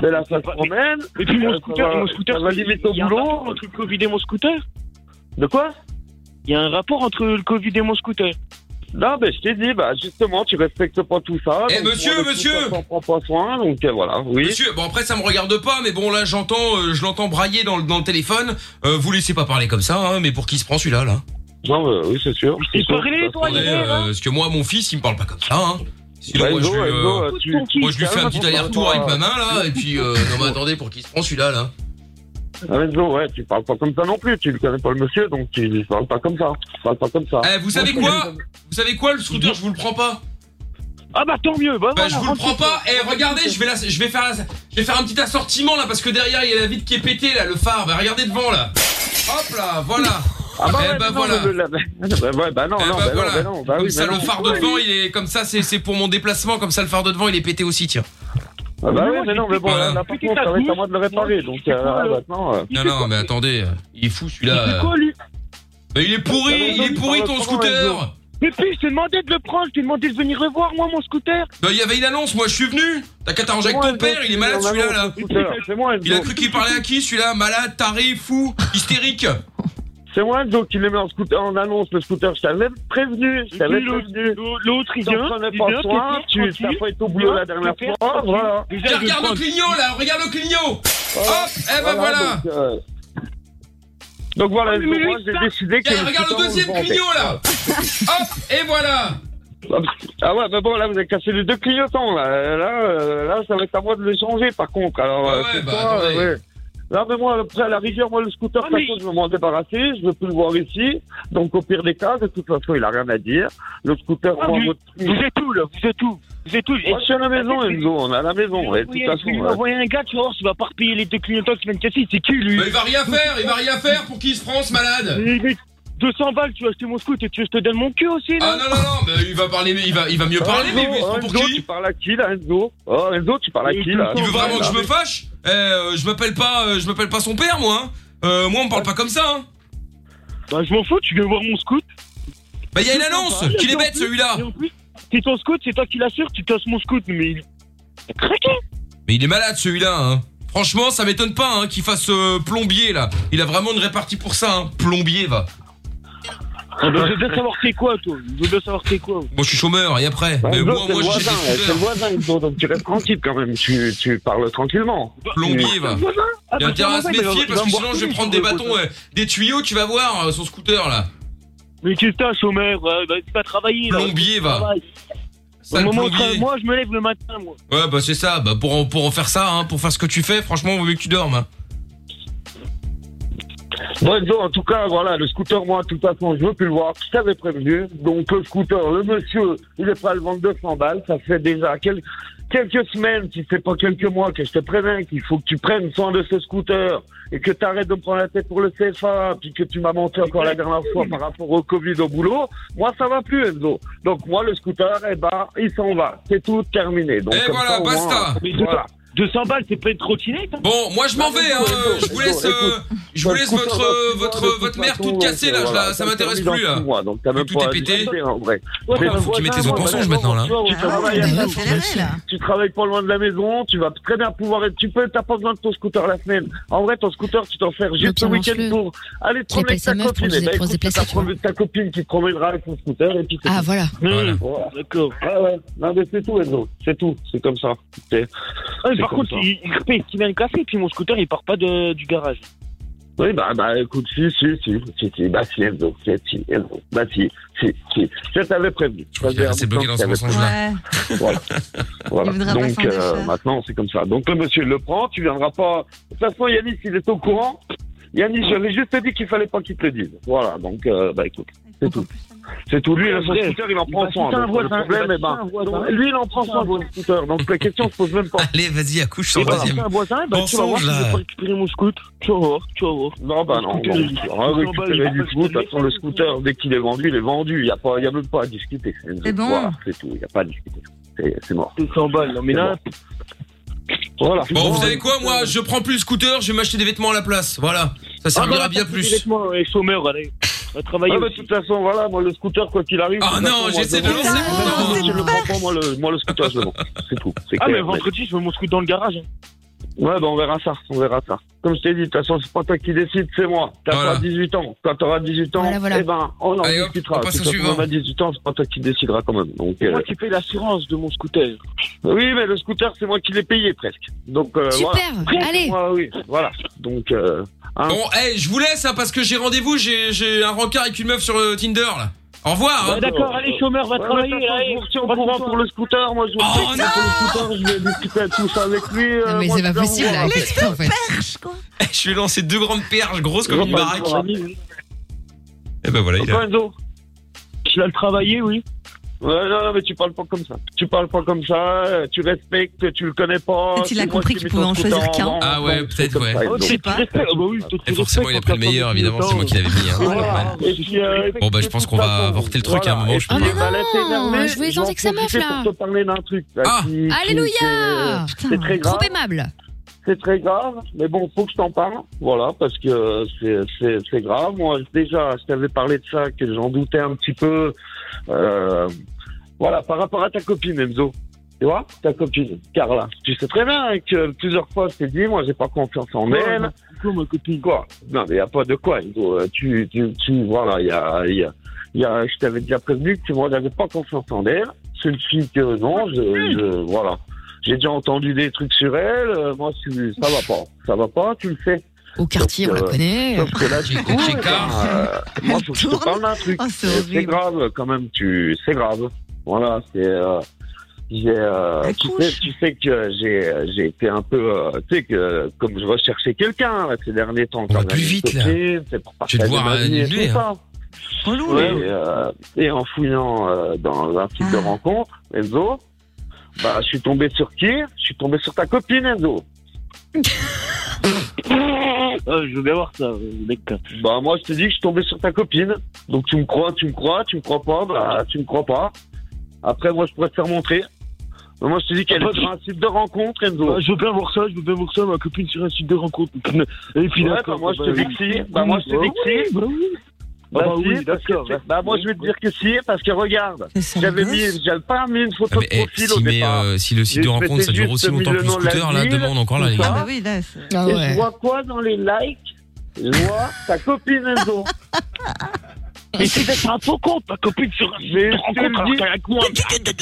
Speaker 13: Mais là, ça se promène.
Speaker 8: Et puis
Speaker 13: euh,
Speaker 8: mon
Speaker 13: ça
Speaker 8: scooter,
Speaker 13: va-
Speaker 8: mon scooter,
Speaker 13: ça va
Speaker 8: c'est-
Speaker 13: limite au
Speaker 8: il y a un
Speaker 13: boulot.
Speaker 8: rapport entre le Covid et mon scooter.
Speaker 13: De quoi
Speaker 8: Il y a un rapport entre le Covid et mon scooter.
Speaker 13: Non, mais je t'ai dit, bah justement, tu respectes pas tout ça.
Speaker 2: Eh,
Speaker 13: donc,
Speaker 2: monsieur,
Speaker 13: moi, de toute
Speaker 2: monsieur
Speaker 13: façon, on prend pas soin, donc euh, voilà, oui.
Speaker 2: monsieur. Bon après, ça me regarde pas, mais bon là, j'entends, euh, je l'entends brailler dans, le- dans le téléphone. Euh, vous laissez pas parler comme ça. Hein, mais pour qui se prend celui-là là
Speaker 13: Non, mais oui, c'est sûr.
Speaker 2: Il
Speaker 8: parlait, toi, hier, hein
Speaker 2: Parce que moi, mon fils, il me parle pas comme ça. Hein. Sinon,
Speaker 13: Bah,
Speaker 2: moi,
Speaker 13: Enzo,
Speaker 2: je, lui,
Speaker 13: Enzo,
Speaker 2: euh,
Speaker 13: tu- tu-
Speaker 2: moi, je lui
Speaker 8: hein,
Speaker 2: fais un
Speaker 13: carrément,
Speaker 2: petit
Speaker 13: tu
Speaker 2: aller-retour
Speaker 13: parles
Speaker 2: avec ma
Speaker 13: pas.
Speaker 2: main là. Et puis, euh, non mais attendez, pour qui se prend celui-là là
Speaker 13: Ah, mais non, ouais, tu parles pas comme ça non plus, tu ne connais pas le monsieur, donc tu ne parles pas comme ça. Tu parles pas comme ça.
Speaker 2: Eh, vous savez quoi Vous savez quoi Le
Speaker 13: Mhm.
Speaker 2: scooter, je vous le prends pas.
Speaker 8: Ah bah tant mieux. Bah,
Speaker 2: je vous le prends pas. Et regardez, je vais là, je vais faire, la- je vais faire un petit assortiment là parce que derrière il y a la vitre qui est pétée là, le phare. Bah, regardez devant là. Hop là, voilà.
Speaker 13: Ah bah,
Speaker 2: Eh
Speaker 13: ouais,
Speaker 2: bah,
Speaker 13: non,
Speaker 2: voilà.
Speaker 13: mais le- bah, ouais, bah non,
Speaker 2: Eh
Speaker 13: non,
Speaker 2: bah,
Speaker 13: bah,
Speaker 2: voilà.
Speaker 13: non, bah non, bah
Speaker 2: comme
Speaker 13: oui,
Speaker 2: ça
Speaker 13: bah
Speaker 2: le
Speaker 13: non.
Speaker 2: phare de devant il est comme ça c'est c'est pour mon déplacement comme ça le phare de devant il est pété aussi tiens.
Speaker 13: Ah bah oui, mais non, mais bon,
Speaker 2: Voilà.
Speaker 13: là, là, par contre, ça va être à moi de le réparer, donc euh, là, maintenant. euh,
Speaker 2: Non non mais attendez il est fou
Speaker 13: Il fait
Speaker 2: celui-là.
Speaker 13: quoi,
Speaker 2: Mais il est pourri
Speaker 13: Bah,
Speaker 8: Ah, mais
Speaker 2: il est
Speaker 8: non,
Speaker 2: pourri
Speaker 8: il
Speaker 2: ton
Speaker 8: parle pas, Enzo.
Speaker 2: scooter.
Speaker 8: Mais puis je t'ai demandé de le prendre, je t'ai demandé de venir revoir moi mon scooter.
Speaker 2: Bah, il y avait une annonce moi je suis venu. T'as qu'à t'arranger avec
Speaker 8: C'est moi,
Speaker 2: ton père
Speaker 8: Enzo,
Speaker 2: il est malade
Speaker 8: c'est mon
Speaker 2: celui-là là.
Speaker 8: annonce, scooter. C'est moi, Enzo.
Speaker 2: Il a cru qu'il parlait à qui celui-là malade taré fou hystérique.
Speaker 13: C'est moi, Enzo, qui le met en, scooter, en annonce, le scooter, je t'avais prévenu, je t'avais
Speaker 8: Puis l'autre-
Speaker 13: prévenu.
Speaker 8: L'autre, il
Speaker 13: T'en
Speaker 8: vient,
Speaker 13: prenais
Speaker 8: il
Speaker 13: pas
Speaker 8: vient,
Speaker 13: soin,
Speaker 8: t'es bien,
Speaker 13: tu-
Speaker 8: tranquille.
Speaker 13: t'as pas été au boulot la dernière
Speaker 8: T'es bien,
Speaker 13: fois,
Speaker 8: tranquille.
Speaker 13: voilà.
Speaker 8: Déjà,
Speaker 2: Tiens,
Speaker 8: je
Speaker 2: regarde
Speaker 8: prends-
Speaker 2: le clignot là regarde le clignot. Hop eh ben voilà.
Speaker 13: Donc, euh, donc voilà,
Speaker 2: Ah, mais
Speaker 13: Enzo,
Speaker 2: lui,
Speaker 13: moi,
Speaker 2: il
Speaker 13: j'ai
Speaker 2: part.
Speaker 13: décidé que.
Speaker 2: Tiens, regarde le deuxième clignot là Hop Et voilà
Speaker 13: Ah ouais, mais bon, là, vous avez cassé les deux clignotants, là. Là, euh, là ça va être à moi de les changer, par contre. Alors, euh, c'est
Speaker 2: bah,
Speaker 13: toi,
Speaker 2: attendez.
Speaker 13: euh, ouais. Là, mais moi, après, à la rivière, moi, le scooter, de toute façon, je vais m'en débarrasser, je veux plus le voir ici. Donc, au pire des cas, de toute façon, il a rien à dire. Le scooter,
Speaker 8: Ah,
Speaker 13: moi,
Speaker 8: vous,
Speaker 13: votre-
Speaker 8: vous êtes où là Vous êtes où Vous êtes où
Speaker 13: Moi, je suis à la maison, Enzo, on est à la maison, ouais, de toute façon.
Speaker 8: Il
Speaker 13: ouais.
Speaker 8: va envoyer un gars, tu vas voir, tu vas pas repayer les deux clignotants qui viennent casser, c'est qui lui
Speaker 2: Mais Bah, il va rien faire, il va rien faire pour qu'il se France malade
Speaker 8: Mais- mais 200 balles, tu vas acheter mon scoot et tu veux que je te donne mon cul aussi
Speaker 2: Ah non, non, non, mais il va parler, mais il va, il va
Speaker 8: Bah,
Speaker 2: mieux parler,
Speaker 13: Enzo,
Speaker 2: mais mais c'est pour
Speaker 13: Enzo, tu
Speaker 2: qui
Speaker 13: parles à qui, là, Enzo Oh, Enzo, tu parles à qui, là
Speaker 2: Il veut hein. vraiment que je me fâche Eh, euh, je m'appelle pas, euh, je m'appelle pas son père, moi hein. Euh, Moi, on me parle pas comme ça, hein
Speaker 8: Bah, je m'en fous, tu viens voir mon scoot.
Speaker 2: Bah, il y a une annonce Qu'il est bête, celui-là
Speaker 8: Et en plus, C'est ton scout, c'est toi qui l'assures, tu casses mon scout, mais il. Craqué
Speaker 2: Mais il est malade, celui-là, hein Franchement, ça m'étonne pas hein, qu'il fasse euh, plombier, là Il a vraiment une répartie pour ça, hein Plombier, va
Speaker 8: ah, bah, Je veux bien savoir t'es quoi, toi Je veux bien savoir t'es quoi
Speaker 2: Moi, je suis chômeur, et après
Speaker 13: Bah,
Speaker 2: Mais
Speaker 13: Enzo,
Speaker 2: moi,
Speaker 13: c'est
Speaker 2: moi,
Speaker 13: le
Speaker 2: j'ai des
Speaker 13: voisin,
Speaker 2: scooters.
Speaker 13: c'est le voisin, Enzo, donc tu restes tranquille quand même, tu, tu parles tranquillement.
Speaker 2: Plombier,
Speaker 8: Bah,
Speaker 2: va. Il y a intérêt à se
Speaker 8: Ah, bah,
Speaker 2: méfier
Speaker 8: il va
Speaker 2: parce que
Speaker 8: me
Speaker 2: sinon je vais
Speaker 8: boire tout,
Speaker 2: prendre des
Speaker 8: il va me
Speaker 2: bâtons,
Speaker 8: boire
Speaker 2: euh, des tuyaux, tu vas voir euh, son scooter là.
Speaker 8: Mais qu'est-ce que t'as, chômeur Ouais, bah, Tu vas travailler, là.
Speaker 2: Plombier, va.
Speaker 8: Travaille.
Speaker 2: Sale
Speaker 8: Au moment où
Speaker 2: plombier.
Speaker 8: tra- Moi, je me lève le matin, moi.
Speaker 2: Ouais bah c'est ça, bah pour en, pour en faire ça, hein, pour faire ce que tu fais, franchement vaut mieux que tu dormes. hein.
Speaker 13: Bon, Enzo, en tout cas, voilà, le scooter, moi, de toute façon, je veux plus le voir. Je t'avais prévenu. Donc, le scooter, le monsieur, il est pas à le vendre 200 balles. Ça fait déjà quel- quelques semaines, si c'est pas quelques mois, que je te préviens qu'il faut que tu prennes soin de ce scooter et que tu arrêtes de me prendre la tête pour le CFA, puis que tu m'as menti encore la dernière fois par rapport au Covid au boulot. Moi, ça va plus, Enzo. Donc, moi, le scooter, eh ben, il s'en va. C'est tout terminé. Donc,
Speaker 2: Et
Speaker 13: comme
Speaker 2: Eh voilà,
Speaker 13: ça, au moins,
Speaker 2: basta.
Speaker 8: Mais
Speaker 13: voilà.
Speaker 8: 200 balles, c'est pas une trottinette hein
Speaker 2: Bon, moi je m'en vais, hein, euh, je vous laisse, euh, je vous laisse votre euh, votre votre mère toute cassée là, je la- ça m'intéresse plus là.
Speaker 13: Moi, donc t'as même
Speaker 2: Tout
Speaker 13: pas
Speaker 2: est
Speaker 13: à
Speaker 2: pété.
Speaker 13: discuter, en vrai.
Speaker 2: Ouais,
Speaker 13: Mais
Speaker 2: faut
Speaker 13: le
Speaker 2: qu'ils mettent
Speaker 13: voisin,
Speaker 2: les autres
Speaker 13: moi,
Speaker 2: mensonges
Speaker 13: bah,
Speaker 2: maintenant, là.
Speaker 13: tu vois, Tu
Speaker 4: Ah,
Speaker 13: travailles
Speaker 4: bah,
Speaker 13: à ta- tu travailles pas loin de la maison, tu vas très bien pouvoir être, tu peux, t'as pas besoin de ton scooter la semaine. En vrai, ton scooter, tu t'en sers juste le
Speaker 4: Pierre
Speaker 13: week-end
Speaker 4: Lancelot.
Speaker 13: pour aller te promener avec ta
Speaker 4: sa meuf pour
Speaker 13: copine.
Speaker 4: se-
Speaker 13: Eh ben,
Speaker 4: pour se
Speaker 13: écoute,
Speaker 4: déplacer,
Speaker 13: ta
Speaker 4: tu vois.
Speaker 13: pro- Ta copine qui te promènera avec son scooter et puis c'est
Speaker 4: Ah,
Speaker 13: tout.
Speaker 4: voilà.
Speaker 2: Voilà.
Speaker 13: Voilà.
Speaker 8: D'accord.
Speaker 13: Ouais, Ah, ouais. Non, mais c'est tout, Enzo. C'est tout. C'est comme ça. C'est-
Speaker 8: Ah, mais
Speaker 13: c'est
Speaker 8: par
Speaker 13: comme
Speaker 8: contre,
Speaker 13: ça.
Speaker 8: il, il, il vient le casser, puis mon scooter, il part pas de, du garage.
Speaker 13: Oui, bah, bah, écoute, si, si, si, si, si, bah, si, Enzo, si, si, Enzo, bah, si, si, si, je t'avais prévenu.
Speaker 2: Ah, c'est bloqué dans ce mensonge-là.
Speaker 13: Voilà. voilà.
Speaker 2: voudra pas
Speaker 13: Donc,
Speaker 2: s'en
Speaker 13: euh,
Speaker 2: défaire.
Speaker 13: maintenant, c'est comme ça. Donc, le monsieur le prend, tu viendras pas. De toute façon, Yannis, il est au courant. Yannis, j'avais juste dit qu'il fallait pas qu'il te le dise. Voilà, donc, euh, bah, écoute, c'est tout. C'est tout. Lui, il a son
Speaker 11: Vrai.
Speaker 13: scooter, il en
Speaker 11: Il
Speaker 13: prend
Speaker 11: va
Speaker 13: soin.
Speaker 11: chuter Bah, un
Speaker 13: Donc, le
Speaker 11: voisin, il
Speaker 13: problème,
Speaker 11: va
Speaker 13: eh
Speaker 11: chuter
Speaker 13: ben,
Speaker 11: un voisin.
Speaker 13: donc, lui, il en prend soin de son scooter. Donc, la question se pose même pas.
Speaker 2: Allez, vas-y, accouche
Speaker 13: sur
Speaker 11: Et voilà, c'est un voisin, bah, tu vas voir, je vais pas récupérer mon scooter. Tu vas voir, tu vas voir.
Speaker 13: Non, bah non, non. Ah, récupérer du scoot, de toute façon, le scooter, dès qu'il est vendu, il est vendu. Il n'y a, pas- il y a même pas à discuter.
Speaker 11: C'est bon.
Speaker 13: Voilà, c'est tout. Il n'y a pas à discuter. C'est c'est mort.
Speaker 11: 200 balles, non mais là.
Speaker 13: Voilà.
Speaker 2: Bon, vous savez quoi, moi, je prends plus le scooter, je vais m'acheter des vêtements à la place. Ah, Voilà. Ça servira bien plus.
Speaker 11: Les chômeurs, allez. On va travailler.
Speaker 13: Ah, bah, de toute façon, voilà, moi, le scooter, quoi qu'il arrive.
Speaker 11: Ah non, j'essaie de lancer
Speaker 13: mon Je le prends pas, moi, le, moi, le scooter, je le vends. C'est tout. C'est
Speaker 11: Ah,
Speaker 13: clair,
Speaker 11: mais vendredi, je mets mon scooter dans le garage. hein.
Speaker 13: Ouais, bah, on verra ça. On verra ça. Comme je t'ai dit, de toute façon, c'est pas toi qui décide, c'est moi. T'as
Speaker 11: Voilà.
Speaker 13: pas 18 ans. Quand t'auras 18 ans,
Speaker 11: Voilà, voilà.
Speaker 13: eh ben, on en
Speaker 11: Allez, hop,
Speaker 13: discutera.
Speaker 11: on passe au
Speaker 13: De toute façon,
Speaker 11: suivant.
Speaker 13: on a 18 ans, c'est pas toi qui décidera quand même. Donc,
Speaker 11: C'est moi
Speaker 13: euh, Bah
Speaker 11: qui paye l'assurance de mon scooter.
Speaker 13: Oui, mais le scooter, c'est moi qui l'ai payé presque. Donc, euh,
Speaker 11: Super,
Speaker 13: voilà. allez. oui, voilà. Donc, euh, hein.
Speaker 2: Bon, eh, je vous laisse, hein, parce que j'ai rendez-vous, j'ai j'ai un rencard avec une meuf sur euh, Tinder, là. Au revoir.
Speaker 11: Bah,
Speaker 2: hein.
Speaker 11: chômeurs,
Speaker 13: va
Speaker 11: travailler,
Speaker 13: Je vous retiens au courant Ah, pour le scooter. Moi, je vous
Speaker 2: Oh,
Speaker 13: retiens pour le scooter. Je vais discuter à tous avec lui. euh, moi, je vais vous voir.
Speaker 2: en fait. Eh, Je lui ai lancé deux grandes perches, grosses comme une baraque. Et ben
Speaker 13: Bah,
Speaker 2: voilà, il a...
Speaker 13: Enzo Tu l'as le travaillé, oui non, non, mais tu parles pas comme ça. Tu parles pas comme ça, euh, tu respectes, tu le connais pas.
Speaker 7: Et tu l'as compris
Speaker 13: qu'il
Speaker 7: qu'il pouvait en choisir qu'un.
Speaker 2: Ah ouais, peut-être, ouais.
Speaker 13: Je sais pas.
Speaker 2: Et forcément, il a pris le meilleur, évidemment, c'est moi qui l'avais mis. hein.
Speaker 13: Et puis, euh,
Speaker 2: Bon, bah, je pense qu'on va avorter le truc à un moment, je peux pas.
Speaker 13: Bah, la tête
Speaker 4: Ah, Non,
Speaker 13: armée,
Speaker 4: je voulais
Speaker 13: j'en
Speaker 4: tenter que sa meuf,
Speaker 13: profitais
Speaker 4: là.
Speaker 13: pour te parler d'un truc. là, qui- qui-
Speaker 4: Alléluia
Speaker 13: c'est- C'est très grave.
Speaker 4: Trop aimable.
Speaker 13: C'est très grave, mais bon, faut que je t'en parle. Voilà, parce que c'est- c'est c'est grave. Moi, déjà, je t'avais parlé de ça, que j'en doutais un petit peu. Euh, voilà, par rapport à ta copine, Enzo. Tu vois, ta copine, Carla. Tu sais très bien hein, que plusieurs fois, je t'ai dit, moi, j'ai pas confiance en
Speaker 11: Ouais,
Speaker 13: elle.
Speaker 11: mais
Speaker 13: Quoi, ma copine Quoi Non, mais y a pas de quoi, Enzo. Euh, Tu, tu, tu voilà, y a, y a, y a, je t'avais déjà prévenu que moi, j'avais pas confiance en elle. C'est une fille que, non,
Speaker 4: Ah,
Speaker 13: je, je- voilà. J'ai déjà entendu des trucs sur elle. Euh, moi, tu, ça va pas. Ça va pas, tu le sais. euh,
Speaker 4: Au quartier, on la connaît.
Speaker 13: Sauf que là, du coup, eh ben, euh, moi, faut que je te parle d'un truc. Oh, c'est grave, quand même, tu, c'est grave. Voilà, c'est, euh, j'ai, euh, tu, sais, tu sais que j'ai, j'ai été un peu, euh, tu sais que, comme je recherchais quelqu'un, là, ces derniers temps. quand j'avais une
Speaker 2: vite, là.
Speaker 13: copine, C'est pour
Speaker 2: Tu vas
Speaker 13: partager
Speaker 2: devoir
Speaker 13: ma vie et
Speaker 2: annuler,
Speaker 13: tout
Speaker 2: hein.
Speaker 13: ça.
Speaker 2: Relou,
Speaker 13: et,
Speaker 2: hein.
Speaker 13: euh, et en fouillant euh, dans un site de rencontre, Enzo, bah, je suis tombé sur qui Je suis tombé sur ta copine, Enzo. Ah, je veux bien voir ça, mec. Bah, moi, je te dis que je suis tombé sur ta copine. Donc, tu me crois, tu me crois, tu me crois pas, bah, tu me crois pas. Après, moi, je pourrais te faire montrer. Mais moi, je te dis qu'elle
Speaker 11: Ah,
Speaker 13: est
Speaker 11: bah,
Speaker 13: sur un site de rencontre, Enzo.
Speaker 11: Bah, je veux bien voir ça, je veux bien voir ça, ma copine sur un site de rencontre. Et puis
Speaker 13: Ouais,
Speaker 11: d'accord,
Speaker 13: bah, moi, je te
Speaker 11: bah,
Speaker 13: dis que si. Bah, moi, je te dis que si.
Speaker 11: Bah oui,
Speaker 13: Bah,
Speaker 11: Ah bah
Speaker 13: si,
Speaker 11: oui,
Speaker 13: parce que
Speaker 11: d'accord,
Speaker 13: tu-
Speaker 11: merci.
Speaker 13: bah, moi, je vais te dire que si, parce que regarde,
Speaker 2: ça,
Speaker 13: j'avais
Speaker 2: le
Speaker 13: mis,
Speaker 2: gosse.
Speaker 13: j'avais pas mis une
Speaker 2: Ah,
Speaker 13: photo
Speaker 2: mais,
Speaker 13: de
Speaker 2: eh,
Speaker 13: profil au
Speaker 2: si, mais,
Speaker 13: départ.
Speaker 2: euh, si le site de
Speaker 13: J'ai-
Speaker 2: rencontre, ça
Speaker 13: c'était
Speaker 2: dure aussi
Speaker 13: juste
Speaker 2: longtemps que le
Speaker 13: mis nom de la
Speaker 2: scooter, là,
Speaker 13: ville,
Speaker 2: demande encore, là,
Speaker 13: tout
Speaker 2: les gars.
Speaker 13: ça.
Speaker 2: Ah bah
Speaker 7: oui, là.
Speaker 13: Et je vois quoi dans les likes Je vois ta copine Enzo.
Speaker 11: Mais c'est d'être un faux compte, ma copine sur un site
Speaker 13: Mais
Speaker 11: de
Speaker 13: je te
Speaker 11: rencontre
Speaker 13: le
Speaker 11: alors
Speaker 13: dis.
Speaker 11: qu'elle est avec moi.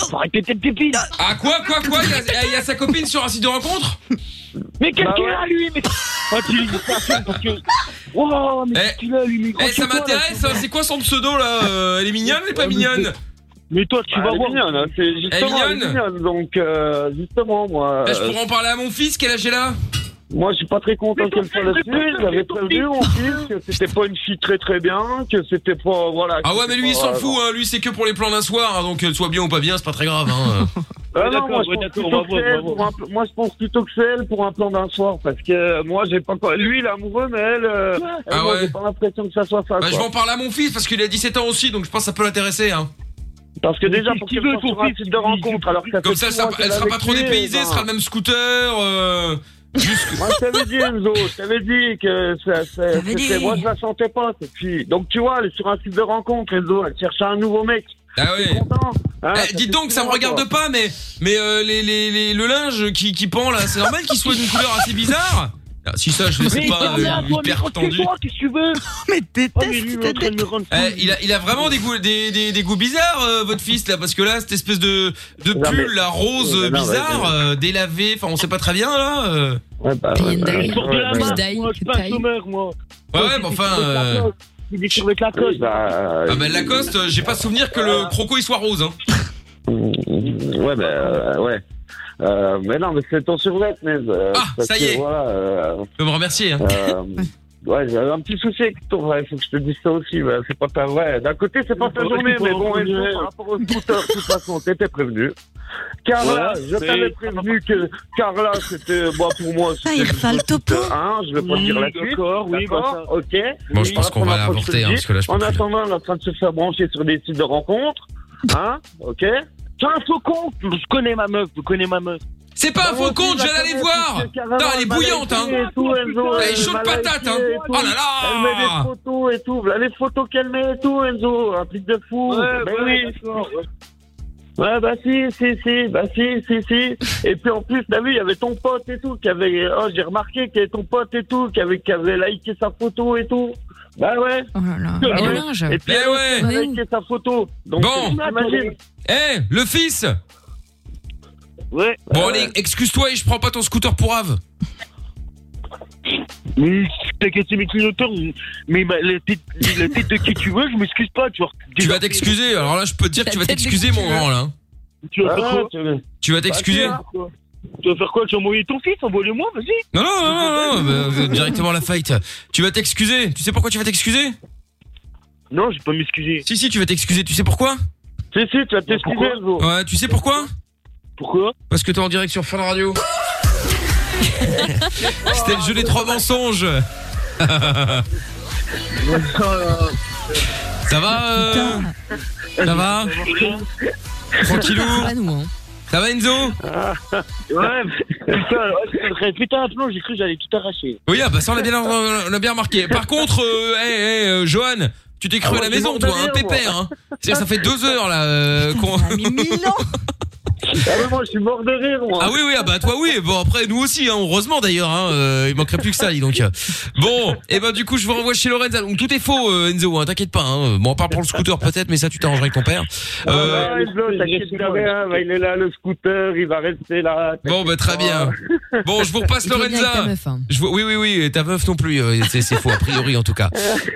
Speaker 11: Faut arrêter d'être débile.
Speaker 2: Ah, quoi, quoi, quoi Il y a- il y, a sa copine sur un site de rencontre
Speaker 11: Mais qu'est-ce
Speaker 2: Bah
Speaker 11: qu'il
Speaker 2: ouais.
Speaker 11: a, lui Mais. Oh, tu lui dis ça, c'est parce que. Wow, mais qu'est-ce qu'il a, lui mais
Speaker 2: Eh, ça
Speaker 11: crois-toi, là,
Speaker 2: m'intéresse,
Speaker 11: tu
Speaker 2: hein, c'est quoi son pseudo, là Euh, Elle est mignonne, elle est pas
Speaker 13: Ouais, mais
Speaker 2: mignonne
Speaker 11: Mais toi, tu
Speaker 13: Ah,
Speaker 11: vas
Speaker 13: elle est
Speaker 11: voir.
Speaker 13: mignonne, hein, c'est justement,
Speaker 2: Elle est
Speaker 13: elle est mignonne, donc euh, justement moi.
Speaker 2: Eh, Je
Speaker 13: euh,
Speaker 2: pourrais en parler à mon fils, quel âge elle a
Speaker 13: Moi, je suis pas très content
Speaker 2: Mais ton
Speaker 13: qu'elle soit
Speaker 2: fils, mais
Speaker 13: là-dessus.
Speaker 2: ton
Speaker 13: J'avais
Speaker 2: fils,
Speaker 13: prévenu mon fils que c'était pas une fille très très bien, que c'était pas voilà.
Speaker 2: Ah
Speaker 13: que
Speaker 2: ouais, mais
Speaker 13: c'était
Speaker 2: lui, il
Speaker 13: pas-
Speaker 2: s'en fout, hein, lui, c'est que pour les plans d'un soir, hein, donc qu'elle soit bien ou pas bien, c'est pas très grave. Hein.
Speaker 13: Ah
Speaker 2: Ouais,
Speaker 13: non,
Speaker 2: d'accord,
Speaker 13: moi, je
Speaker 2: ouais,
Speaker 13: pense
Speaker 2: d'accord,
Speaker 13: plutôt
Speaker 2: on va voir,
Speaker 13: que
Speaker 2: on va
Speaker 13: elle
Speaker 2: voir.
Speaker 13: pour un pl- moi, je pense plutôt que c'est elle pour un plan d'un soir, parce que euh, moi, j'ai pas encore- lui, il est amoureux, mais elle, euh, elle,
Speaker 2: Ah
Speaker 13: moi,
Speaker 2: ouais.
Speaker 13: j'ai pas l'impression que ça soit ça.
Speaker 2: Bah, je
Speaker 13: quoi.
Speaker 2: vais en parler à mon fils parce qu'il a 17 ans aussi, donc je pense que ça peut l'intéresser. Hein.
Speaker 13: Parce que déjà, pour qu'il soit sur un site de rencontre, alors que ça
Speaker 2: Comme
Speaker 13: fait
Speaker 2: ça,
Speaker 13: six
Speaker 2: ça-
Speaker 13: mois qu'elle
Speaker 2: elle sera
Speaker 13: est
Speaker 2: pas
Speaker 13: avec
Speaker 2: trop
Speaker 13: lui,
Speaker 2: dépaysée,
Speaker 13: ben,
Speaker 2: ce sera le même scooter. Euh...
Speaker 13: Moi, je t'avais dit, Enzo, je t'avais dit que ça- ça- c'était,
Speaker 2: dit.
Speaker 13: moi, je la sentais pas, cette fille. Donc, tu vois, elle est sur un site de rencontre, Enzo, elle cherche un nouveau mec.
Speaker 2: Ah ouais.
Speaker 13: Hein,
Speaker 2: Eh,
Speaker 13: ça fait
Speaker 2: dites donc,
Speaker 13: six
Speaker 2: ça me
Speaker 13: mois,
Speaker 2: regarde
Speaker 13: quoi.
Speaker 2: pas, mais mais euh, les, les, les- le linge qui, qui pend là, c'est normal qu'il soit d'une couleur assez bizarre. Ah, Si ça, je ne sais
Speaker 10: Mais
Speaker 2: pas,
Speaker 10: il parle
Speaker 2: euh,
Speaker 10: à toi, mais
Speaker 2: hyper tendu.
Speaker 10: excuse-moi, Qu'est-ce que tu veux
Speaker 14: Mais
Speaker 13: Oh,
Speaker 14: déteste,
Speaker 2: Eh, il, a, il a vraiment des goûts, des, des, des goûts bizarres, euh, votre fils, là, parce que là, cette espèce de, de
Speaker 13: Non, mais-
Speaker 2: pull, la rose euh,
Speaker 13: Non, non,
Speaker 2: bizarre,
Speaker 13: ouais,
Speaker 2: euh, délavé, enfin, on sait pas très bien, là. euh.
Speaker 13: Ouais, bah, ouais, bah, ouais, ouais, bah,
Speaker 10: Moi, je suis pas un chômeur, moi.
Speaker 2: Ouais, ouais, mais enfin, euh,
Speaker 10: Il est sur le Lacoste.
Speaker 13: bah,
Speaker 2: Ah bah Lacoste, euh, j'ai pas souvenir que le croco il soit rose. Hein.
Speaker 13: Ouais, bah, euh, ouais. Euh, mais non, mais c'est ton survêt, mais. ah,
Speaker 2: ça y est.
Speaker 13: Voilà, euh,
Speaker 2: Tu peux me remercier. Hein.
Speaker 13: euh, ouais, j'avais un petit souci avec ton vrai, faut que je te dise ça aussi, bah, c'est pas ta vraie. D'un côté, c'est pas ta
Speaker 6: Ouais,
Speaker 13: journée,
Speaker 6: tu
Speaker 13: mais
Speaker 6: pourras
Speaker 13: bon,
Speaker 6: revenir.
Speaker 13: et bon, par rapport au scooter, de toute façon, t'étais prévenu. Carla,
Speaker 6: Voilà,
Speaker 13: je
Speaker 6: c'est-
Speaker 13: t'avais prévenu que Carla, c'était, bah, pour moi, c'était.
Speaker 6: Ah, il refait le
Speaker 13: topo. Hein, je vais pas
Speaker 6: Oui,
Speaker 13: dire la suite.
Speaker 6: d'accord, oui, bah, ça-
Speaker 13: ok.
Speaker 2: Bon, je pense qu'on va
Speaker 13: Voilà, faut que je te
Speaker 2: l'avorter, hein,
Speaker 13: le dise.
Speaker 2: parce que là, je peux
Speaker 13: En
Speaker 2: plus, là.
Speaker 13: attendant, on est en train de se faire brancher sur des sites de rencontres. Hein, ok.
Speaker 10: T'es un faux con Je connais ma meuf, je connais ma meuf.
Speaker 2: C'est pas un faux con,
Speaker 10: je
Speaker 2: j'allais aller voir. Putain, elle est bouillante, hein. Elle est chaude patate, hein. Oh là
Speaker 13: Elle met des
Speaker 2: là
Speaker 13: photos et tout. Là, les photos qu'elle met et tout, Enzo. Un truc de fou.
Speaker 10: Ouais,
Speaker 13: Ben
Speaker 10: ouais,
Speaker 13: oui.
Speaker 10: d'accord, ouais.
Speaker 13: Ouais, bah si, si, si, bah si, si, si. Et puis en plus, t'as vu, il y avait ton pote et tout, qui avait, oh, j'ai remarqué qu'il y avait ton pote et tout, qui avait, qui avait liké sa photo et tout. Bah ouais. Bah
Speaker 2: Mais le
Speaker 13: ouais.
Speaker 2: linge.
Speaker 13: Et puis
Speaker 2: Mais
Speaker 13: elle
Speaker 2: Eh ouais.
Speaker 13: aussi, elle a liké sa photo. Donc,
Speaker 2: Bon.
Speaker 13: t'imagines.
Speaker 2: Eh, le fils
Speaker 10: Ouais.
Speaker 2: Bon, allez, excuse-toi et je prends pas ton scooter pour Ave.
Speaker 10: Mais T'inquiète, c'est mes clignotants. Mais bah, la tête la tête de qui tu veux, je m'excuse pas. Tu vas,
Speaker 2: Tu vas t'excuser, alors là, je peux te dire que tu vas t'excuser, mon grand, là. hein.
Speaker 10: Tu vas faire
Speaker 2: Ah ouais,
Speaker 10: quoi
Speaker 2: Tu vas t'excuser
Speaker 10: Bah, tu vas- Tu vas faire quoi Tu vas envoyer ton fils Envoie-le-moi, vas-y.
Speaker 2: Non, non, non, non, non, bah, euh, directement à la fight. Tu vas t'excuser. Tu sais pourquoi tu vas t'excuser
Speaker 10: Non, je vais pas m'excuser.
Speaker 2: Si, si, tu vas t'excuser. Tu sais pourquoi
Speaker 13: Si, si, tu vas t'excuser, Enzo.
Speaker 2: Ouais, tu sais pourquoi
Speaker 10: Pourquoi
Speaker 2: Parce que t'es en direct sur Fun Radio. C'était le jeu des trois mensonges. Ça va euh, Ça va Tranquillou
Speaker 4: hein.
Speaker 2: Ça va Enzo
Speaker 10: Ah. Ouais, putain, ouais, c'est vrai. putain, un plomb, j'ai cru que j'allais tout arracher.
Speaker 2: Oui, ah bah ça on l'a bien, on l'a bien remarqué. Par contre, euh, hey, hey, euh, Johan, tu t'es cru
Speaker 10: Ah,
Speaker 2: à la
Speaker 10: moi,
Speaker 2: maison
Speaker 10: je m'en
Speaker 2: toi, un
Speaker 10: délire, moi.
Speaker 2: pépère. Hein. C'est- Ça fait deux heures là euh, qu'on...
Speaker 13: Ah ouais, moi, je suis mort de rire, moi.
Speaker 2: Ah oui, oui, ah bah toi oui. Bon après nous aussi, hein, heureusement d'ailleurs. Hein, euh, il manquerait plus que ça, dis donc. Bon, et ben du coup je vous renvoie chez Lorenza. Donc tout est faux, euh, Enzo. Hein, T'inquiète pas. Hein. Bon, à part pour le scooter peut-être, mais ça tu t'arrangeras avec ton père. Euh,
Speaker 13: Ouais, Enzo, t'inquiète jamais, hein, bah, il est là, le scooter, il va rester là.
Speaker 2: Bon bah très bien. Bon, je vous repasse
Speaker 13: Il faut bien avec
Speaker 2: Lorenza.
Speaker 13: ta meuf, hein.
Speaker 2: Je vous- Oui oui oui, et ta meuf non plus, euh, c'est c'est faux a priori en tout cas.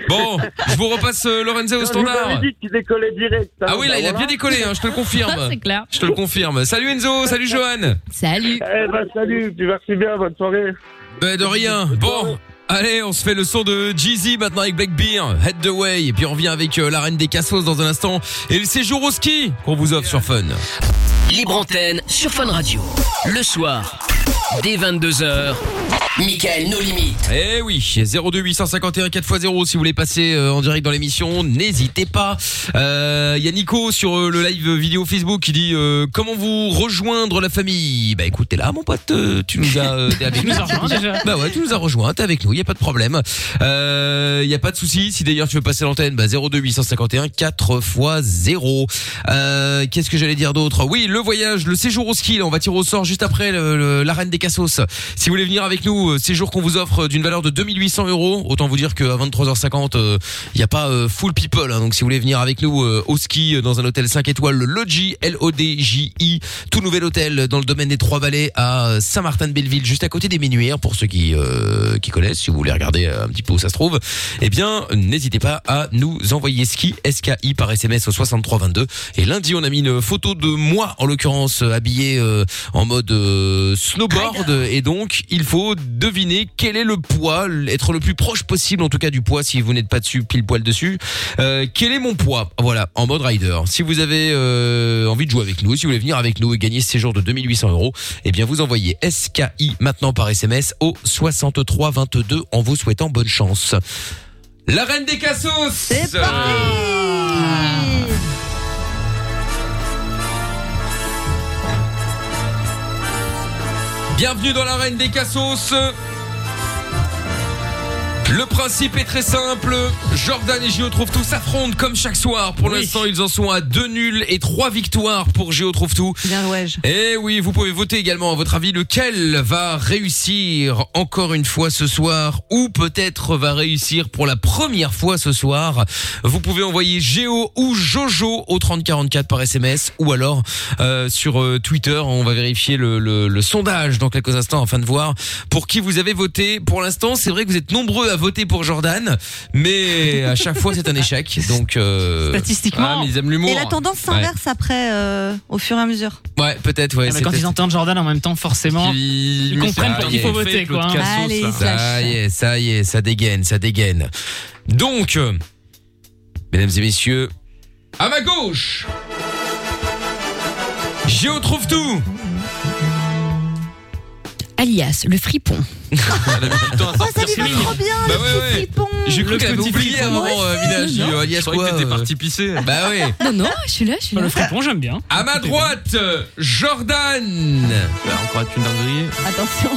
Speaker 2: Bon, je vous repasse euh, Lorenza au
Speaker 13: Je
Speaker 2: standard.
Speaker 13: vous avais dit qu'il décollait direct. hein,
Speaker 2: Ah oui, là,
Speaker 13: bah,
Speaker 2: il a
Speaker 13: voilà.
Speaker 2: bien décollé, hein, je te le confirme.
Speaker 15: C'est clair.
Speaker 2: Je te le confirme. Salut Enzo, salut Johan.
Speaker 15: Salut.
Speaker 13: Eh ben, salut, tu merci bien, bonne soirée.
Speaker 2: Ben, de rien. Bon, allez, on se fait le son de Jeezy maintenant avec Black Beer, Head the Way, et puis on revient avec euh, la reine des cassos dans un instant, et le séjour au ski qu'on vous offre sur Fun.
Speaker 1: Libre antenne sur Fun Radio. Le soir, dès 22h, Michael nos limites.
Speaker 2: Eh oui, 02851 4x0 si vous voulez passer euh, en direct dans l'émission, n'hésitez pas. Euh, Il y a Nico sur euh, le live vidéo Facebook qui dit euh, comment vous rejoindre la famille. Bah écoute, t'es là mon pote, euh, tu nous as euh, t'es avec
Speaker 16: Tu nous as rejoint, déjà.
Speaker 2: Bah ouais, tu nous as rejoint, t'es avec nous, y a pas de problème. Euh, y a pas de souci, si d'ailleurs tu veux passer l'antenne, bah 02851 4x0. Euh, qu'est-ce que j'allais dire d'autre Oui, le voyage, le séjour au ski, là, on va tirer au sort juste après le- le- la reine des cassos. Si vous voulez venir avec nous, euh, séjour qu'on vous offre euh, d'une valeur de 2800 euros, autant vous dire qu'à 23h50, il n'y a pas euh, full people. hein. donc si vous voulez venir avec nous euh, au ski euh, dans un hôtel 5 étoiles, le Lodji, L-O-D-J-I, tout nouvel hôtel dans le domaine des Trois-Vallées à euh, Saint-Martin-de-Belleville, juste à côté des Menuières, pour ceux qui, euh, qui connaissent, si vous voulez regarder euh, un petit peu où ça se trouve, eh bien, n'hésitez pas à nous envoyer ski, SKI par SMS au 6322. Et lundi, on a mis une photo de moi, en l'occurrence, euh, habillé euh, en mode euh, snowboard. Et donc, il faut deviner quel est le poids, l- être le plus proche possible, en tout cas, du poids, si vous n'êtes pas dessus, pile poil dessus. Euh, quel est mon poids Voilà, en mode rider. Si vous avez euh, envie de jouer avec nous, si vous voulez venir avec nous et gagner ce séjour de 2800 euros, eh bien, vous envoyez SKI maintenant par SMS au 6322 en vous souhaitant bonne chance. La reine des cassos C'est Bienvenue dans la reine des cassos Le principe est très simple. Jordan et Gio trouvent tout s'affrontent comme chaque soir. Pour l'instant, ils en sont à deux nuls et trois victoires pour Gio trouve tout.
Speaker 7: Bien louage.
Speaker 2: Et oui, vous pouvez voter également à votre avis lequel va réussir encore une fois ce soir ou peut-être va réussir pour la première fois ce soir. Vous pouvez envoyer Géo ou Jojo au 3044 par SMS ou alors euh, sur euh, Twitter. On va vérifier le, le- le sondage dans quelques instants afin de voir pour qui vous avez voté. Pour l'instant, c'est vrai que vous êtes nombreux à voter pour Jordan, mais à chaque fois c'est un échec. Donc euh,
Speaker 7: Statistiquement.
Speaker 2: ah, mais ils aiment l'humour.
Speaker 7: Et la tendance s'inverse après, euh, au fur et à mesure.
Speaker 2: Ouais, Ouais, peut-être. Ouais,
Speaker 3: Ah, mais
Speaker 2: c'est
Speaker 3: quand ils
Speaker 2: peut-être-
Speaker 3: entendent Jordan en même temps, forcément, ils, comprennent
Speaker 2: Ah,
Speaker 3: pour qui il faut
Speaker 2: y est.
Speaker 3: voter. Quoi, hein.
Speaker 2: ça y est, ça y est, ça dégaine, ça dégaine. Donc, euh, mesdames et messieurs, à ma gauche, Géo trouve tout.
Speaker 4: Alias, le fripon.
Speaker 5: Ah,
Speaker 2: Oh,
Speaker 7: ça lui va trop bien,
Speaker 2: Bah
Speaker 7: le
Speaker 2: ouais, ouais. J'ai cru
Speaker 5: Le
Speaker 2: que t'avais
Speaker 5: petit
Speaker 2: oublié
Speaker 5: fripon.
Speaker 2: à un moment, euh,
Speaker 5: Ouais,
Speaker 2: Minage,
Speaker 5: non.
Speaker 2: euh, alias
Speaker 5: Je croyais que
Speaker 2: quoi,
Speaker 5: t'étais
Speaker 2: euh,
Speaker 5: parti pisser.
Speaker 2: Bah oui.
Speaker 4: Non, non, je suis là, je suis là.
Speaker 3: Le fripon, j'aime bien.
Speaker 2: À ma droite, Jordan.
Speaker 5: Bah,
Speaker 2: encore une dinguerie.
Speaker 4: Attention.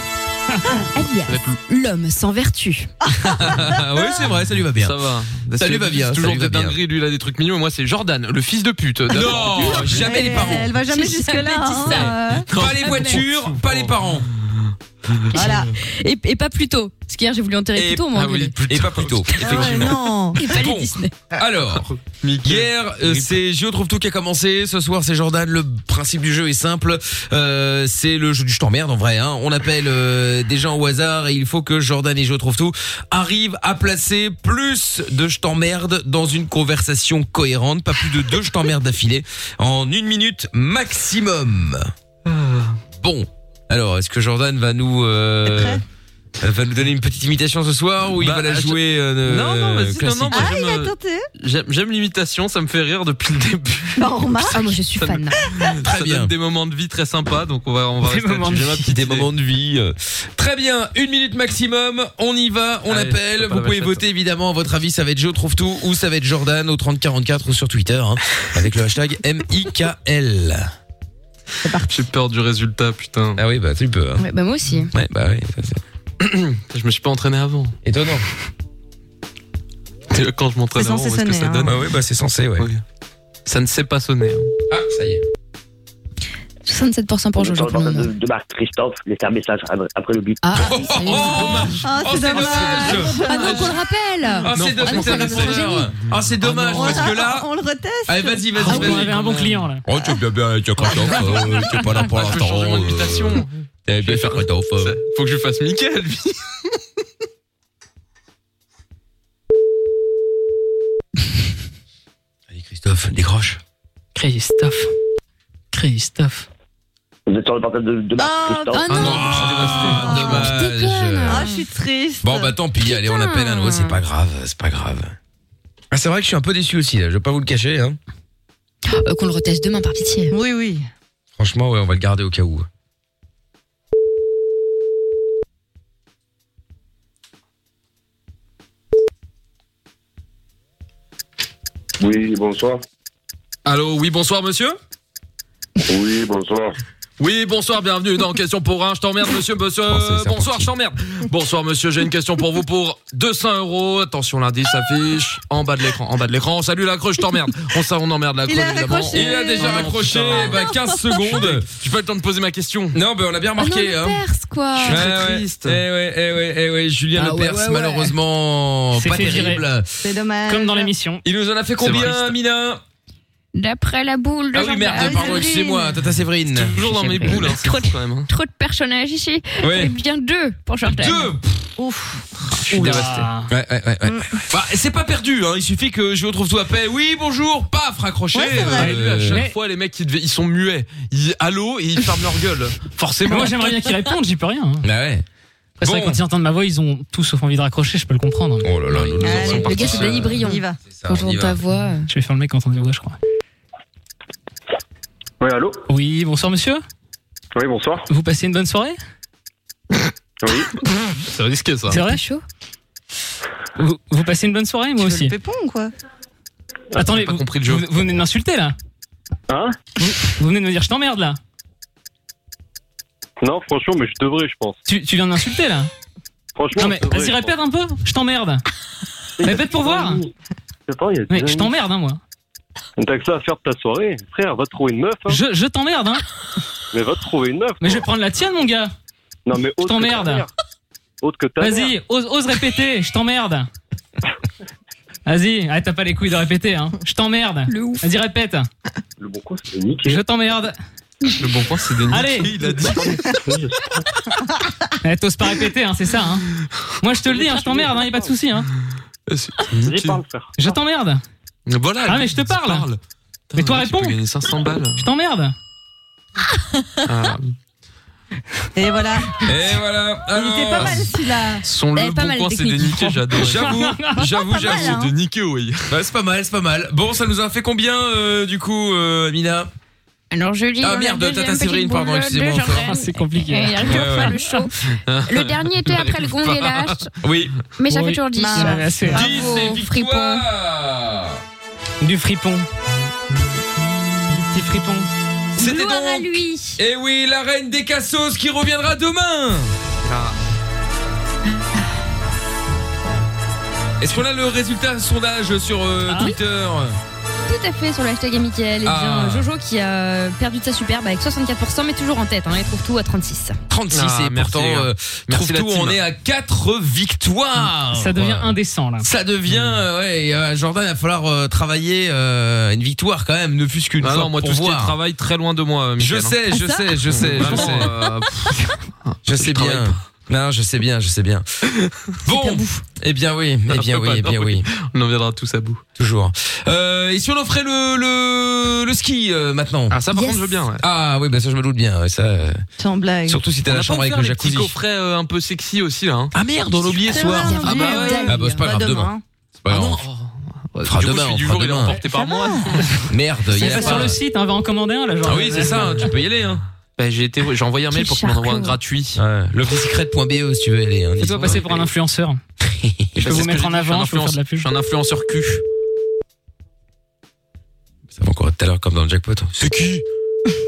Speaker 4: Alias, l'homme sans vertu.
Speaker 2: oui, c'est vrai, ça lui va bien.
Speaker 5: Ça
Speaker 2: Ça
Speaker 5: va. Parce
Speaker 2: lui
Speaker 5: que
Speaker 2: va bien, ça
Speaker 5: C'est toujours
Speaker 2: lui va
Speaker 5: des
Speaker 2: bien.
Speaker 5: dingueries, lui il a des trucs mignons et moi c'est Jordan, le fils de pute.
Speaker 2: Euh,
Speaker 5: D'accord.
Speaker 2: Non, jamais les parents.
Speaker 7: Elle va jamais
Speaker 4: J'ai
Speaker 7: jusque-là.
Speaker 4: jamais dit
Speaker 7: hein,
Speaker 4: ça.
Speaker 7: euh.
Speaker 2: Pas les voitures, pas les parents.
Speaker 4: Voilà. Et, et pas plus tôt. Parce qu'hier, j'ai voulu enterrer plus tôt, moi.
Speaker 2: Ah oui, plus tôt. Et pas plus tôt, effectivement.
Speaker 7: non.
Speaker 4: Et pas les Disney.
Speaker 2: Alors, hier, euh, c'est Gio Trouve Tout qui a commencé. Ce soir, c'est Jordan. Le principe du jeu est simple. Euh, c'est le jeu du je t'emmerde en vrai. Hein. On appelle euh, des gens au hasard et il faut que Jordan et Gio Trouve Tout arrivent à placer plus de je t'emmerde dans une conversation cohérente. Pas plus de deux je t'emmerde d'affilée en une minute maximum. Ah. Bon, alors, est-ce que Jordan va nous... euh, va nous donner une petite imitation ce soir ou il
Speaker 5: Bah,
Speaker 2: va la
Speaker 5: je-
Speaker 2: jouer euh,
Speaker 5: Non, non, vas-y, non,
Speaker 2: classique
Speaker 5: non, moi,
Speaker 7: Ah, il
Speaker 5: j'aime,
Speaker 7: a
Speaker 5: euh,
Speaker 7: tenté.
Speaker 5: J'aime j'aime l'imitation, ça me fait rire depuis le début.
Speaker 7: Bah, on remarque. Ah, moi, je suis fan.
Speaker 5: ça donne des moments de vie très sympas, donc on va, on va
Speaker 2: Des
Speaker 5: rester
Speaker 2: moments
Speaker 5: là-dessus.
Speaker 2: de
Speaker 5: J'ai ma
Speaker 2: vie.
Speaker 5: petite
Speaker 2: Des
Speaker 5: idée.
Speaker 2: moments de vie. euh, Très bien, une minute maximum, on y va, on
Speaker 5: Allez,
Speaker 2: appelle,
Speaker 5: faut pas
Speaker 2: vous
Speaker 5: la
Speaker 2: pouvez
Speaker 5: machette.
Speaker 2: voter évidemment, à votre avis ça va être Joe Trouve Tout ou ça va être Jordan au 3044 ou sur Twitter hein, avec le hashtag MIKL.
Speaker 5: J'ai peur du résultat, putain.
Speaker 2: Ah oui, bah tu peux.
Speaker 4: Ouais, bah, moi aussi.
Speaker 2: Ouais, bah oui.
Speaker 5: je me suis pas entraîné avant.
Speaker 2: Et toi non
Speaker 5: Quand je m'entraîne
Speaker 2: C'est
Speaker 5: avant,
Speaker 2: censé
Speaker 5: est-ce que
Speaker 2: sonner,
Speaker 5: ça
Speaker 2: hein.
Speaker 5: donne
Speaker 2: Ah ouais, bah c'est censé, ouais.
Speaker 5: Ça ne sait pas sonner. hein.
Speaker 2: Ah, ça y est.
Speaker 4: 67% pour Jojo. pour le moment.
Speaker 17: de Marc Christophe, laissez un message après le but.
Speaker 4: Ah,
Speaker 2: Oh,
Speaker 10: Oh,
Speaker 7: Ah,
Speaker 4: c'est dommage. Ah, donc on le
Speaker 2: Ah,
Speaker 4: rappelle.
Speaker 2: c'est dommage,
Speaker 4: non, ça va
Speaker 2: c'est
Speaker 4: être un génie.
Speaker 2: dommage. Ah, c'est dommage parce que
Speaker 5: Ah,
Speaker 2: là.
Speaker 7: On le reteste.
Speaker 2: Allez, vas-y, vas-y,
Speaker 3: Ah,
Speaker 2: vas-y.
Speaker 3: on avait un bon client là.
Speaker 2: Oh, tu es bien, bien, tu es content, euh, tu es pas là pour
Speaker 5: Ah, je peux
Speaker 2: l'instant.
Speaker 5: changer mon
Speaker 2: euh,
Speaker 5: invitation.
Speaker 2: T'es bien faire content, euh.
Speaker 5: Faut que je fasse Mickaël, lui.
Speaker 2: Christophe, décroche.
Speaker 3: Christophe. Christophe.
Speaker 17: Vous êtes sur le portable de, de Marc
Speaker 7: Oh,
Speaker 17: Christophe.
Speaker 7: bah
Speaker 2: Ah non, dommage.
Speaker 7: Ah, je suis triste.
Speaker 2: Bon bah tant pis, allez on appelle un autre, c'est pas grave, c'est pas grave. Ah, c'est vrai que je suis un peu déçu aussi là, je vais pas vous le cacher hein.
Speaker 4: Euh, Qu'on le reteste demain, par pitié.
Speaker 7: Oui, oui.
Speaker 2: Franchement ouais, on va le garder au cas où.
Speaker 6: Oui, bonsoir.
Speaker 5: Allô, oui, bonsoir, monsieur
Speaker 6: Oui, bonsoir.
Speaker 5: Oui, bonsoir, bienvenue dans Question pour un. Je t'emmerde, monsieur, monsieur.
Speaker 2: Oh,
Speaker 5: bonsoir, je t'emmerde. Bonsoir, monsieur, j'ai une question pour vous pour 200 euros. Attention, l'indice s'affiche en bas de l'écran, en bas de l'écran. Salut, la creux, je t'emmerde. On, ça, on emmerde la creux,
Speaker 2: Il a
Speaker 5: évidemment.
Speaker 2: raccroché. Il a déjà
Speaker 5: Oh,
Speaker 2: raccroché,
Speaker 5: putain.
Speaker 2: bah, 15 secondes.
Speaker 5: J'ai pas eu le temps de poser ma question.
Speaker 2: Non, ben on a bien
Speaker 5: remarqué. hein.
Speaker 4: Ah non, le Perse, quoi.
Speaker 5: Je suis très
Speaker 2: Ouais, ouais.
Speaker 5: triste.
Speaker 2: Eh ouais, eh ouais, eh ouais, Julien
Speaker 5: Ah
Speaker 2: Lepers
Speaker 5: ouais, ouais, ouais.
Speaker 2: malheureusement Oh,
Speaker 5: S'est
Speaker 2: pas
Speaker 5: fait virer.
Speaker 2: terrible.
Speaker 7: C'est dommage.
Speaker 3: Comme dans l'émission.
Speaker 2: Il nous en a fait combien Mina
Speaker 4: D'après la boule de
Speaker 2: Ah oui
Speaker 4: Jordan.
Speaker 2: merde, pardon, c'est moi, Tata Séverine. Toujours dans mes boules
Speaker 5: quand même.
Speaker 4: Trop de personnages ici.
Speaker 2: Ouais.
Speaker 4: Et bien deux pour Jordan.
Speaker 2: Deux Ah,
Speaker 4: Ouf.
Speaker 2: Je suis
Speaker 4: Oula.
Speaker 2: dévasté. Ouais, ouais, ouais. ouais. Bah, c'est pas perdu, hein. Il suffit que je retrouve tout à paix. Oui, bonjour, paf, raccroché.
Speaker 5: Ouais, c'est vrai.
Speaker 2: Euh,
Speaker 5: à chaque
Speaker 2: mais-
Speaker 5: fois, les mecs, ils, devaient- ils sont muets. Ils, allô, et ils ferment leur gueule. Forcément.
Speaker 3: Moi j'aimerais bien qu'ils répondent, j'y peux rien. hein.
Speaker 2: Bah ouais.
Speaker 3: Après, C'est vrai,
Speaker 5: Bon.
Speaker 3: quand ils entendent ma voix, ils ont tous sauf envie de raccrocher, je peux le comprendre.
Speaker 2: Oh là là, nous nous
Speaker 4: Allez, le gars, c'est Dany Brion.
Speaker 7: On y va.
Speaker 2: ça,
Speaker 4: Quand
Speaker 2: on y
Speaker 4: j'entends
Speaker 2: va.
Speaker 4: ta voix. euh,
Speaker 3: Je vais faire le mec quand on voix, je crois.
Speaker 6: Oui, allô
Speaker 3: Oui, bonsoir monsieur.
Speaker 6: Oui, bonsoir.
Speaker 3: Vous passez une bonne soirée
Speaker 6: Oui.
Speaker 5: C'est risqué, ça.
Speaker 3: C'est vrai
Speaker 4: chaud.
Speaker 3: vous, vous passez une bonne soirée, moi aussi.
Speaker 7: Pépon ou quoi
Speaker 3: Attendez, vous, vous- vous venez de m'insulter là
Speaker 6: Hein
Speaker 3: vous, vous venez de me dire je t'emmerde là
Speaker 6: Non, franchement, mais je devrais, je pense.
Speaker 3: Tu, tu viens de m'insulter là Non mais vas-y répète un peu, je t'emmerde. Répète pour voir. Mais je t'emmerde hein, moi.
Speaker 12: T'as que ça à faire de ta soirée. Frère, va te trouver une meuf. hein.
Speaker 3: Je, je t'emmerde hein.
Speaker 12: Mais va te trouver une meuf.
Speaker 3: Mais je vais prendre la tienne mon gars.
Speaker 12: Non, mais
Speaker 3: Je
Speaker 12: autre que ta
Speaker 3: t'emmerde.
Speaker 12: mère. Autre que ta mère.
Speaker 3: Vas-y, ose, ose répéter, je t'emmerde. Vas-y, ah, t'as pas les couilles de répéter hein. Je t'emmerde.
Speaker 12: Le ouf.
Speaker 3: Vas-y répète.
Speaker 12: Le bon coin, c'est de niquer.
Speaker 3: Je t'emmerde.
Speaker 2: Le bon point, c'est de niquer,
Speaker 3: Allez.
Speaker 2: il a dit.
Speaker 12: Bah,
Speaker 3: Eh, T'oses pas répéter hein, c'est ça hein. Moi je te le dis hein, je t'emmerde hein, y a pas de souci hein.
Speaker 2: Vas-y, parle, frère.
Speaker 3: Je t'emmerde.
Speaker 2: Voilà.
Speaker 3: Ah mais je te parle. mais toi réponds.
Speaker 2: gagner 500 balles.
Speaker 3: Je t'emmerde.
Speaker 2: Ah.
Speaker 7: Et voilà.
Speaker 2: Et voilà. Alors,
Speaker 7: Il était pas mal celui-là.
Speaker 2: Son le bon coin, c'est de niquer, j'adore. J'avoue, j'avoue, j'avoue. De niquer, oui. Ouais, c'est pas mal, c'est pas mal. Bon, ça nous a fait combien, euh, du coup, euh, Amina
Speaker 18: Alors je lis.
Speaker 2: Ah
Speaker 18: dans la
Speaker 2: merde,
Speaker 18: deuxième
Speaker 2: Tata
Speaker 18: petite
Speaker 2: Séverine, pardon,
Speaker 18: boule
Speaker 2: excusez-moi
Speaker 18: de
Speaker 2: encore.
Speaker 18: Jordan.
Speaker 2: Ah, c'est compliqué.
Speaker 18: Et il arrive
Speaker 2: Ouais,
Speaker 18: à faire
Speaker 2: ouais.
Speaker 18: le show. Le dernier était après le gondolage,
Speaker 2: Oui.
Speaker 18: mais j'avais toujours 10.
Speaker 3: Bah, ouais, c'est-
Speaker 18: Bravo,
Speaker 3: 10, c'est
Speaker 18: fripon.
Speaker 3: Du fripon. Du petit fripon.
Speaker 2: C'était donc. Et oui, la reine des cassos qui reviendra demain. Est-ce qu'on a le résultat sondage sur euh,
Speaker 18: Ah
Speaker 2: Twitter
Speaker 4: Tout à fait sur le hashtag Amical. Et
Speaker 2: Ah.
Speaker 4: bien, Jojo qui a perdu de sa superbe avec 64%, mais toujours en tête. Hein, il trouve tout à 36.
Speaker 2: 36
Speaker 5: Ah,
Speaker 2: et pourtant
Speaker 5: merci,
Speaker 2: euh, trouve
Speaker 5: Merci la
Speaker 2: tout,
Speaker 5: team.
Speaker 2: on est à 4 victoires.
Speaker 3: Ça devient
Speaker 2: Ouais.
Speaker 3: indécent là.
Speaker 2: Ça
Speaker 5: Mmh.
Speaker 2: devient euh, ouais, et, euh, Jordan, il va falloir euh, travailler euh, une victoire quand même, ne fût-ce qu'une
Speaker 5: Ah
Speaker 2: fois
Speaker 5: non, moi,
Speaker 2: pour
Speaker 5: tout ce qui
Speaker 2: voir.
Speaker 5: est travail, très loin de moi, euh,
Speaker 2: Je
Speaker 5: Mickaël, hein.
Speaker 2: sais, je sais, je sais, je
Speaker 5: Vraiment,
Speaker 2: sais.
Speaker 5: euh,
Speaker 2: Je sais bien. Non, je sais bien, je sais bien. Bon, eh bien oui,
Speaker 5: Ah,
Speaker 2: eh bien oui, eh bien oui.
Speaker 5: On en viendra tous à bout.
Speaker 2: Toujours. Euh, et si on offrait le le, le ski euh, maintenant Ah
Speaker 5: ça, par Yes. contre, je veux bien, ouais.
Speaker 2: Ah oui, bah ça je me doute bien. ouais, ça. euh.
Speaker 7: Sans blague.
Speaker 2: Surtout si t'as
Speaker 5: On
Speaker 2: la
Speaker 5: a
Speaker 2: chambre
Speaker 5: pas
Speaker 2: avec
Speaker 5: offert
Speaker 2: le
Speaker 5: les petits
Speaker 2: jacuzzi.
Speaker 5: coffrets, euh, un peu sexy aussi là. hein.
Speaker 2: Ah merde, on l'a oublié ce
Speaker 5: C'est vrai,
Speaker 2: soir.
Speaker 5: on a
Speaker 2: Ah bah
Speaker 5: oublié,
Speaker 2: ouais.
Speaker 5: dingue.
Speaker 2: Ah bah c'est pas
Speaker 5: Bah,
Speaker 2: grave
Speaker 5: demain.
Speaker 2: demain. C'est pas grave. On fera
Speaker 5: Du coup,
Speaker 2: demain,
Speaker 5: celui
Speaker 2: on
Speaker 5: du
Speaker 2: fera
Speaker 5: jour, il est
Speaker 2: demain.
Speaker 5: emporté par moi.
Speaker 2: Merde, il y
Speaker 3: C'est
Speaker 2: a
Speaker 3: pas sur
Speaker 2: pas.
Speaker 3: le site, hein, on va en commander un là. Genre.
Speaker 5: Ah oui, c'est ça, tu peux y aller. Hein. Bah, j'ai été, j'ai envoyé un mail pour qu'on m'en envoie un gratuit.
Speaker 2: L'officecret.be si tu veux aller. hein,
Speaker 3: Tu dois passer pour un influenceur. Je
Speaker 5: Bah,
Speaker 3: peux
Speaker 5: c'est
Speaker 3: vous
Speaker 5: ce que
Speaker 3: mettre
Speaker 5: j'ai
Speaker 3: en
Speaker 5: dit,
Speaker 3: avant, je
Speaker 5: je
Speaker 3: peux
Speaker 5: suis un
Speaker 3: vous faire de la
Speaker 5: influence-
Speaker 3: pub.
Speaker 5: je suis un influenceur cul.
Speaker 2: Ça va encore être tout à l'heure comme dans le jackpot. C'est qui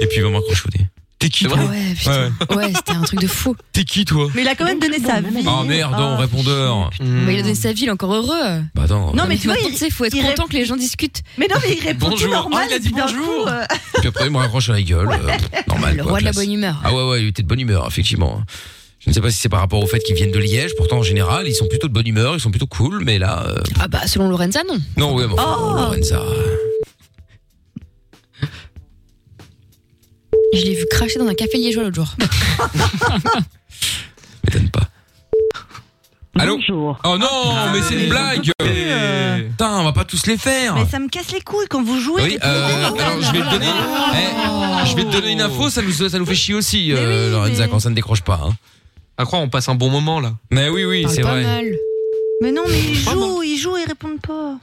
Speaker 2: Et puis il va m'accrochouder. T'es qui toi
Speaker 4: Ah Ouais, putain. Ouais, c'était un truc de fou.
Speaker 2: T'es qui toi
Speaker 7: Mais il a quand même donné sa vie.
Speaker 2: Oh merde,
Speaker 7: Ah.
Speaker 2: non, répondeur.
Speaker 4: Ah. Mais il a donné sa vie, il est encore heureux.
Speaker 2: Bah attends.
Speaker 7: Non, mais tu vois,
Speaker 4: maintenant,
Speaker 7: il-
Speaker 4: tu sais, faut être
Speaker 7: il
Speaker 4: content que les gens discutent.
Speaker 7: Mais non, mais il répond
Speaker 2: Bonjour.
Speaker 7: tout normal.
Speaker 2: Ah, il a
Speaker 7: et
Speaker 2: dit
Speaker 7: puis d'un
Speaker 2: bonjour.
Speaker 7: coup, euh,
Speaker 2: Puis après, il me raccroche à la gueule. euh, pff, normal.
Speaker 4: Le
Speaker 2: quoi,
Speaker 4: roi de la
Speaker 2: classe.
Speaker 4: bonne humeur.
Speaker 2: Ah ouais, ouais, il était de bonne humeur, effectivement. hein. Je ne sais pas si c'est par rapport au fait qu'ils viennent de Liège. Pourtant, en général, ils sont plutôt de bonne humeur, ils sont plutôt cool, mais là. euh,
Speaker 4: Ah Oh. bah, selon Lorenza, non.
Speaker 2: Non, oui, bon, Lorenza.
Speaker 4: Je l'ai vu cracher dans un café liégeois l'autre jour.
Speaker 2: Allô Oh non, mais c'est une blague Putain, on va pas tous les faire
Speaker 7: mais ça me casse les couilles quand vous jouez.
Speaker 2: Oui, euh, alors je vais te donner.
Speaker 7: Oh.
Speaker 2: eh, je vais te donner une info, ça nous, ça nous fait chier aussi, euh, Lorenza, quand ça ne décroche pas. Hein.
Speaker 5: À croire, on passe un bon moment là.
Speaker 2: Mais oui, oui, c'est vrai.
Speaker 7: Mais non, mais il joue, il joue et ils répondent pas.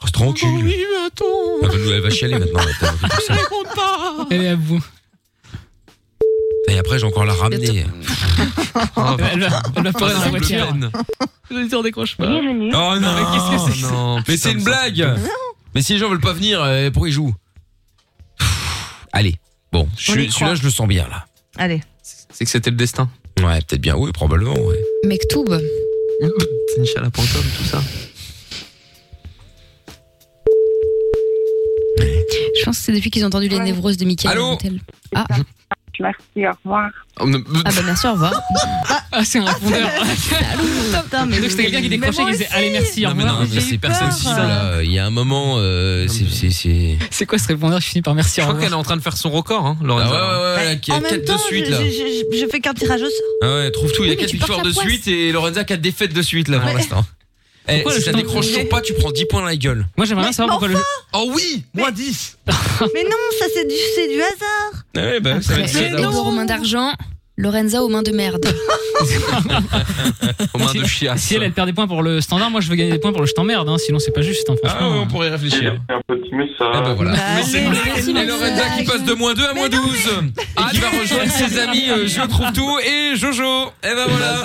Speaker 2: Reste Oh, tranquille.
Speaker 7: Oui, mais attends.
Speaker 2: Elle va, nous- elle va chialer maintenant. attends.
Speaker 7: Ils répondent pas.
Speaker 3: Elle est à bout.
Speaker 2: Et après, j'ai encore la ramener. Ah,
Speaker 3: Elle va- elle va pleurer dans la voiture. Je vais dire, on décroche pas.
Speaker 2: Oh non,
Speaker 3: mais qu'est-ce que c'est que ça
Speaker 2: non, Mais c'est une blague Mais si les gens veulent pas venir, euh, pourquoi ils jouent Pff, Allez, bon, je-
Speaker 7: On y
Speaker 2: celui-là,
Speaker 7: croit.
Speaker 2: je le sens bien, là.
Speaker 7: Allez.
Speaker 2: C'est que c'était le destin Ouais, peut-être bien, oui, probablement, ouais.
Speaker 4: Mektoub.
Speaker 5: Inch'Allah.com, tout ça.
Speaker 4: Je pense que c'est depuis qu'ils ont entendu les névroses de Michael.
Speaker 5: Allô
Speaker 4: à l'hôtel. Ah.
Speaker 10: Merci, au revoir.
Speaker 4: Ah bah merci, au revoir.
Speaker 3: Ah, c'est un répondeur.
Speaker 7: Putain, mais
Speaker 3: Donc, c'était quelqu'un qui
Speaker 7: mais
Speaker 3: décrochait,
Speaker 7: moi
Speaker 3: il disait Allez, merci, au
Speaker 2: Non, mais non,
Speaker 3: revoir.
Speaker 2: mais c'est personne
Speaker 3: peur.
Speaker 2: cible, là. Il y a un moment, euh, c'est- c'est. c'est-
Speaker 3: C'est quoi ce répondeur qui finit par merci,
Speaker 5: Je
Speaker 3: au
Speaker 5: crois
Speaker 3: revoir
Speaker 5: qu'elle est en train de faire son record, hein, Lorenza.
Speaker 2: Ah ouais, ouais, ouais, là, qui a
Speaker 7: En même
Speaker 2: quatre de
Speaker 7: temps,
Speaker 2: suite,
Speaker 7: je,
Speaker 2: là.
Speaker 7: je- je- je fais qu'un tirage au sort.
Speaker 2: Ah ouais, trouve tout, il y a
Speaker 7: Oui, mais
Speaker 2: 4
Speaker 7: tu portes
Speaker 2: victoires
Speaker 7: la
Speaker 2: de
Speaker 7: poisse.
Speaker 2: suite et Lorenza 4 défaites de suite, là, pour
Speaker 7: Ouais.
Speaker 2: l'instant. Eh,
Speaker 3: Pourquoi
Speaker 2: si
Speaker 3: le
Speaker 2: ça
Speaker 3: stand-
Speaker 2: décroche toujours pas, tu prends 10 points dans la gueule.
Speaker 3: Moi, j'aimerais bien savoir pourquoi le.
Speaker 2: Oh oui Moins 10
Speaker 7: Mais non, ça c'est du, c'est du hasard.
Speaker 2: Ah ouais, bah, ça va être
Speaker 4: Après, Edouard aux mains d'argent, Lorenza aux mains de merde.
Speaker 5: Aux mains de chiasse.
Speaker 3: Si elle, elle perd des points pour le standard, moi je veux gagner des points pour le je t'emmerde, hein, sinon c'est pas juste. Hein, franchement.
Speaker 2: Ah on pourrait y réfléchir.
Speaker 12: Un petit message.
Speaker 2: Ah bah voilà.
Speaker 12: Mais
Speaker 2: c'est
Speaker 12: allez,
Speaker 2: une blague.
Speaker 12: merci,
Speaker 2: Et Lorenza
Speaker 12: Lorenza.
Speaker 2: qui passe de moins 2 à moins 12 et qui va rejoindre ses amis euh, Je trouve tout et Jojo. Et ben voilà.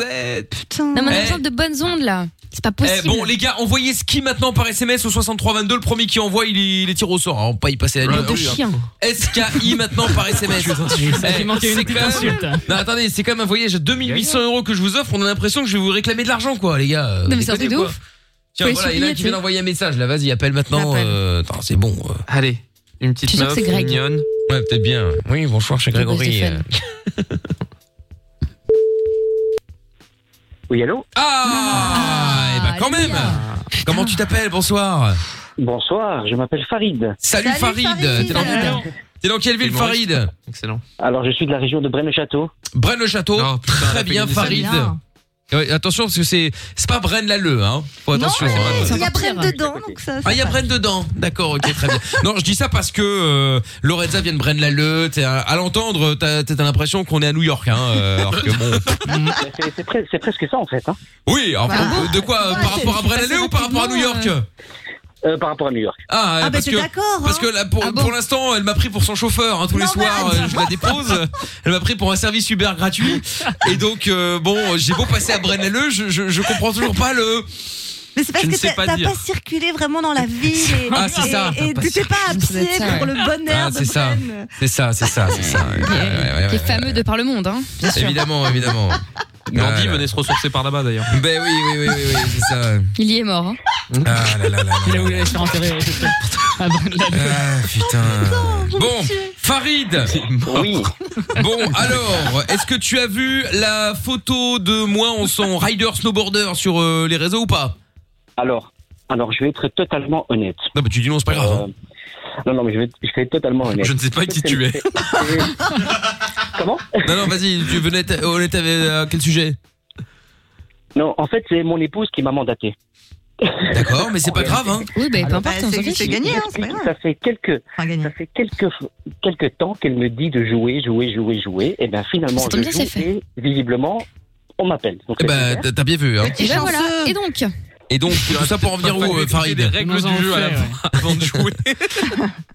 Speaker 4: Non, mais on a besoin de bonnes ondes là. C'est pas possible.
Speaker 2: Eh, bon, les gars, envoyez ski maintenant par SMS au 6322. Le premier qui envoie, il, il est tiré au sort. hein. On va pas y passer la nuit.
Speaker 4: Nom de chien.
Speaker 2: hein. Eh, SKI maintenant par SMS.
Speaker 3: Il manquait une
Speaker 2: Eh, c'est
Speaker 3: petite
Speaker 2: quand même-
Speaker 3: insulte.
Speaker 2: Non, attendez, c'est quand même un voyage à 2800 euros que je vous offre. On a l'impression que je vais vous réclamer de l'argent, quoi, les gars. Euh,
Speaker 4: Non, mais c'est un
Speaker 2: déconnez,
Speaker 4: truc de
Speaker 2: quoi.
Speaker 4: ouf.
Speaker 2: Tiens,
Speaker 4: Faut les
Speaker 2: voilà, il y en a un qui
Speaker 4: supplier, tu
Speaker 2: vient
Speaker 4: sais.
Speaker 2: d'envoyer un message. Là, vas-y, appelle maintenant. euh, attends, c'est bon. Allez, une petite
Speaker 4: Tu sens que meuf c'est Greg.
Speaker 2: mignonne. Ouais, peut-être bien. Oui, bonsoir, chez
Speaker 4: Greg
Speaker 2: Grégory.
Speaker 4: Stéphane.
Speaker 2: oui, allô Ah, eh ben, quand même Comment tu t'appelles Bonsoir.
Speaker 19: Bonsoir, je m'appelle Farid.
Speaker 2: Salut, Farid, T'es dans, hein. t'es dans quelle ville, Farid
Speaker 19: Excellent. Alors, je suis de la région de Braine-le-Château.
Speaker 2: Braine-le-Château. Très
Speaker 19: la
Speaker 2: bien,
Speaker 19: Péninsule.
Speaker 2: Farid. Eh
Speaker 19: Très bien.
Speaker 2: Ouais, attention, parce que c'est c'est pas Braine-l'Alleud, hein. Faut attention. hein.
Speaker 7: Il y a Brenne dedans, donc ça.
Speaker 2: Ah, il y a Bren dedans. D'accord, ok, très bien. Non, je dis ça parce que euh, Lorenza vient de Braine-l'Alleud. t'es À, à l'entendre, t'as t'as l'impression qu'on est à New York, hein. euh, alors que bon.
Speaker 19: C'est- c'est pres- C'est presque ça, en fait. hein.
Speaker 2: Oui, alors,
Speaker 19: Bah,
Speaker 2: euh, de quoi euh,
Speaker 19: ouais,
Speaker 2: Par
Speaker 19: c'est-
Speaker 2: rapport à
Speaker 19: c'est passé
Speaker 2: Braine-l'Alleud ou par rapport à New York
Speaker 19: rapidement, Euh, par rapport à New York.
Speaker 2: Ah,
Speaker 19: Ah, bah,
Speaker 2: parce
Speaker 19: t'es
Speaker 2: que
Speaker 19: d'accord, hein.
Speaker 2: parce que là, pour,
Speaker 19: Ah bon
Speaker 2: pour l'instant elle m'a pris pour son chauffeur hein, tous les
Speaker 19: Non, mais
Speaker 2: soirs
Speaker 19: attends.
Speaker 2: euh, je la dépose elle m'a pris pour un service Uber gratuit et donc euh, bon j'ai beau passer à Braine-l'Alleud je, je je comprends toujours pas le
Speaker 7: Mais c'est parce
Speaker 2: Je ne
Speaker 7: que
Speaker 2: sais
Speaker 7: t'as
Speaker 2: pas
Speaker 7: t'as
Speaker 2: dire.
Speaker 7: pas circulé vraiment dans la ville et
Speaker 2: Ah, c'est ça.
Speaker 7: et- et
Speaker 2: T'as pas
Speaker 7: t'étais pas à pied
Speaker 4: doit être ça,
Speaker 7: Ah, pour le
Speaker 4: ouais.
Speaker 7: bon air
Speaker 2: ah,
Speaker 7: de
Speaker 2: c'est ça
Speaker 7: Brenne.
Speaker 2: c'est ça c'est ça c'est ça Ouais, ouais, ouais, ouais,
Speaker 4: Qui est
Speaker 2: ouais.
Speaker 4: fameux de par le monde, hein. bien sûr.
Speaker 2: évidemment évidemment Gandhi venait se ressourcer par là-bas d'ailleurs ben oui oui oui oui, oui, c'est ça
Speaker 4: Il y est mort. hein.
Speaker 2: ah là là là là
Speaker 3: Il a voulu aller se faire enterrer. ouais, c'est ça. Ah, bon, là,
Speaker 2: Ah, putain. Bon, Farid.
Speaker 19: Oui.
Speaker 2: Bon, alors, est-ce que tu as vu la photo de moi en son rider snowboarder sur euh, les réseaux ou pas
Speaker 19: Alors, alors, je vais être totalement honnête. Euh,
Speaker 2: Non, mais tu dis non, c'est pas grave. hein.
Speaker 19: non, non, mais je vais, je vais être totalement honnête.
Speaker 2: Je ne sais pas qui tu es.
Speaker 19: Comment
Speaker 2: Non, non, vas-y, tu venais t- honnête avec euh, à quel sujet
Speaker 19: Non, en fait, c'est mon épouse qui m'a mandaté.
Speaker 2: D'accord, mais c'est pas grave, hein.
Speaker 4: Oui, ben peu
Speaker 19: Alors,
Speaker 7: bah,
Speaker 4: importe, on s'en
Speaker 7: c'est-
Speaker 4: fiche.
Speaker 7: c'est gagné, hein, c'est pas grave.
Speaker 19: Ça fait quelques, ça fait quelques, quelques temps qu'elle me dit de jouer, jouer, jouer, jouer. Et bien finalement,
Speaker 4: Ça tombe
Speaker 19: je
Speaker 4: bien,
Speaker 19: joue
Speaker 4: c'est fait.
Speaker 19: et visiblement, on m'appelle. Donc,
Speaker 2: Eh
Speaker 19: c'est
Speaker 2: ben,
Speaker 19: super.
Speaker 2: t'as- t'as bien vu, hein.
Speaker 4: Et ben voilà. Et donc,
Speaker 2: Et donc, tout ça pour en venir où, euh, Farid
Speaker 5: Les règles
Speaker 2: Nous en
Speaker 5: du jeu à la
Speaker 2: fait,
Speaker 5: fin.
Speaker 2: avant de jouer.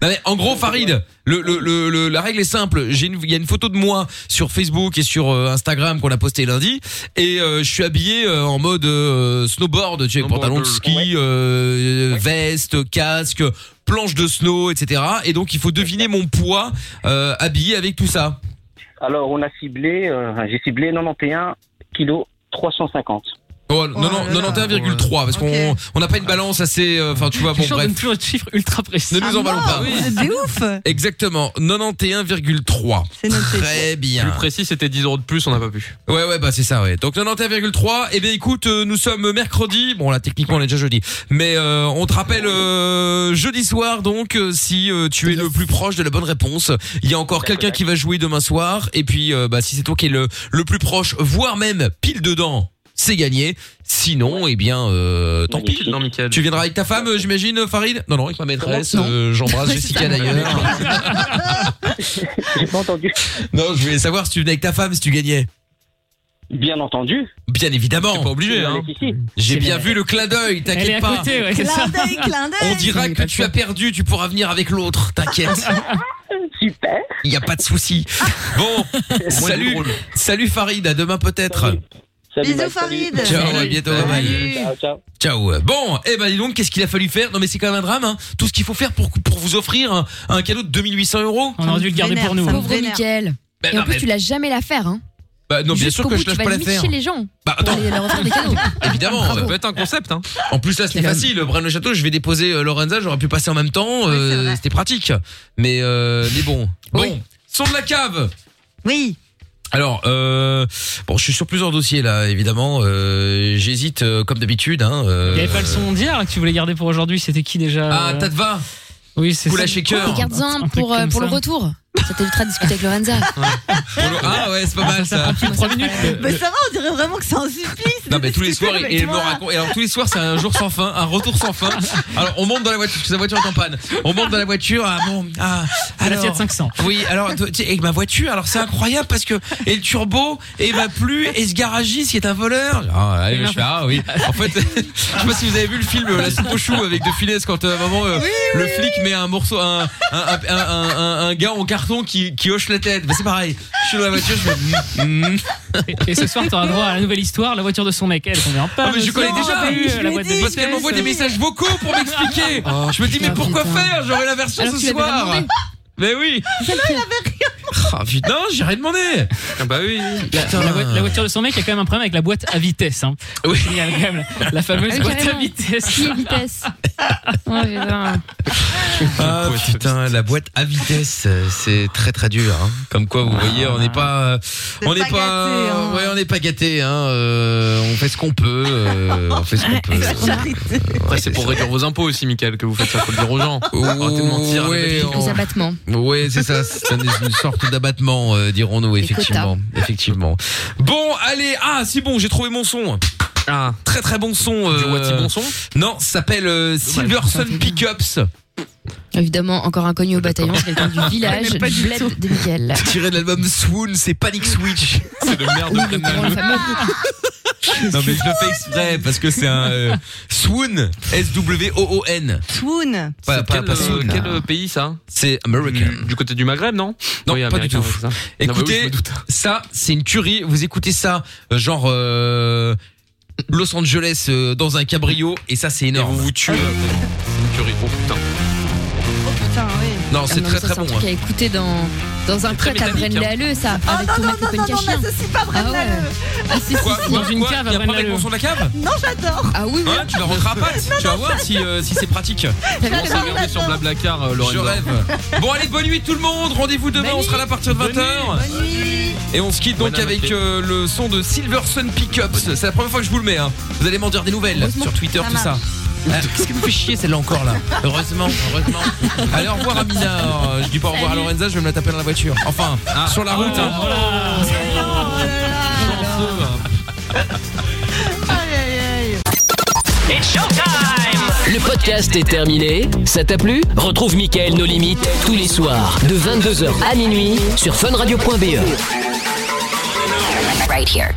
Speaker 2: Non, mais en gros, Farid, le, le- le- le- la règle est simple. J'ai une- Il y a une photo de moi sur Facebook et sur euh, Instagram qu'on a postée lundi, et euh, je suis habillé euh, en mode euh, snowboard, tu sais, pantalon de ski, euh, veste, casque, planche de snow, etc. Et donc, il faut deviner mon poids euh, habillé avec tout ça.
Speaker 19: Alors, on a ciblé, euh, j'ai ciblé 91 kg 350.
Speaker 2: Oh, non, non, 91,3 parce qu'on on n'a pas une balance assez. euh, Enfin, tu vois,
Speaker 3: Tu
Speaker 2: bon,
Speaker 3: chantes
Speaker 2: bref.
Speaker 3: même plus un chiffre ultra précis.
Speaker 2: Ne nous
Speaker 9: Ah
Speaker 2: emballons pas.
Speaker 7: C'est ouf.
Speaker 2: Exactement, 91,3. Très bien.
Speaker 5: Plus précis, c'était 10 euros de plus, on n'a pas pu.
Speaker 2: Ouais ouais bah c'est ça ouais. Donc 91,3 et eh bien écoute euh, nous sommes mercredi. Bon là techniquement on est déjà jeudi. Mais euh, on te rappelle euh, jeudi soir donc euh, si euh, tu es le plus proche de la bonne réponse, il y a encore quelqu'un qui va jouer demain soir et puis euh, bah si c'est toi qui es le le plus proche voire même pile dedans, c'est gagné. Sinon eh bien euh, tant pis. Tu viendras avec ta femme euh, j'imagine euh, Farid Non non, avec ma maîtresse, euh, j'embrasse Jessica d'ailleurs.
Speaker 19: J'ai pas entendu.
Speaker 2: Non, je voulais savoir si tu venais avec ta femme si tu gagnais.
Speaker 19: Bien entendu.
Speaker 2: Bien évidemment.
Speaker 19: T'es pas obligé, hein.
Speaker 2: J'ai
Speaker 19: C'est
Speaker 2: bien
Speaker 19: la-
Speaker 2: vu le clin d'œil,
Speaker 19: Elle est
Speaker 2: t'inquiète
Speaker 19: à
Speaker 2: pas.
Speaker 19: côté, ouais, c'est Clin ça. d'œil, clin d'œil.
Speaker 2: On dira que tu as perdu, tu pourras venir avec l'autre, t'inquiète.
Speaker 19: Super.
Speaker 2: Il n'y a pas de souci. Bon, salut, salut Farid, à demain peut-être.
Speaker 7: Bisous Farid.
Speaker 2: Ciao, à bientôt. bye bye.
Speaker 19: ciao.
Speaker 2: Ciao. Bon, eh ben dis donc, qu'est-ce qu'il a fallu faire Non mais c'est quand même un drame, hein. tout ce qu'il faut faire pour, pour vous offrir un, un cadeau de 2800 euros.
Speaker 3: On aurait dû le garder pour
Speaker 2: hein.
Speaker 3: nous.
Speaker 4: pauvre Mickaël.
Speaker 2: Ben
Speaker 4: Et en
Speaker 2: non, mais-
Speaker 4: plus, tu l'as jamais l'affaire, hein.
Speaker 2: Bah non, bien sûr
Speaker 4: Jusqu'au
Speaker 2: que
Speaker 4: bout,
Speaker 2: je lâche
Speaker 4: tu
Speaker 2: pas
Speaker 4: vas
Speaker 2: la
Speaker 4: limite
Speaker 2: faire.
Speaker 4: chez les gens.
Speaker 2: Bah attends,
Speaker 4: Pour aller leur offrir des cadeaux.
Speaker 2: évidemment.
Speaker 5: Ça peut être un concept, hein.
Speaker 2: En plus là c'était facile, Brano Château, je vais déposer euh, Lorenza, j'aurais pu passer en même temps, euh, c'était pratique. Mais euh, mais bon. Bon, son de la cave.
Speaker 7: Oui.
Speaker 2: Alors, euh, bon, je suis sur plusieurs dossiers là, évidemment. Euh, J'hésite euh, comme d'habitude. Hein, euh,
Speaker 3: Il n'y avait pas le son d'hier que tu voulais garder pour aujourd'hui. C'était qui déjà
Speaker 2: Ah,
Speaker 3: euh,
Speaker 2: Tadva
Speaker 3: Oui, c'est
Speaker 2: Poula
Speaker 3: ça.
Speaker 2: Shaker.
Speaker 4: Garde-en pour, euh, pour le retour. Ça t'évitera de discuter avec Lorenza.
Speaker 2: Ah ouais, c'est pas mal ça.
Speaker 7: Mais ça va, on dirait vraiment que c'est un supplice.
Speaker 2: Non mais tous les soirs,
Speaker 7: avec
Speaker 2: et elle me
Speaker 7: moi.
Speaker 2: raconte. Et alors tous les soirs, c'est un jour sans fin, un retour sans fin. Alors on monte dans la voiture, parce que sa voiture est en panne. On monte dans la voiture. Ah bon. Ah.
Speaker 3: C'est la
Speaker 2: alors-
Speaker 3: Fiat 500.
Speaker 2: Oui. Alors tu- tu- et ma voiture. Alors c'est incroyable parce que et le turbo et va plus et ce garagiste qui est un voleur. Ah, ouais, je fais, ah oui. En fait, je sais pas si vous avez vu le film euh, La soupe aux choux avec De Funès quand euh, à un moment euh, le flic met un morceau, un, un, un, un- un- un gars en carton carton qui, qui hoche la tête. Bah, c'est pareil. Je suis dans la voiture, je me. Mm.
Speaker 3: Et ce soir, t'auras droit à la nouvelle histoire, la voiture de son mec. Elle, on est en panne.
Speaker 2: Ah, mais je connais déjà.
Speaker 3: Salut, Euh, la boîte de
Speaker 2: parce qu'elle m'envoie des messages vocaux pour m'expliquer. je me dis, mais pourquoi faire J'aurai la version
Speaker 3: Alors,
Speaker 2: ce
Speaker 3: tu l'avais
Speaker 2: soir.
Speaker 3: demandé
Speaker 2: Mais oui. Ah putain, j'ai rien demandé. Ah bah oui.
Speaker 3: La,
Speaker 2: Putain.
Speaker 3: la voie- la voiture de son mec, il y a quand même un problème avec la boîte à vitesse. Hein.
Speaker 2: Oui.
Speaker 3: Il y a quand même la, la fameuse
Speaker 4: Ah,
Speaker 3: boîte à
Speaker 4: carrément.
Speaker 3: vitesse.
Speaker 4: Qui est vitesse Oh, putain.
Speaker 2: Ah putain, la boîte à vitesse, euh, c'est très très dur. hein. Comme quoi, vous voyez, on n'est pas, euh, on n'est pas, euh, ouais, on n'est pas gâté. Hein. euh, on fait ce qu'on peut, euh, on fait ce qu'on peut.
Speaker 5: Après, c'est pour réduire vos impôts aussi, Michael, que vous faites ça, faut le dire aux gens. Arrêtez de mentir.
Speaker 2: Oh, Ouais, on-
Speaker 4: Les abattements.
Speaker 2: Ouais, c'est ça, c'est une une sorte d'abattement, euh, dirons-nous, effectivement, effectivement. Bon, allez, ah, si bon, j'ai trouvé mon son. Ah, très très bon son. Du bon son Non, ça s'appelle euh, Silverson Pickups.
Speaker 4: Évidemment, encore inconnu au bataillon, c'est quelqu'un du village,
Speaker 2: Mais pas
Speaker 4: du
Speaker 2: du tout.
Speaker 4: bled de Miguel.
Speaker 2: Tiré de l'album Swoon, c'est Panic Switch. C'est le merde de Brendan. Non mais je le fais exprès parce que c'est un euh, Swoon, S W O O N.
Speaker 7: Swoon.
Speaker 2: Pas, pas,
Speaker 5: Quel,
Speaker 2: pas
Speaker 5: euh,
Speaker 2: Swoon.
Speaker 5: quel, euh, pays ça
Speaker 2: C'est American.
Speaker 5: Du côté du Maghreb, non
Speaker 2: Non,
Speaker 5: Oui,
Speaker 2: pas du
Speaker 5: américain,
Speaker 2: tout.
Speaker 5: ouais, c'est ça. Non, mais oui, je
Speaker 2: Écoutez,
Speaker 5: me doute.
Speaker 2: ça, c'est une tuerie. Vous écoutez ça, euh, genre euh, Los Angeles euh, dans un cabrio, et ça, c'est énorme. vous vous tuez. C'est une tuerie. Oh putain.
Speaker 4: Oh,
Speaker 7: Putain, oui.
Speaker 2: Non, c'est
Speaker 4: mais
Speaker 2: très,
Speaker 4: Ah ça,
Speaker 2: très
Speaker 4: c'est un
Speaker 2: bon,
Speaker 4: truc
Speaker 2: hein.
Speaker 4: à écouter dans, dans un
Speaker 2: Très
Speaker 4: cut à
Speaker 2: métallique,
Speaker 4: Brenda
Speaker 2: hein.
Speaker 4: Leu, ça.
Speaker 7: Ah
Speaker 4: avec Thomas Kopenkachien.
Speaker 7: pas
Speaker 4: Ah ouais. Ah, si, si,
Speaker 2: Quoi
Speaker 4: si.
Speaker 2: Dans une Quoi cave, Il y a Brenda pas Leu. dans la cave
Speaker 7: Non, j'adore.
Speaker 4: Ah oui, oui.
Speaker 2: Hein, tu vas rentrer à pattes, tu vas voir si, euh, si c'est pratique.
Speaker 4: T'as vu comment il
Speaker 5: Regardez sur Blablacar, euh, Lorraine
Speaker 2: Je
Speaker 5: Blanc.
Speaker 2: rêve. Bon allez, bonne nuit tout le monde. Rendez-vous demain, on sera là à partir de 20h. Et on se quitte donc
Speaker 5: Bonne
Speaker 2: avec euh, le son de Silverson Pickups. C'est la première fois que je vous le mets. hein. Vous allez m'en dire des nouvelles sur Twitter,
Speaker 5: Ça
Speaker 2: tout ça. Euh, Qu'est-ce qui me fait chier celle-là encore là Heureusement, heureusement. Allez, au revoir Amina. Alors, euh, Je dis pas au revoir à Lorenza, je vais me la taper dans la voiture. Enfin, sur la route. hein.
Speaker 1: Le podcast est terminé. Ça t'a plu Retrouve Mickaël Nos Limites tous les soirs E. de 22h à minuit sur funradio.be.
Speaker 9: Right here.